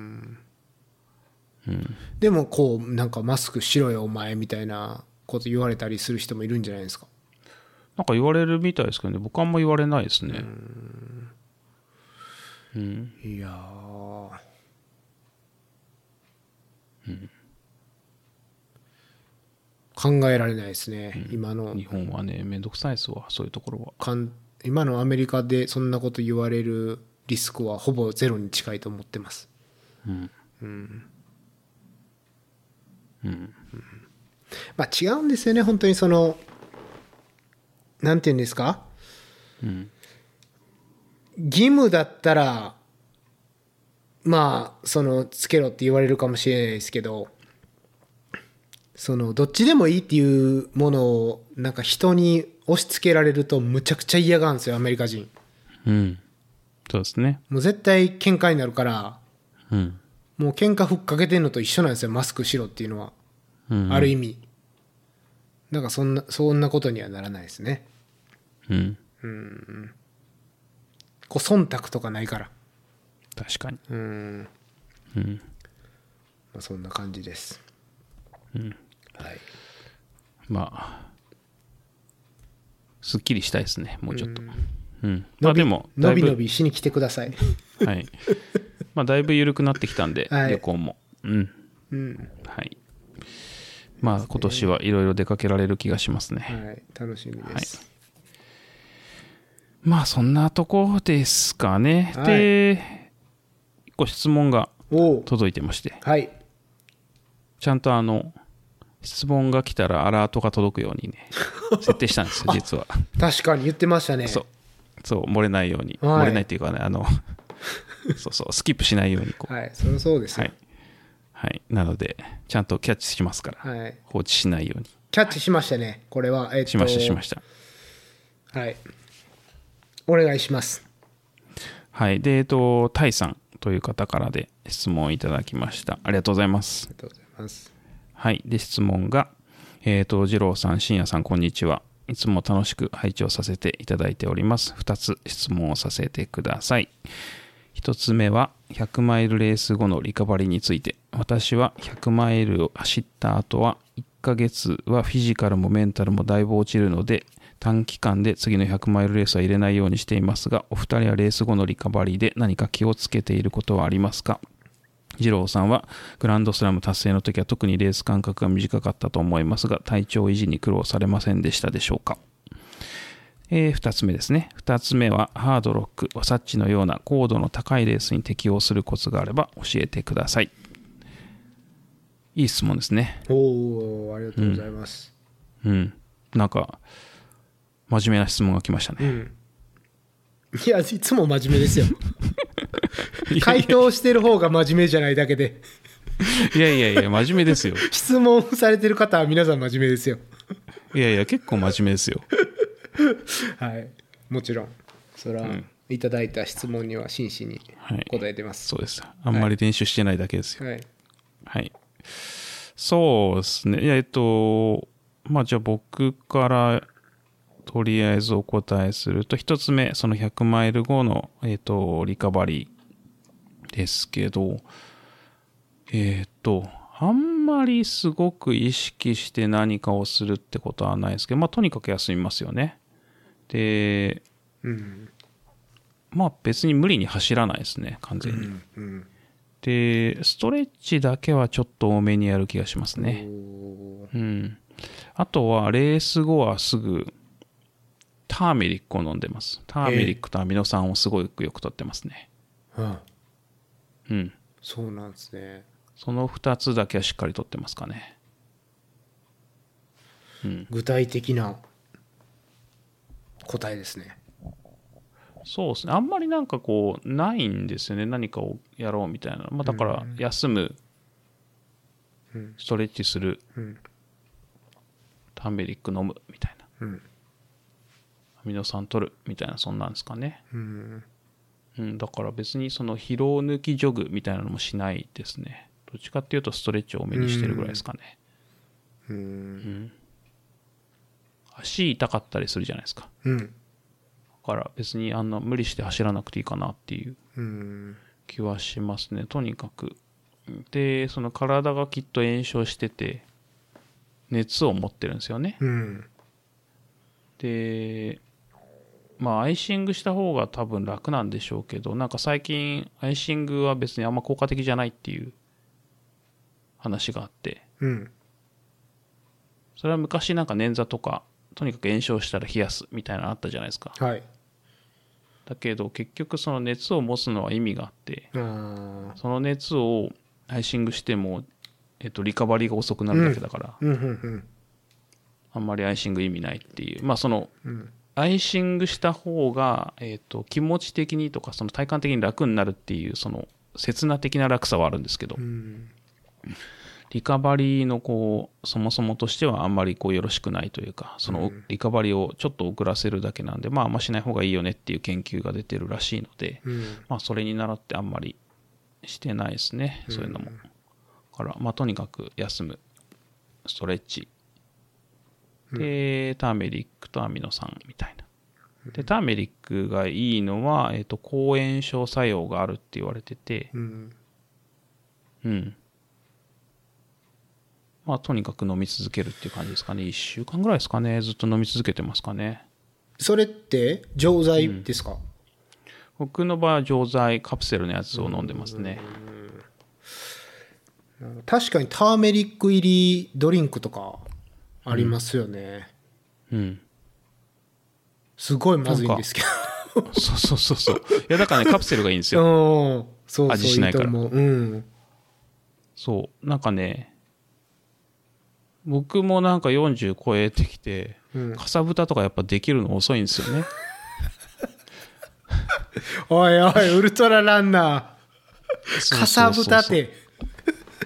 A: でもこう、なんかマスクしろよ、お前みたいなこと言われたりする人もいるんじゃないですか。
B: なんか言われるみたいですけどね僕あんま言われないですねうん
A: いやー考えられないですね、今の
B: 日本はねめんどくさいですわそういうところは
A: かん今のアメリカでそんなこと言われるリスクはほぼゼロに近いと思ってます
B: うん
A: まあ違うんですよね本当にそのなんて言うんですか
B: うん
A: 義務だったらまあそのつけろって言われるかもしれないですけどそのどっちでもいいっていうものをなんか人に押し付けられるとむちゃくちゃ嫌がるんですよアメリカ人
B: うんそうですね
A: もう絶対喧嘩になるから
B: うん
A: もう喧嘩ふっかけてんのと一緒なんですよマスクしろっていうのは、
B: うん
A: ある意味なんかそんなそんなことにはならないですね
B: うん
A: こう忖度とかないから
B: 確かに
A: うん
B: うん
A: まあ、そんな感じです。はい。
B: まあすっきりしたいですねもうちょっとうんまあでもだ
A: 伸
B: い
A: び
B: ぶ
A: 伸びしに来てください。
B: はい。まあ、だいぶ緩くなってきたん で、
A: はい
B: 旅行も。うん。はい。まあ、今年はいろいろ出かけられる気がしますね。
A: はい、楽しみです。
B: まあ、そんなとこですかね。
A: はい
B: で、ご質問が
A: おう
B: 届いてまして、
A: はい。
B: ちゃんとあの、質問が来たらアラートが届くよ うにね、設定したんですよ、実は。
A: 確かに言ってましたね。
B: そう。そう、漏れないように。
A: はい
B: 漏れないっていうかね、あの、 そうそう、スキップしないようにこう。
A: はい、そりゃそうです
B: は
A: よ
B: い。。はい。なので、ちゃんとキャッチしますから。
A: はい。
B: 放置しないように
A: キャッチしましたね。これは、えっと、
B: しましたしました
A: た。はい。お願いします。
B: はいでえっとタイさんという方からで質問をいただきましたありがとうございます
A: ありがとうございます。
B: はい。で、質問が、えっ、と、二郎さん、深夜さん、こんにちは。いつも楽しく配置をさせていただいております。2つ質問をさせてください。1つ目は、100マイルレース後のリカバリーについて。私は100マイルを走った後は、1ヶ月はフィジカルもメンタルもだいぶ落ちるので、短期間で次の100マイルレースは入れないようにしていますが、お二人はレース後のリカバリーで何か気をつけていることはありますか二郎さんはグランドスラム達成の時は特にレース間隔が短かったと思いますが体調維持に苦労されませんでしたでしょうか、えー、2つ目ですね2つ目はハードロックワサッチのような高度の高いレースに適応するコツがあれば教えてくださいいい質問ですね
A: おお、ありがとうございます。
B: うんなんか真面目な質問が来ました
A: う
B: ね
A: ん。いや、いつも真面目ですよ。回答してる方が真面目じゃないだけで、
B: いやいやいや真面目ですよ
A: 質問されてる方は皆さん真面目ですよ。
B: いやいや結構真面目ですよ
A: はい、もちろん、それは、いただいた質問には真摯に
B: はい
A: 答えてます。
B: そうですあんまり練習してないだけですよ
A: はい、
B: はい。そうですね。いや、えっと、まあじゃあ僕からとりあえずお答えすると、一つ目、その100マイル後の、えっと、リカバリーですけど、えっと、あんまりすごく意識して何かをするってことはないですけど、まあとにかく休みますよね。で、
A: うん、
B: まあ別に無理に走らないですね、完全に。
A: うん、
B: で、ストレッチだけはちょっと多めにやる気がしますね。
A: おー
B: うん。あとは、レース後はすぐ、ターメリックを飲んでます。ターメリックとアミノ酸をすごくよく取ってますね。
A: あ
B: うん。
A: そうなんですね。
B: その2つだけはしっかり取ってますかね。
A: 具体的な答えですね。
B: そうですね。あんまりなんかこう、ないんですよね。何かをやろうみたいな。まあ、だから、休む、
A: うん
B: ストレッチする、
A: うん、
B: ターメリック飲むみたいな。
A: うん、
B: アミノ酸取るみたいな、そんなんですかね。
A: うん、
B: うん、だから別にその疲労抜きジョグみたいなのもしないですね。どっちかっていうとストレッチを多めにしてるぐらいですかね。
A: うん、
B: 足痛かったりするじゃないですか。
A: うん、
B: から別にあんな無理して走らなくていいかなっていう
A: うん
B: 気はしますねとにかくでその体がきっと炎症してて熱を持ってるんですよね
A: うん
B: でまあアイシングした方が多分楽なんでしょうけどなんか最近アイシングは別にあんま効果的じゃないっていう話があって
A: うん
B: それは昔なんか捻挫とかとにかく炎症したら冷やすみたいなのあったじゃないですか
A: はい
B: だけど結局その熱を持つのは意味があって
A: あー
B: その熱をアイシングしても、えっと、リカバリーが遅くなるだけだから、
A: うんうん
B: あんまりアイシング意味ないっていうまあその
A: うんうん
B: アイシングした方が、えっと気持ち的にとかその体感的に楽になるっていうその刹那的な楽さはあるんですけど、
A: うん
B: リカバリーのこうそもそもとしてはあんまりこうよろしくないというかそのリカバリーをちょっと遅らせるだけなんで、まああんましない方がいいよねっていう研究が出てるらしいので、
A: うん
B: まあそれに習ってあんまりしてないですねそういうのも、だからまあとにかく休むストレッチで、ターメリックとアミノ酸みたいなでターメリックがいいのは、えっと抗炎症作用があるって言われてて、
A: うん
B: うん。まあ、とにかく飲み続けるっていう感じですかね。1週間ぐらいですかね。ずっと飲み続けてますかね。
A: それって錠剤ですか、
B: 僕の場合は錠剤、カプセルのやつを飲んでますね。
A: 確かにターメリック入りドリンクとかありますよね、
B: うん。
A: すごいまずいんですけ
B: そうそうそうそう。いや、だからね、カプセルがいいんですよ。
A: どうんそうそう
B: 味しないから
A: と思ううん
B: そう。なんかね、僕もなんか40超えてきて、
A: うん
B: かさぶたとかやっぱできるの遅いんですよね。
A: おいおいウルトラランナーかさぶたて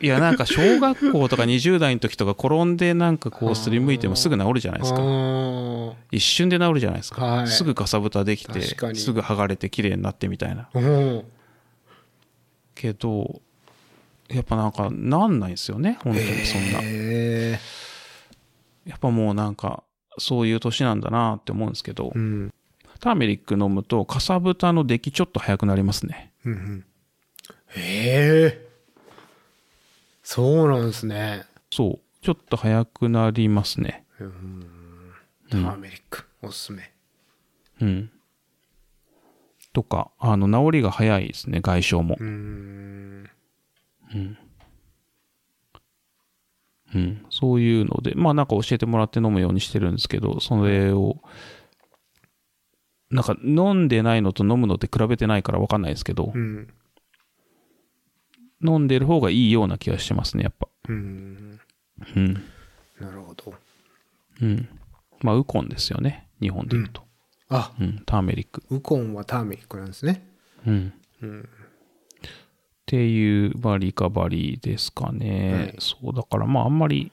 B: いや、なんか小学校とか20代の時とか転んでなんかこうすりむいてもすぐ治るじゃないですか。
A: あ
B: 一瞬で治るじゃないですか、
A: はい
B: すぐかさぶたできて
A: 確かに
B: すぐ剥がれて綺麗になってみたいな
A: ーうん
B: けどやっぱなんかなんないんですよね本当にそんな、
A: へえ
B: やっぱもうなんかそういう年なんだなって思うんですけど、
A: うん
B: ターメリック飲むとかさぶたの出来ちょっと早くなりますね
A: うんうんへえそうなんですね
B: そうちょっと早くなりますね
A: ターメリックおすすめ
B: うんとかあの治りが早いですね外傷も
A: うん
B: うん、そういうので、まあなんか教えてもらって飲むようにしてるんですけど、それを、なんか飲んでないのと飲むのって比べてないから分かんないですけど
A: う、ん
B: 飲んでる方がいいような気がしてますね、やっぱ。
A: うん
B: うん。
A: なるほど
B: うん。まあ、ウコンですよね、日本で言うと。
A: あ
B: うん、ターメリック。
A: ウコンはターメリックなんですね
B: うん。っていう、バリカバリですかね。
A: はい
B: そう、だからまああんまり、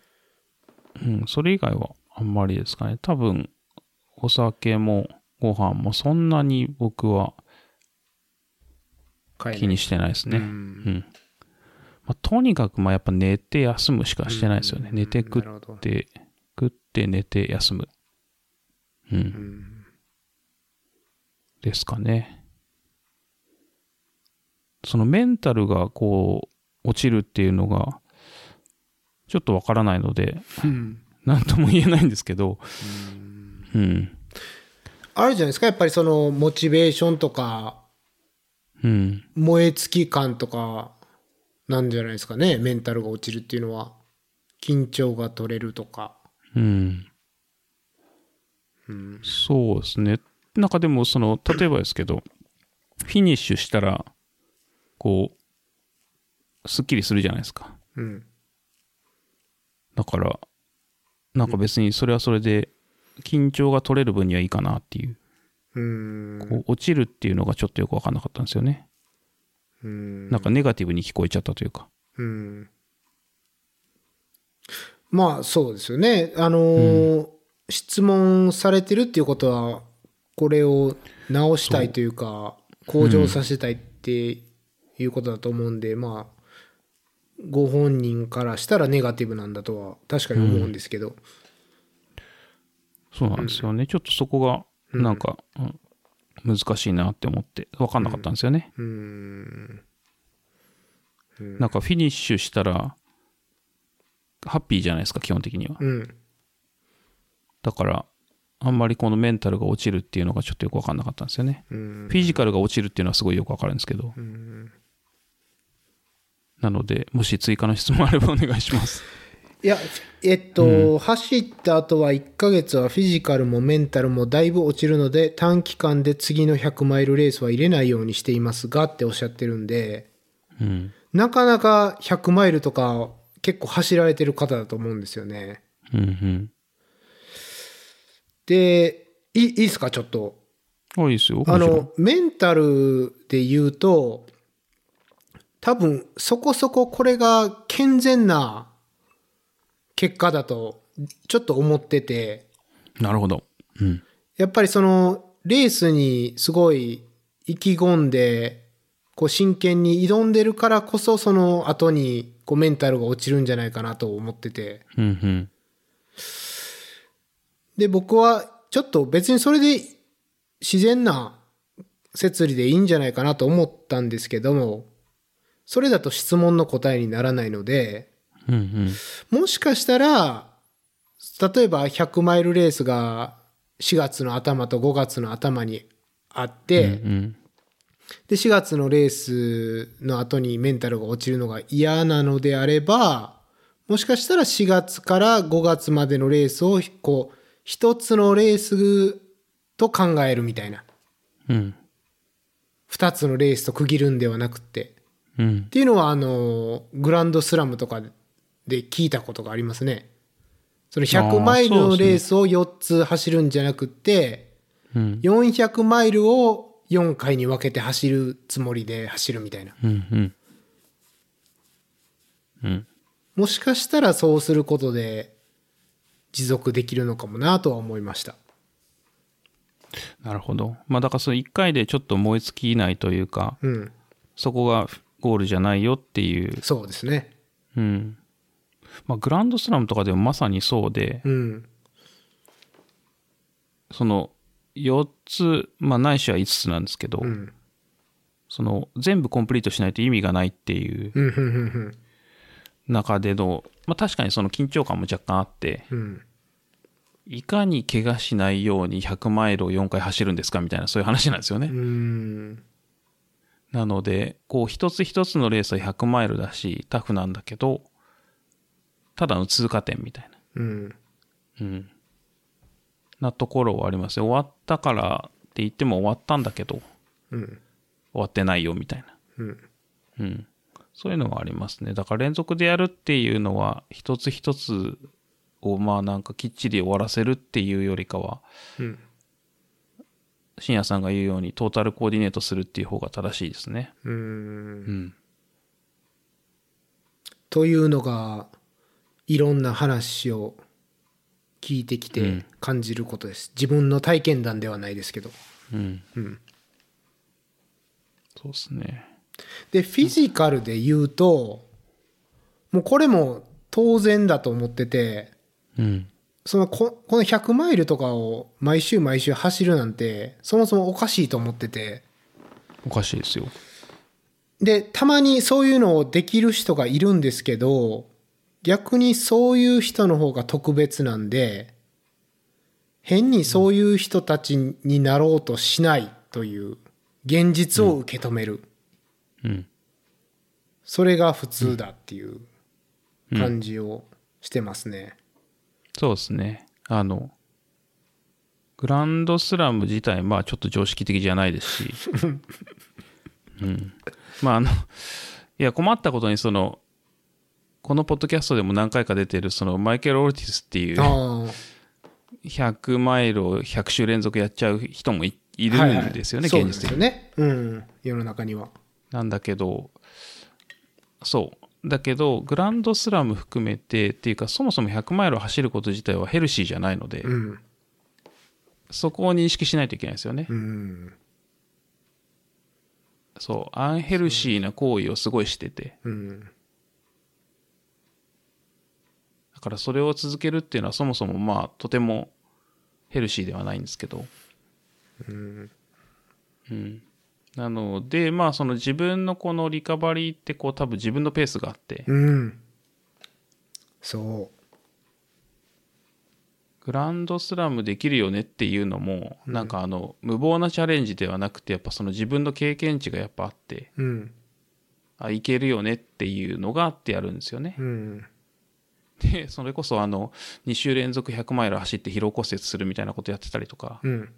B: うん、それ以外はあんまりですかね。多分、お酒もご飯もそんなに僕は
A: 買えない
B: 気にしてないですね。
A: う
B: うんん。まあ、とにかく、まあやっぱ寝て休むしかしてないですよね。
A: うん
B: 寝て食
A: なるほど
B: って、食って寝て休む。うん。
A: うん
B: ですかね。そのメンタルがこう、落ちるっていうのが、ちょっとわからないので、
A: うん
B: なんとも言えないんですけど、うん。
A: あるじゃないですかやっぱりそのモチベーションとか
B: うん。
A: 燃え尽き感とかなんじゃないですかねメンタルが落ちるっていうのは緊張が取れるとか
B: うん。そうですね。なんかでも、その、例えばですけど、フィニッシュしたら、こう、すっきりするじゃないですか。
A: うん
B: だから、なんか別にそれはそれで、緊張が取れる分にはいいかなっていう。
A: うーん
B: こう落ちるっていうのがちょっとよく分かんなかったんですよね。
A: うーん
B: なんかネガティブに聞こえちゃったというか。
A: うんまあそうですよねあのー質問されてるっていうことはこれを直したいというか向上させたいっていうことだと思うんで、まあご本人からしたらネガティブなんだとは確かに思うんですけど、
B: そうなんですよね。ちょっとそこが、なんか、うん難しいなって思って、分かんなかったんですよね。
A: うん。
B: なんかフィニッシュしたら、ハッピーじゃないですか、基本的には。
A: うん。
B: だから、あんまりこのメンタルが落ちるっていうのがちょっとよく分かんなかったんですよね。
A: うん。
B: フィジカルが落ちるっていうのはすごいよく分かるんですけど。なので、もし追加の質問あればお願い します。
A: いや、えっと、走った後は1ヶ月はフィジカルもメンタルもだいぶ落ちるので、短期間で次の100マイルレースは入れないようにしていますがっておっしゃってるんで、
B: うん。
A: なかなか100マイルとか結構走られてる方だと思うんですよね。
B: うんうん。
A: で、いいいですか、ちょっと。
B: あ、いいですよ。
A: あ
B: もちろん
A: の、メンタルで言うと、多分そこそここれが健全な結果だとちょっと思ってて、
B: なるほど。うん。
A: やっぱりそのレースにすごい意気込んで、こう真剣に挑んでるからこそその後にこうメンタルが落ちるんじゃないかなと思ってて。
B: うんうん。
A: で、僕はちょっと別にそれで自然な説理でいいんじゃないかなと思ったんですけども、それだと質問の答えにならないので、
B: うんうん。
A: もしかしたら、例えば100マイルレースが4月の頭と5月の頭にあって、
B: うん
A: で、4月のレースの後にメンタルが落ちるのが嫌なのであれば、もしかしたら4月から5月までのレースを、こう、一つのレースと考えるみたいな。
B: うん。
A: 二つのレースと区切るんではなくって。
B: うん
A: っ。ていうのは、あの、グランドスラムとかで聞いたことがありますね。その100マイルのレースを4つ走るんじゃなくって、
B: うん。
A: 400マイルを4回に分けて走るつもりで走るみたいな。
B: うんうん。うん。
A: もしかしたらそうすることで持続できるのかもなとは思いました。
B: なるほど。まあだからその1回でちょっと燃え尽きないというか、
A: うん。
B: そこがゴールじゃないよっていう。
A: そうですね。
B: うん。まあグランドスラムとかでもまさにそうで、
A: うん。
B: その4つ、まあないしは5つなんですけど、
A: うん。
B: その全部コンプリートしないと意味がないっていう
A: うん。うん。うん
B: 中での、まあ確かにその緊張感も若干あって、
A: うん。うん。
B: いかに怪我しないように100マイルを4回走るんですかみたいなそういう話なんですよね。
A: うん。
B: なので、こう一つ一つのレースは100マイルだし、タフなんだけど、ただの通過点みたいな。
A: うん。
B: うん。なところはありますよ。終わったからって言っても終わったんだけど、
A: うん。
B: 終わってないよみたいな。
A: うん。
B: うん。そういうのがありますね。だから連続でやるっていうのは、一つ一つをまあなんかきっちり終わらせるっていうよりかは、
A: うん。
B: 深夜さんが言うようにトータルコーディネートするっていう方が正しいですね。
A: うん
B: うん。
A: というのが、いろんな話を聞いてきて感じることです。自分の体験談ではないですけど。
B: うん。
A: うん。
B: そうですね。
A: で、フィジカルで言うと、もうこれも当然だと思ってて、
B: うん。
A: そのここの100マイルとかを毎週毎週走るなんてそもそもおかしいと思ってて
B: おかしいですよ。
A: でたまにそういうのをできる人がいるんですけど逆にそういう人の方が特別なんで変にそういう人たちになろうとしないという現実を受け止める、
B: うん。
A: それが普通だっていう感じをしてますね
B: そうですね。あの、グランドスラム自体、まあちょっと常識的じゃないで すし、うん。まああの、いや困ったことにその、このポッドキャストでも何回か出てる、そのマイケル・オルティスっていう、
A: ああ
B: 100マイルを100周連続やっちゃう人もいいる
A: はいはい
B: んですよね、
A: そう
B: 現実的
A: なん
B: に。
A: ですよねうん世の中には
B: なんだけど、そう。だけど、グランドスラム含めて、っていうか、そもそも100マイルを走ること自体はヘルシーじゃないので、
A: うん
B: そこを認識しないといけないですよね。
A: うん
B: そう、アンヘルシーな行為をすごいしてて、
A: うん
B: だからそれを続けるっていうのはそもそもまあとてもヘルシーではないんですけど、うん、なので、まあ、その自分のこのリカバリーってこう多分自分のペースがあって、
A: うん。そ
B: グランドスラムできるよねっていうのも、
A: うん
B: なんかあの無謀なチャレンジではなくてやっぱその自分の経験値がやっぱあって
A: う。うん。
B: あいけるよねっていうのがあってやるんですよね。
A: うん。
B: でそれこそあの2週連続100マイル走って疲労骨折するみたいなことやってたりとか
A: うん。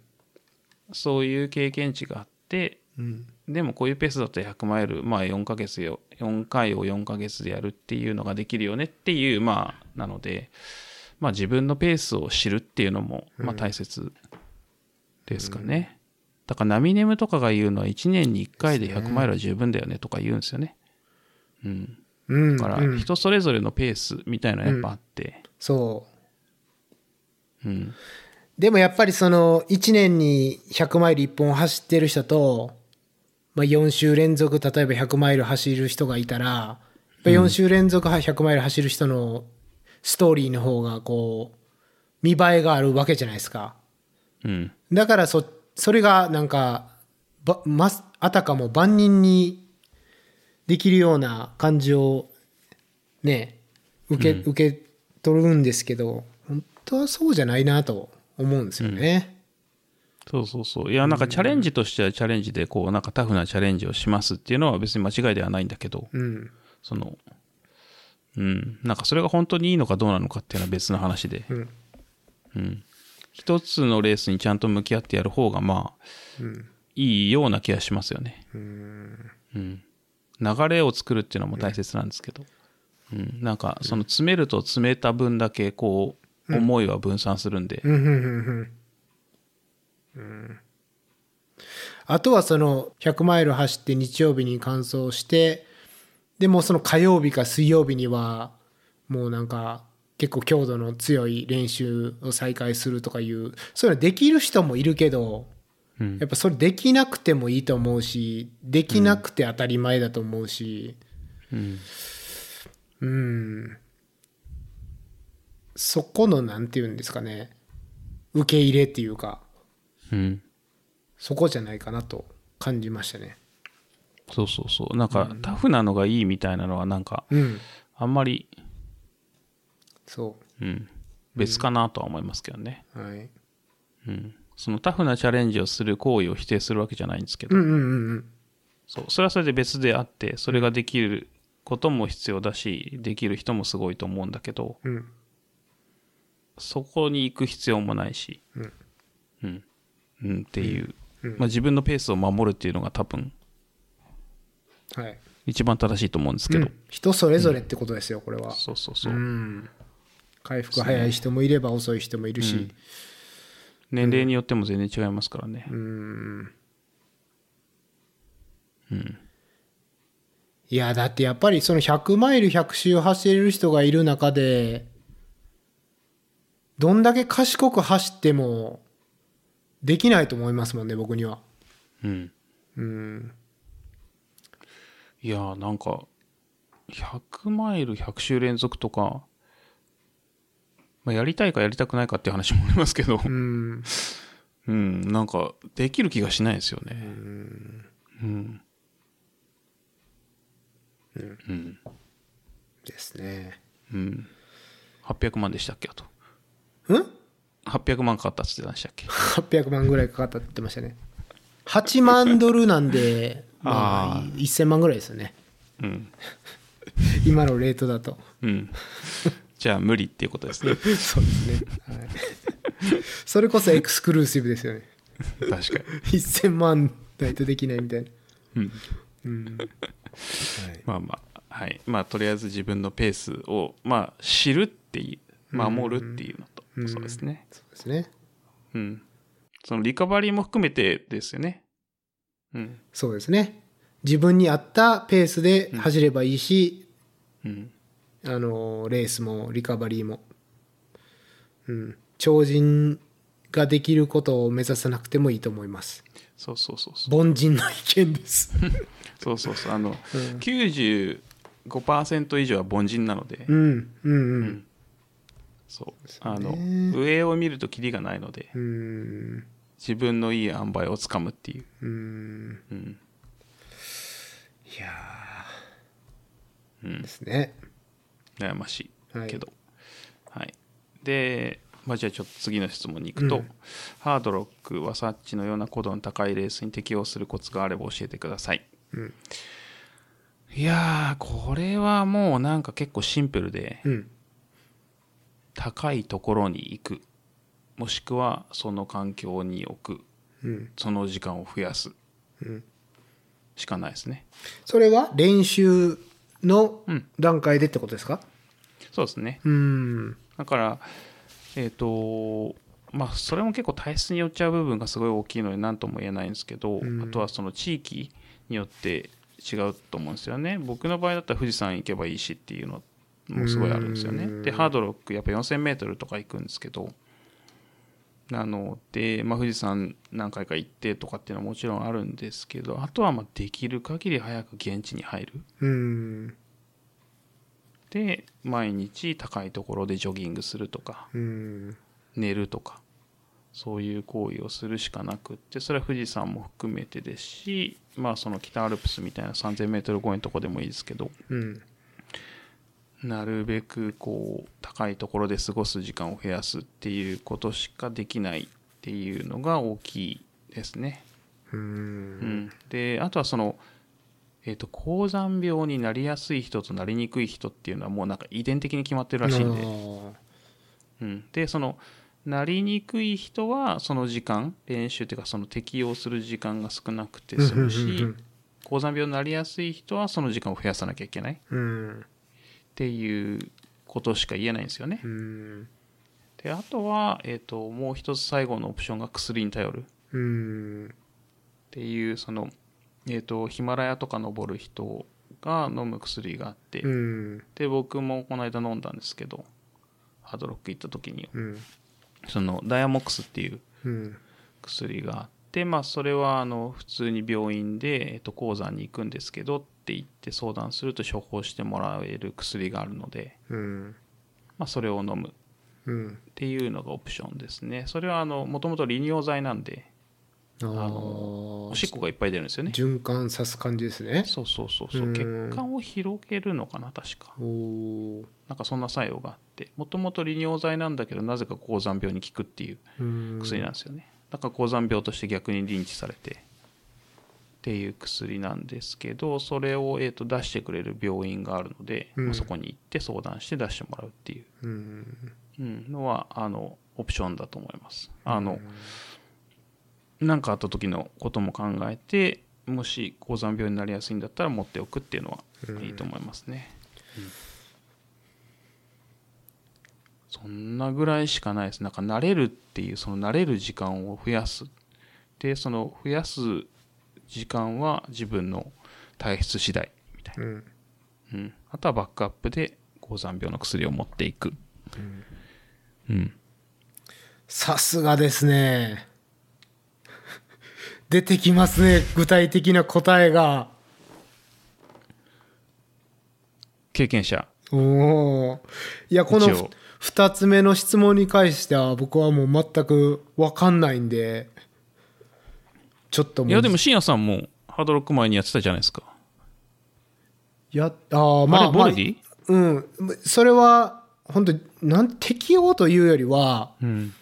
B: そういう経験値があって
A: うん。
B: でもこういうペースだと100マイル、まあ、4ヶ月よ4回を4ヶ月でやるっていうのができるよねっていうまあなので、まあ、自分のペースを知るっていうのもまあ大切ですかね、だからナミネムとかが言うのは1年に1回で100マイルは十分だよねとか言うんですよねうん
A: うん。
B: だか
A: う
B: ら
A: ん
B: 人それぞれのペースみたいなのやっぱあって
A: そう。
B: うん
A: でもやっぱりその1年に100マイル1本走ってる人と、まあ、4週連続例えば100マイル走る人がいたらやっぱ4週連続は100マイル走る人のストーリーの方がこう見栄えがあるわけじゃないですか
B: うん
A: だからそそれがなんかばますあたかも万人にできるような感じをね受け,、受け取るんですけど本当はそうじゃないなと思うんですよね。
B: そうそうそう。いや、なんかチャレンジとしてはチャレンジで、こう、なんかタフなチャレンジをしますっていうのは別に間違いではないんだけど、
A: うん、
B: その、うん、なんかそれが本当にいいのかどうなのかっていうのは別の話で、
A: うん、
B: うん。一つのレースにちゃんと向き合ってやる方が、まあ、
A: うん、
B: いいような気がしますよね。うん。流れを作るっていうのも大切なんですけど、うん。なんか、その詰めると詰めた分だけ、こう、思いは分散するんで、
A: うん、うん、うんうん。あとはその100マイル走って日曜日に完走して、でもうその火曜日か水曜日には、もうなんか結構強度の強い練習を再開するとかいう、そういうのできる人もいるけど、
B: うん
A: やっぱそれできなくてもいいと思うし、できなくて当たり前だと思うし、
B: うん。
A: うんそこのなんて言うんですかね受け入れっていうか
B: うん。
A: そこじゃないかなと感じましたね
B: そうそうそう。なんか、タフなのがいいみたいなのは、なんか、
A: うん
B: あんまり、
A: そ
B: うん、別かなとは思いますけどね。
A: うはい
B: うん。そのタフなチャレンジをする行為を否定するわけじゃないんですけ
A: う
B: ど、
A: んうんうんうん
B: そう、それはそれで別であって、それができることも必要だし、できる人もすごいと思うんだけど、
A: うん
B: そこに行く必要もないし、
A: うん
B: うん、うんっていう、
A: うん
B: まあ自分のペースを守るっていうのが多分、
A: はい
B: 一番正しいと思うんですけど、
A: うん人それぞれってことですよこれは
B: そうそう
A: う
B: そう。
A: ん回復早い人もいれば遅い人もいるし
B: 年齢によっても全然違いますからね。
A: うん
B: うん。
A: いやだってやっぱりその100マイル100周走れる人がいる中でどんだけ賢く走ってもできないと思いますもんね僕には
B: うん。
A: うん
B: いやーなんか100マイル100周連続とか、まあ、やりたいかやりたくないかっていう話もありますけど
A: うん
B: うんなんかできる気がしないですよねうんうん
A: ですね
B: うん800万でしたっけあと
A: ん
B: 800万かかったっつってたんでしたっけ
A: 800万ぐらいかかったって言ってましたね8万ドルなんでま
B: あ
A: あ1000万ぐらいですよね
B: うん
A: 今のレートだ と
B: うんじゃあ無理っていうことで すね
A: そうですね、はい、それこそエクスクルーシブですよね
B: 確か
A: 1000万ないとできないみたいな
B: にうん
A: うん
B: まあまあはいまあとりあえず自分のペースをまあ知るっていう守るっていうのと、
A: うん
B: そうですね
A: そうですね
B: うんそのリカバリーも含めてですよねうん
A: そうですね。自分に合ったペースで走ればいいし、
B: うん
A: あのレースもリカバリーも、うん、超人ができることを目指さなくてもいいと思います。
B: そうそうそうそう
A: 凡人の意見です。
B: そうそうそうあの、95%以上は凡人なので、
A: うん、うん、
B: そう
A: よ
B: あ
A: ね
B: の上を見るとキリがないので
A: うん、うん、
B: 自分のいい塩梅をつかむっていう。
A: うーん
B: うん。
A: いやー
B: うん
A: ですね
B: 悩まし
A: はい
B: いけど、はいで、まあ、じゃあちょっと次の質問に行くと、ハードロックワサッチのような高度の高いレースに適応するコツがあれば教えてください、
A: うん
B: いやーこれはもうなんか結構シンプルで、
A: うん
B: 高いところに行くもしくはその環境に置く
A: うん
B: その時間を増やす
A: うん
B: しかないですね
A: それは練習の
B: うん
A: 段階でってことですか
B: そうですね
A: うーん
B: だから、えっ、と、まあ、それも結構体質によっちゃう部分がすごい大きいので、なんとも言えないんですけど、
A: うん
B: あとはその地域によって違うと思うんですよね。僕の場合だったら富士山行けばいいしっていうのもすごいあるんですよ
A: うん
B: ね。で、ハードロック、やっぱ4000メートルとか行くんですけど、なので、まあ、富士山何回か行ってとかっていうのはもちろんあるんですけど、あとはまあできる限り早く現地に入る。
A: うーん
B: で、毎日高いところでジョギングするとか、
A: うーん
B: 寝るとかそういう行為をするしかなくってそれは富士山も含めてですしまあその北アルプスみたいな 3000m 超えのとこでもいいですけど
A: うん
B: なるべくこう高いところで過ごす時間を増やすっていうことしかできないっていうのが大きいですね。
A: うー
B: うんん、であとはそのえー、と高山病になりやすい人となりにくい人っていうのはもうなんか遺伝的に決まってるらしいんで
A: あー
B: うん、でそのなりにくい人はその時間練習っていうかその適用する時間が少なくて
A: う
B: 済む
A: んうんう
B: し
A: ん
B: 高山病になりやすい人はその時間を増やさなきゃいけないっ
A: うん
B: ていうことしか言えないんですよね
A: う。ん
B: であとは、えー、ともう一つ最後のオプションが薬に頼るっ
A: うん
B: ていうその、えー、とヒマラヤとか登る人が飲む薬があって、
A: うん
B: で僕もこの間飲んだんですけどハードロック行った時に
A: うん
B: そのダイアモックスっていう
A: うん
B: 薬があって、まあ、それはあの普通に病院で、えっと、鉱山に行くんですけどって言って相談すると処方してもらえる薬があるので、
A: うん
B: まあ、それを飲むっ
A: うん
B: ていうのがオプションですねそれはもともと利尿剤なんで
A: あ
B: あ
A: の
B: のおしっこがいっぱい出るんですよね
A: 循環さす感じですね
B: そうそうそうそううん血管を広げるのかな確か
A: おお
B: なんかそんな作用があってもともと利尿剤なんだけどなぜか高山病に効くっていう薬なんですよね、だから高山病として逆に認知されてっていう薬なんですけどそれを、えー、と出してくれる病院があるので、
A: うん
B: まあそこに行って相談して出してもらうっていう
A: うん
B: うんのはあのオプションだと思います。あの何かあった時のことも考えてもし高山病になりやすいんだったら持っておくっていうのはいいと思いますね。そんなぐらいしかないです。なんか慣れるっていう、その慣れる時間を増やす。で、その増やす時間は自分の体質次第みたいな。
A: うん
B: うん、あとはバックアップで高山病の薬を持っていく。うん。
A: さすがですね。出てきますね、具体的な答えが。
B: 経験者。
A: おお。いや、この
B: 一応
A: 2つ目の質問に関しては、僕はもう全く分かんないんで、ちょっともう。
B: いや、でも、深夜さんもハードロック前にやってたじゃないですか。
A: や、ああ、まあ、
B: あれ、ボルディ、
A: まあうん。それは、本当なん適応というよりは、
B: うん。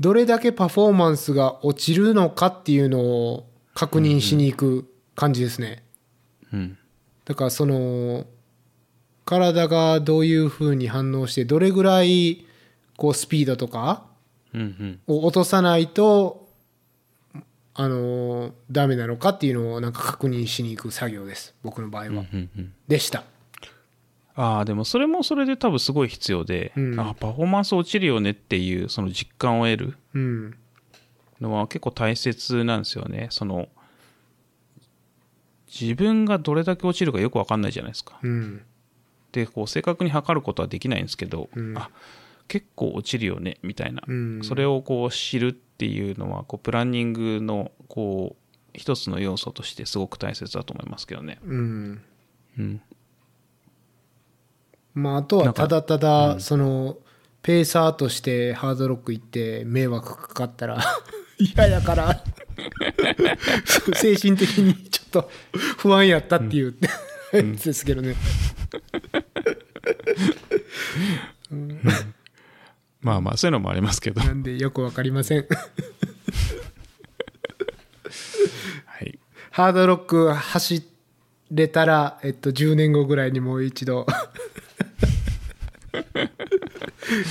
A: どれだけパフォーマンスが落ちるのかっていうのを確認しに行く感じですね。
B: うん。
A: だからその体がどういうふうに反応してどれぐらいこうスピードとか
B: うんうん。
A: を落とさないとあのダメなのかっていうのをなんか確認しに行く作業です僕の場合は、
B: うんうん。
A: でした
B: ああ、でもそれもそれで多分すごい必要で、
A: うん
B: あーパフォーマンス落ちるよねっていうその実感を得る
A: うん
B: のは結構大切なんですよね。その、自分がどれだけ落ちるかよくわかんないじゃないですか。
A: うん
B: で、こう正確に測ることはできないんですけど、
A: うん
B: あ、結構落ちるよね、みたいな。
A: うん
B: それをこう知るっていうのは、こうプランニングの、こう、一つの要素としてすごく大切だと思いますけどね。
A: うん
B: うん。
A: まああとはただただそのペーサーとしてハードロック行って迷惑かかったら嫌やから、精神的にちょっと不安やったっていう、 やつですけどね。
B: まあまあ、そういうのもありますけど。
A: なんでよくわかりません。
B: はい。
A: ハードロック走れたら、えっと、10年後ぐらいにもう一度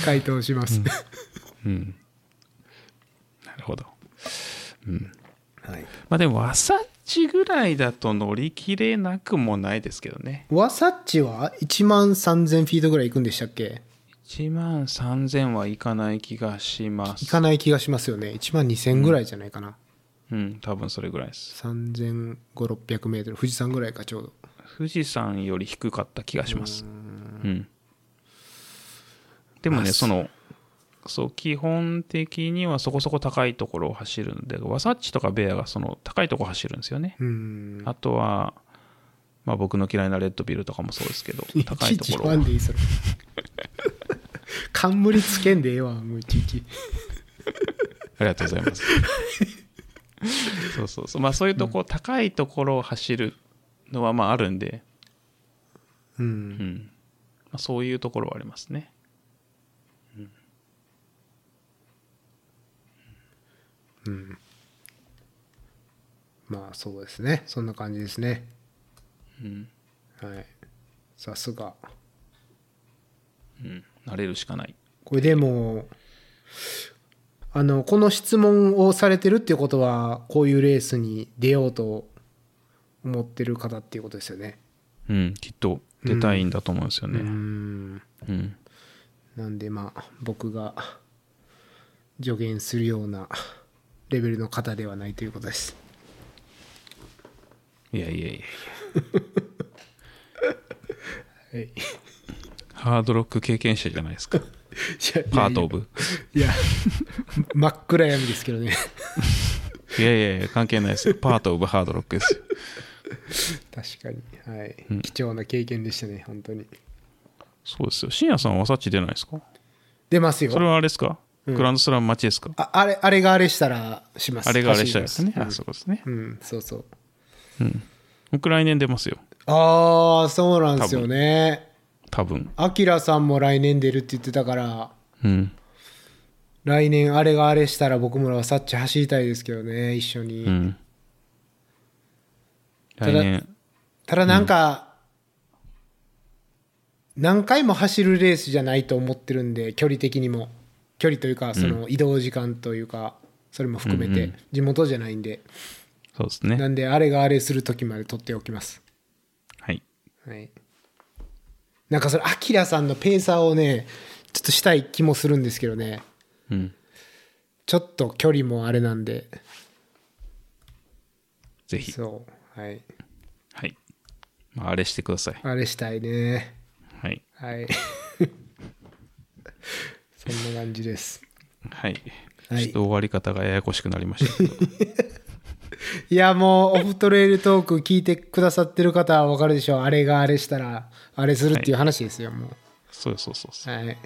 A: 回答します、
B: なるほど。
A: はい、
B: まあでも、わさっちぐらいだと乗り切れなくもないですけどね。
A: ワサッチは1万3000フィートぐらい行くんでしたっけ
B: 1万3000はいかない気がしま
A: 行
B: す。
A: かない気がしますよね1万2000ぐらいじゃないかな、
B: うん、多分それぐらいです。
A: 3500600メートル富士山ぐらいかちょうど
B: 富士山より低かった気がします。うん。でもね、その、そう、基本的にはそこそこ高いところを走るんで、ワサッチとかベアがその高いところ走るんですよね。
A: うーん
B: あとは、まあ僕の嫌いなレッドビルとかもそうですけど、高い
A: いちい
B: と
A: ち
B: こ
A: フ
B: ろ
A: ァンでいいそれ冠つけんでええわもういちいち
B: ありがとうございます。そうそうそう。まあそういうとこ、高いところを走るのはまああるんで、
A: う
B: うんん。まあ、そういうところはありますね。
A: まあそうですねそんな感じですね
B: うん。
A: はいさすが
B: うん。慣れるしかない。
A: これでもあのこの質問をされてるっていうことはこういうレースに出ようと思ってる方っていうことですよね
B: うん。きっと出たいんだと思うんですよ
A: う
B: ね。
A: ーん
B: うん。
A: なんでまあ僕が助言するようなレベルの方ではないということです
B: いやいやいや
A: はいい
B: ハードロック経験者じゃ ないですか。
A: やいや
B: パートオブ。
A: いや 真っ暗闇ですけどね
B: いやいやいや、関係ないですよ。パートオブハードロックですよ。
A: 確かにはい、貴重な経験でしたね本当に
B: そうですよ。深夜さんはワサッチ出ないですか
A: 出ますよ
B: それはあれですか、グランドスラム待ちですか
A: ああれあれがあれしたらします
B: あれがあれしたいですね。
A: 走り
B: あ
A: ま
B: そうですね。
A: うん、そうそう。
B: 僕来年出ますよ。
A: ああ、そうなんですよね。
B: 多分。
A: アキラさんも来年出るって言ってたから、
B: うん。
A: 来年あれがあれしたら僕もはサッチ走りたいですけどね、一緒に。
B: うん。
A: ただ
B: 来年。
A: ただなんか、何回も走るレースじゃないと思ってるんで、距離的にも。距離というか、その移動時間というか、それも含めて、地元じゃないんで。
B: そうですね
A: な。んで、あれがあれする時まで取っておきます。
B: はい。
A: はい、なんかそれアキラさんのペーサーをねちょっとしたい気もするんですけどね
B: うん。
A: ちょっと距離もあれなんで
B: ぜひ。
A: そうはい
B: はい。まあ、あれしてください。
A: あれしたいね
B: はい。
A: はい そんな感じです
B: はい。
A: はい
B: ちょっと終わり方がややこしくなりました けど。
A: いやもうオフトレイルトーク聞いてくださってる方は分かるでしょうあれがあれしたらあれするっていう話ですよ、もう
B: そうそうそうそう。
A: はい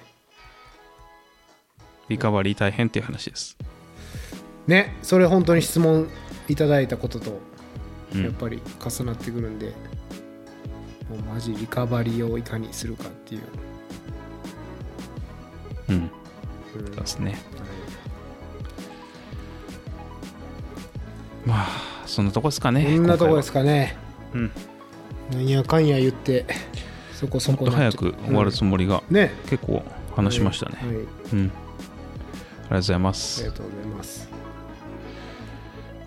B: リカバリー大変っていう話です。
A: ねそれ本当に質問いただいたこととやっぱり重なってくるんで、もうマジリカバリーをいかにするかっていう、
B: うん。
A: うん
B: そうですね。まあ、そんなとこですかね。
A: こんなとこですかね
B: 今回は。う
A: な
B: ん。
A: んやかんや言ってそこそ
B: もっ
A: ことな
B: 早
A: っちゃ
B: く終わるつもりが、
A: うんね
B: 結構話しましたね。
A: はいはい
B: うん。ありがとうございま
A: あり
B: す
A: が。とうございます、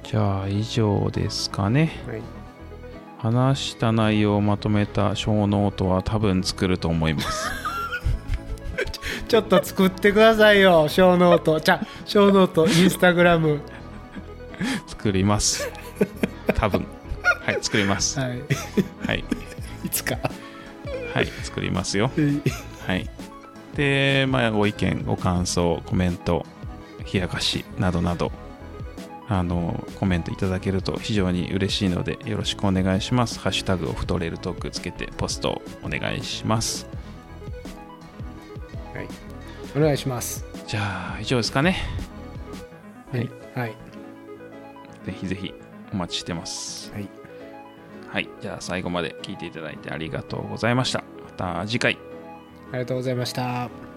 B: じゃあ、以上ですかね。
A: はい、
B: 話した内容をまとめた小ノートは多分作ると思います。
A: ちょっと作ってくださいよ小ノートじゃ小ノートインスタグラム
B: 作ります。多分。はい、作ります。は。
A: はいいいつか
B: はい、作りますよ。
A: はい
B: はい。で、まあ、ご意見、ご感想、コメント、冷やかしなどなど、あの、コメントいただけると非常に嬉しいので、よろしくお願いします。ハッシュタグオフトレールトークつけてポストお願いします。
A: お願いします
B: じゃあ、以上ですかね。
A: はいはい
B: ぜひぜひお待ちしてます。
A: はい
B: はい。じゃあ最後まで聞いていただいてありがとうございました。また次回。
A: ありがとうございました